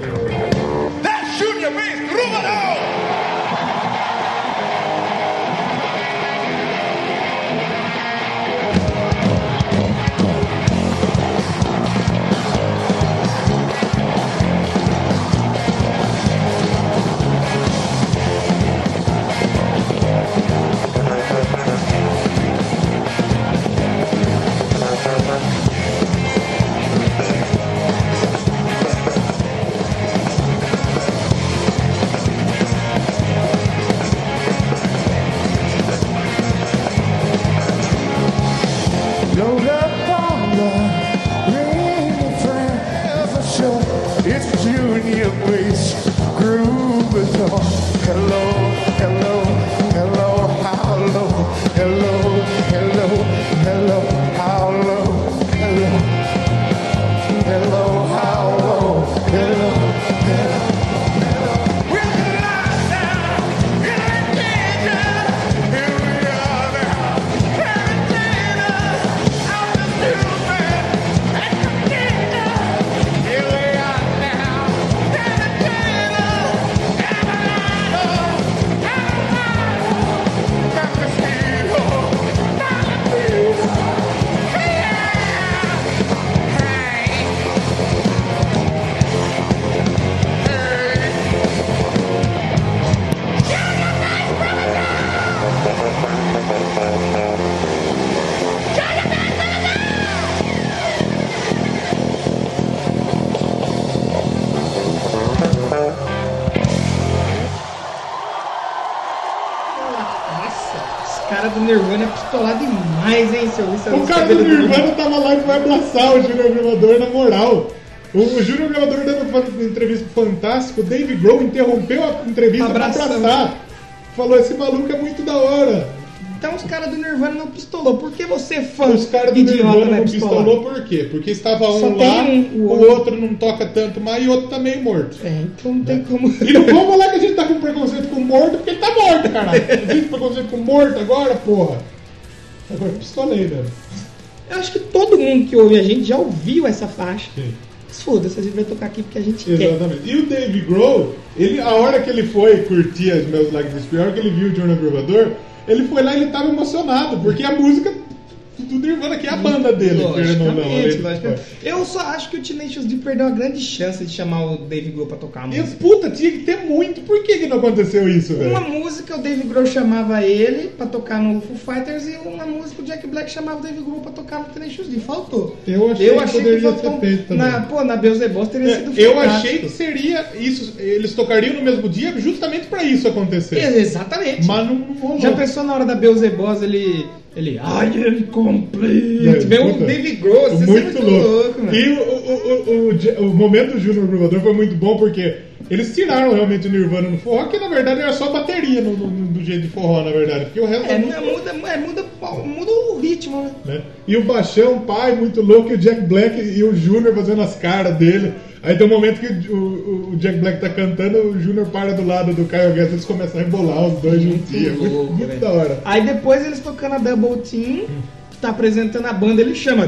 D: Load up on the ring of forever show. It's Junior Grace Groovathon. Hello, hello, hello, how low? Hello, hello, hello, how low? Hello, hello, how low? Hello, hello. We're the last out in danger. Here we are now. Here we are now,
B: pistolar é demais, hein, seu é Luiz?
A: O cara do Nirvana tava lá e foi abraçar o Júnior Gravador na moral. O, o Júnior Gravador dando fa- entrevista fantástico, o Dave Grohl interrompeu a entrevista
B: Abraçando.
A: pra abraçar. Falou, esse maluco é muito da hora.
B: Então os caras do Nirvana não pistolou. Por que você, é fã
A: Os caras do
B: idiota,
A: Nirvana
B: vai
A: não
B: pistolar?
A: pistolou por quê? Porque estava
B: Só
A: um
B: tem
A: lá,
B: um, o
A: o
B: outro.
A: outro não toca tanto mais e o outro tá meio morto.
B: É, então não tem como...
A: [LAUGHS] E não vamos lá que a gente tá com preconceito com morto, porque ele tá morto, caralho. Existe preconceito com morto agora, porra. Agora né? eu pistolei, velho.
B: Eu acho que todo mundo que ouve a gente já ouviu essa faixa.
A: Sim.
B: Mas foda-se, a gente vai tocar aqui porque a gente quer.
A: Exatamente. E o Dave Grohl, ele, a hora que ele foi curtir as Smells Like This Spirit, a hora que ele viu o Jornal Gravador, ele foi lá e ele tava emocionado, porque a música do Nirvana, que é a banda dele, querendo ou não, tipo, é. além
B: Logicamente,
A: do-
B: logicamente. Eu só acho que o Tenacious D perdeu uma grande chance de chamar o Dave Grohl pra tocar a
A: E,
B: música.
A: puta, tinha que ter muito. Por que, que não aconteceu isso,
B: Uma
A: velho?
B: música o Dave Grohl chamava ele pra tocar no Foo Fighters e uma música o Jack Black chamava o Dave Grohl pra tocar no Tenacious D. Faltou.
A: Eu achei que poderia
B: faltou
A: ter feito também.
B: Na, pô, na Beelzebub teria
A: É,
B: sido
A: Eu
B: fantástico.
A: achei que seria isso. Eles tocariam no mesmo dia justamente pra isso acontecer.
B: Ex- Exatamente.
A: Mas não, não rolou.
B: Já pensou na hora da Beelzebub ele... Ele... I am
A: É,
B: complete. Meu
A: puta,
B: um Dave Grohl, você é
A: muito louco.
B: mano.
A: e o, o, o, o, o, J- o momento do Júnior Gruvador foi muito bom porque eles tiraram realmente o Nirvana no forró, que na verdade era só bateria no, no- no- do jeito de forró, na verdade. Porque o resto
B: É,
A: da
B: não,
A: música,
B: muda, é, muda, muda o ritmo, né?
A: né? E o Baixão, pai, muito louco, e o Jack Black e o Júnior fazendo as caras dele. Aí tem um momento que o, o- o Jack Black tá cantando, o Júnior para do lado do Caio Guedes, eles começam a rebolar os dois juntinhos. Muito,
B: louco,
A: muito
B: velho.
A: da hora.
B: Aí depois eles tocando a Double Team, tá apresentando a banda, ele chama.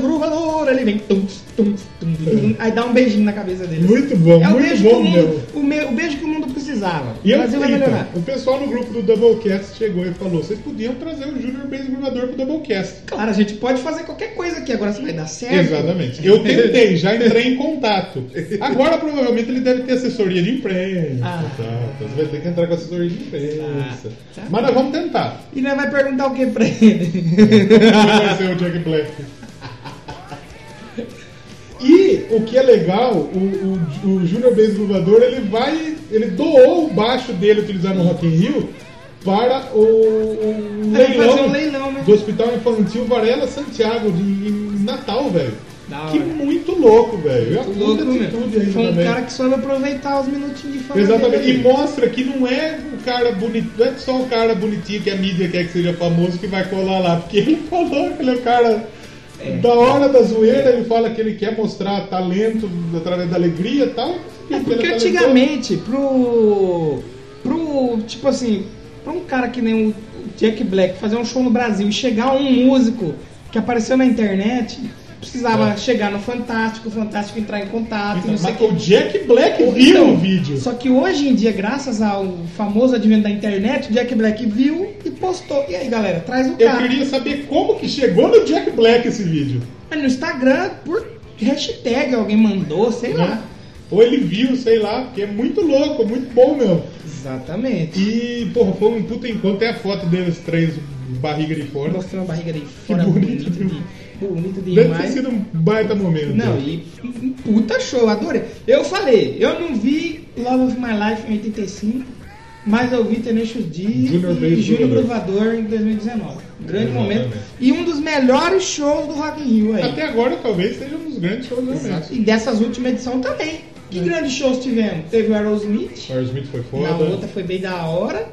B: Gruvador, ele vem. tum, tum, tum, tum, Aí dá um beijinho na cabeça dele.
A: Muito bom,
B: é o
A: muito
B: beijo
A: bom
B: que o
A: mesmo.
B: mundo, o, me- o beijo que o mundo precisava.
A: E
B: o
A: eu,
B: Brasil vai
A: então,
B: melhorar.
A: o pessoal no grupo do Doublecast chegou e falou: vocês podiam trazer o Júnior Bass Gruvador pro Doublecast.
B: Claro, a gente pode fazer qualquer coisa aqui, agora se vai dar certo.
A: Exatamente. Eu tentei, já entrei em contato. Agora provavelmente ele deve ter assessoria de imprensa.
B: Ah.
A: tá? Então você vai ter que entrar com assessoria de imprensa.
B: Ah, tá.
A: Mas nós vamos tentar.
B: E nós vai perguntar o que pra ele?
A: Como vai ser o Jack Black. E o que é legal, o, o, o Júnior Bass Gruvador, ele vai. ele doou o baixo dele utilizado no Rock in Rio para o, o
B: Vai
A: leilão,
B: fazer um leilão, né?
A: do Hospital Infantil Varela Santiago de, em Natal, velho.
B: Da hora.
A: Que muito louco, velho. É
B: Louco,
A: muita
B: né?
A: atitude ainda
B: Foi um
A: também.
B: cara que soube aproveitar os minutinhos de fama
A: Exatamente. E
B: dele.
A: mostra que não é o cara bonito, não é só o cara bonitinho que a mídia quer que seja famoso que vai colar lá, porque ele [LAUGHS] falou que ele é o cara
B: É.
A: da hora da zoeira, ele fala que ele quer mostrar talento através da alegria e tal.
B: É
A: que ele tá
B: porque
A: talentoso.
B: antigamente, pro. pro. tipo assim, pra um cara que nem o Jack Black fazer um show no Brasil e chegar um músico que apareceu na internet, precisava chegar no Fantástico, o Fantástico entrar em contato,
A: É. Então,
B: não sei
A: mas
B: o
A: o
B: que.
A: Jack Black viu
B: Então,
A: o vídeo.
B: Só que hoje em dia, graças ao famoso advento da internet, o Jack Black viu e postou. E aí, galera, traz o
A: Eu
B: cara.
A: queria saber como que chegou no Jack Black esse vídeo.
B: Mas no Instagram, por hashtag, alguém mandou, sei
A: Né?
B: lá.
A: Ou ele viu, sei lá, porque é muito louco, é muito bom mesmo.
B: Exatamente.
A: E, porra, foi um puta encontro. Tem a foto deles três, barriga de fora.
B: Mostrou a barriga dele fora,
A: bonito.
B: bonito, de, bonito
A: Deve ter
B: demais.
A: sido um baita momento.
B: Não, e um puta show, eu adorei. Eu falei, eu não vi Love of My Life em 85, mas eu vi Tenacious D
A: Junior
B: e
A: Bass
B: Júnior
A: Gruvador.
B: Gruvador em 2019. Um grande
A: Exatamente.
B: momento. E um dos melhores shows do Rock in Rio aí.
A: Até agora talvez seja um dos grandes shows
B: Exato.
A: realmente.
B: E dessas últimas edições também. Que
A: Né?
B: grandes shows tivemos? Teve o Aerosmith,
A: Aerosmith foi foda.
B: na outra foi bem da hora.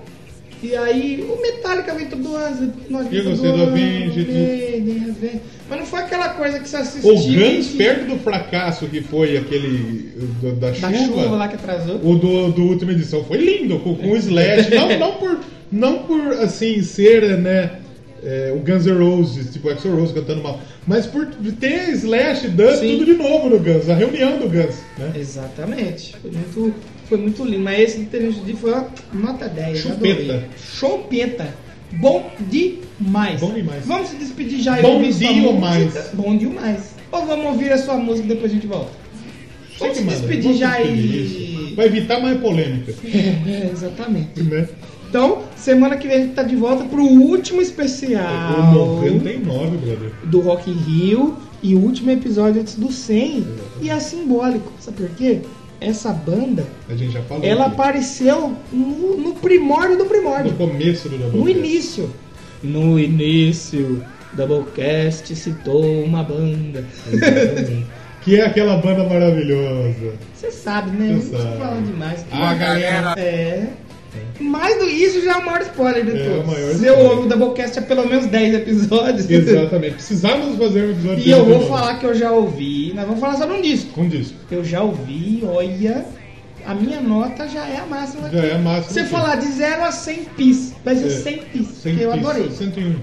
B: E aí o Metallica veio todo ano, nós
A: E
B: vimos
A: você
B: todo
A: do
B: ano,
A: Avenged, do-
B: Avenged, Avenged. Mas não foi aquela coisa que você assistiu.
A: O
B: e
A: grande
B: que-
A: perto do fracasso que foi aquele do- da,
B: da
A: chuva,
B: chuva, lá que atrasou.
A: o do, do última edição foi lindo com, com o Slash, não, não por não por assim ser né é, o Guns N' Roses, tipo o Axl Rose cantando mal, mas por ter Slash Dust
B: Sim.
A: tudo de novo no Guns, a reunião do Guns, né?
B: Exatamente. Foi muito, foi muito lindo. Mas esse Inteligente D foi ó, nota 10.
A: Chupeta.
B: adorei. Chupeta. Bom demais.
A: Bom demais.
B: Vamos se despedir já e
A: Bom
B: ouvir sua
A: dia ou
B: música.
A: mais.
B: Bom demais. Ou vamos ouvir a sua música e depois a gente volta.
A: Você
B: Vamos
A: que
B: se
A: manda,
B: despedir
A: vamos
B: já
A: despedir,
B: e.
A: isso. Vai evitar mais polêmica,
B: É, é, [LAUGHS] exatamente.
A: né?
B: Então, semana que vem a gente tá de volta pro último especial
A: O 99, brother.
B: do Rock in Rio e o último episódio antes do 100. E é simbólico. Sabe por quê? Essa banda
A: A gente já falou.
B: ela
A: aqui.
B: apareceu no, no primórdio do primórdio,
A: No começo do
B: no
A: Doublecast.
B: início. No início, Doublecast citou uma [LAUGHS] banda.
A: Que é aquela banda
B: [LAUGHS]
A: maravilhosa.
B: Você sabe, né? Não
A: Você
B: tô
A: sabe.
B: falando demais.
A: A galera.
B: É. Mas do isso já é o maior spoiler de
A: É,
B: todos.
A: o maior
B: Se eu
A: spoiler.
B: ouvo o Doublecast há pelo menos 10 episódios.
A: Exatamente. Precisávamos fazer um episódio
B: E
A: desse
B: eu vou
A: de novo.
B: falar que eu já ouvi. Nós vamos falar sobre um disco.
A: Com disco.
B: Eu já ouvi, olha. A minha nota já é a máxima.
A: Já é a máxima.
B: Se você falar de 0 a 100 pis, vai ser
A: É.
B: 100 pis.
A: Cem
B: que eu
A: pis.
B: adorei.
A: 101.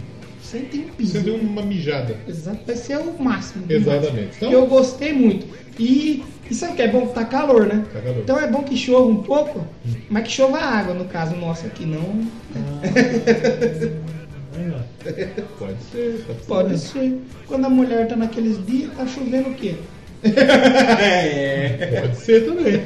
B: 101 pis.
A: 101 uma mijada.
B: Exato, vai ser o máximo.
A: Exatamente. Então-
B: Eu gostei muito. E, e sabe o que é bom? Tá calor, né?
A: Tá calor.
B: Então é bom que chova um pouco, mas que chova água, no caso nosso aqui não.
A: Pode ser. tá Pode ser.
B: Pode ser. Quando a mulher tá naqueles dias, tá chovendo o quê?
A: Pode ser também.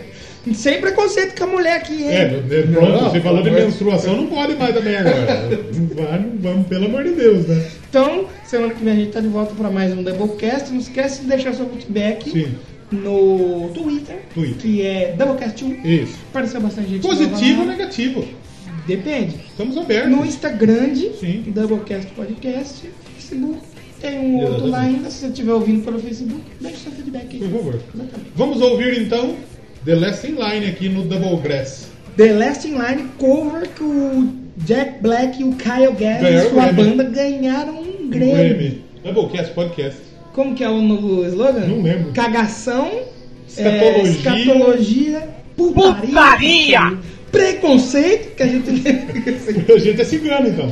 B: Sem preconceito com a mulher aqui,
A: É,
B: hein?
A: né, pronto, você falou de menstruação, não pode mais também agora. não vai, não vamos, pelo amor de Deus, né?
B: Então, semana que vem a gente tá de volta pra mais um Doublecast. Não esquece de deixar seu feedback
A: Sim.
B: no Twitter,
A: Twitter.
B: que é Doublecast1.
A: Isso.
B: Apareceu bastante gente.
A: Positivo né? ou
B: nova lá.
A: negativo?
B: Depende.
A: Estamos abertos.
B: No Instagram,
A: Sim.
B: Doublecast Podcast, Facebook. Tem um outro
A: Exatamente.
B: lá ainda, se você estiver ouvindo pelo Facebook, deixa seu feedback aí.
A: Por favor.
B: Exatamente.
A: Vamos ouvir então The Last in Line aqui no Double Grass.
B: The Last in Line cover que o Jack Black e o Kyle Gass,
A: Ganharam
B: sua
A: o Grammy.
B: banda, ganharam um Grammy.
A: Grammy. Doublecast Podcast.
B: Como que é o novo slogan?
A: Não lembro.
B: Cagação,
A: Escatologia.
B: é, escatologia, putaria, preconceito, que a gente...
A: A gente é cigano então.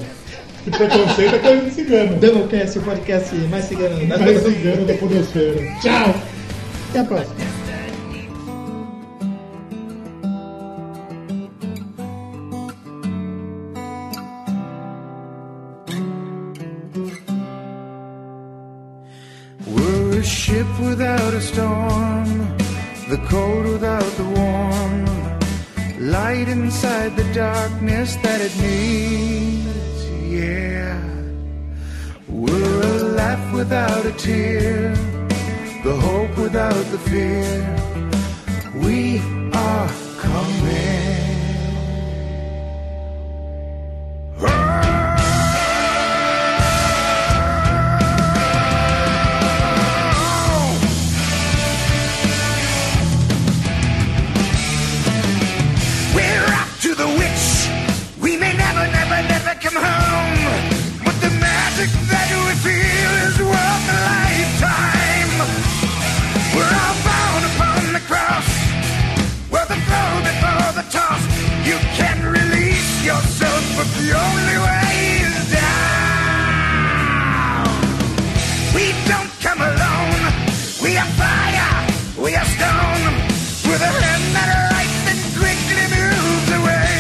A: Se preconceito é coisa de cigano.
B: [LAUGHS] Doublecast, o podcast mais cigano da
A: Mais cigano da Podosfera.
B: Tchau! Até a próxima.
I: We're a ship without a storm, the cold without the warm, light inside the darkness that it needs, yeah. We're a laugh without a tear, the hope without the fear. We are coming.
D: We're up to the witch. We may never, never, never come home. But the magic that we feel is worth a lifetime. We're all bound upon the cross. Where the throw before the toss. You can release yourself, but the only way is down. We don't come alone. We are fire. We are stone. With a hand that lights and quickly moves away.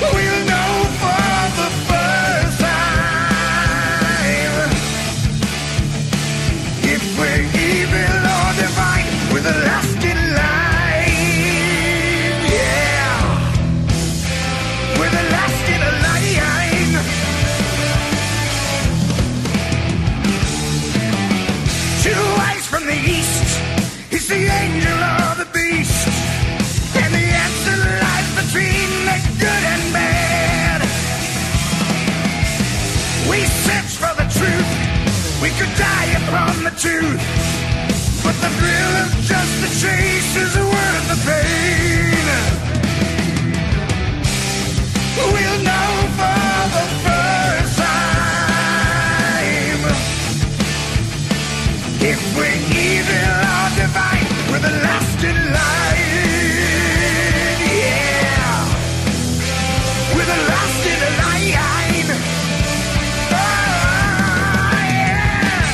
D: We'll know for the first time if we're evil or divine. With a lasting line, yeah. With a lasting line. Two eyes from the east. He's the angel of the beast. And the answer lies between the good and bad. We search for the truth. We could die upon the truth. But the thrill of just the chase is worth the pain. We'll know for the first time. If we're evil or divine, we're the last in line. Yeah, we're the last in line. Oh, yeah.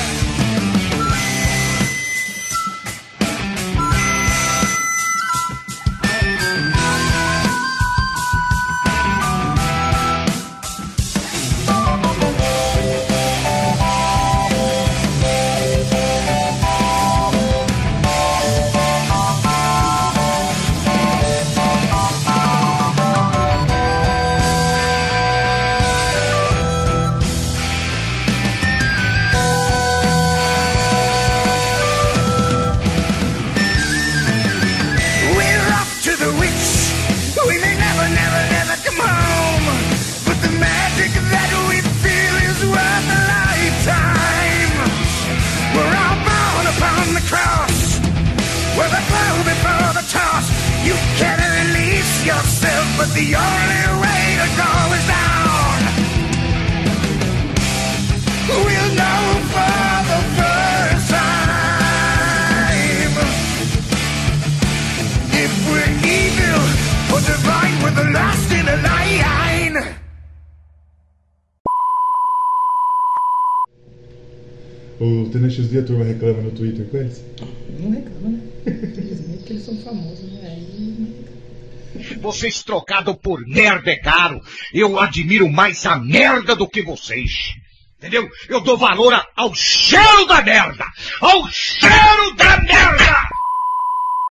J: We're
D: The only way to go is down. We'll know for the first time if we're evil or divine. We're the last in the line.
A: O Tenacious D, a turma reclama no Twitter, conhece?
K: Não reclama, né? Infelizmente que eles são famosos, né? Aí-
L: Vocês trocado por merda é caro. Eu admiro mais a merda do que vocês. Entendeu? Eu dou valor a- ao cheiro da merda! Ao cheiro da merda!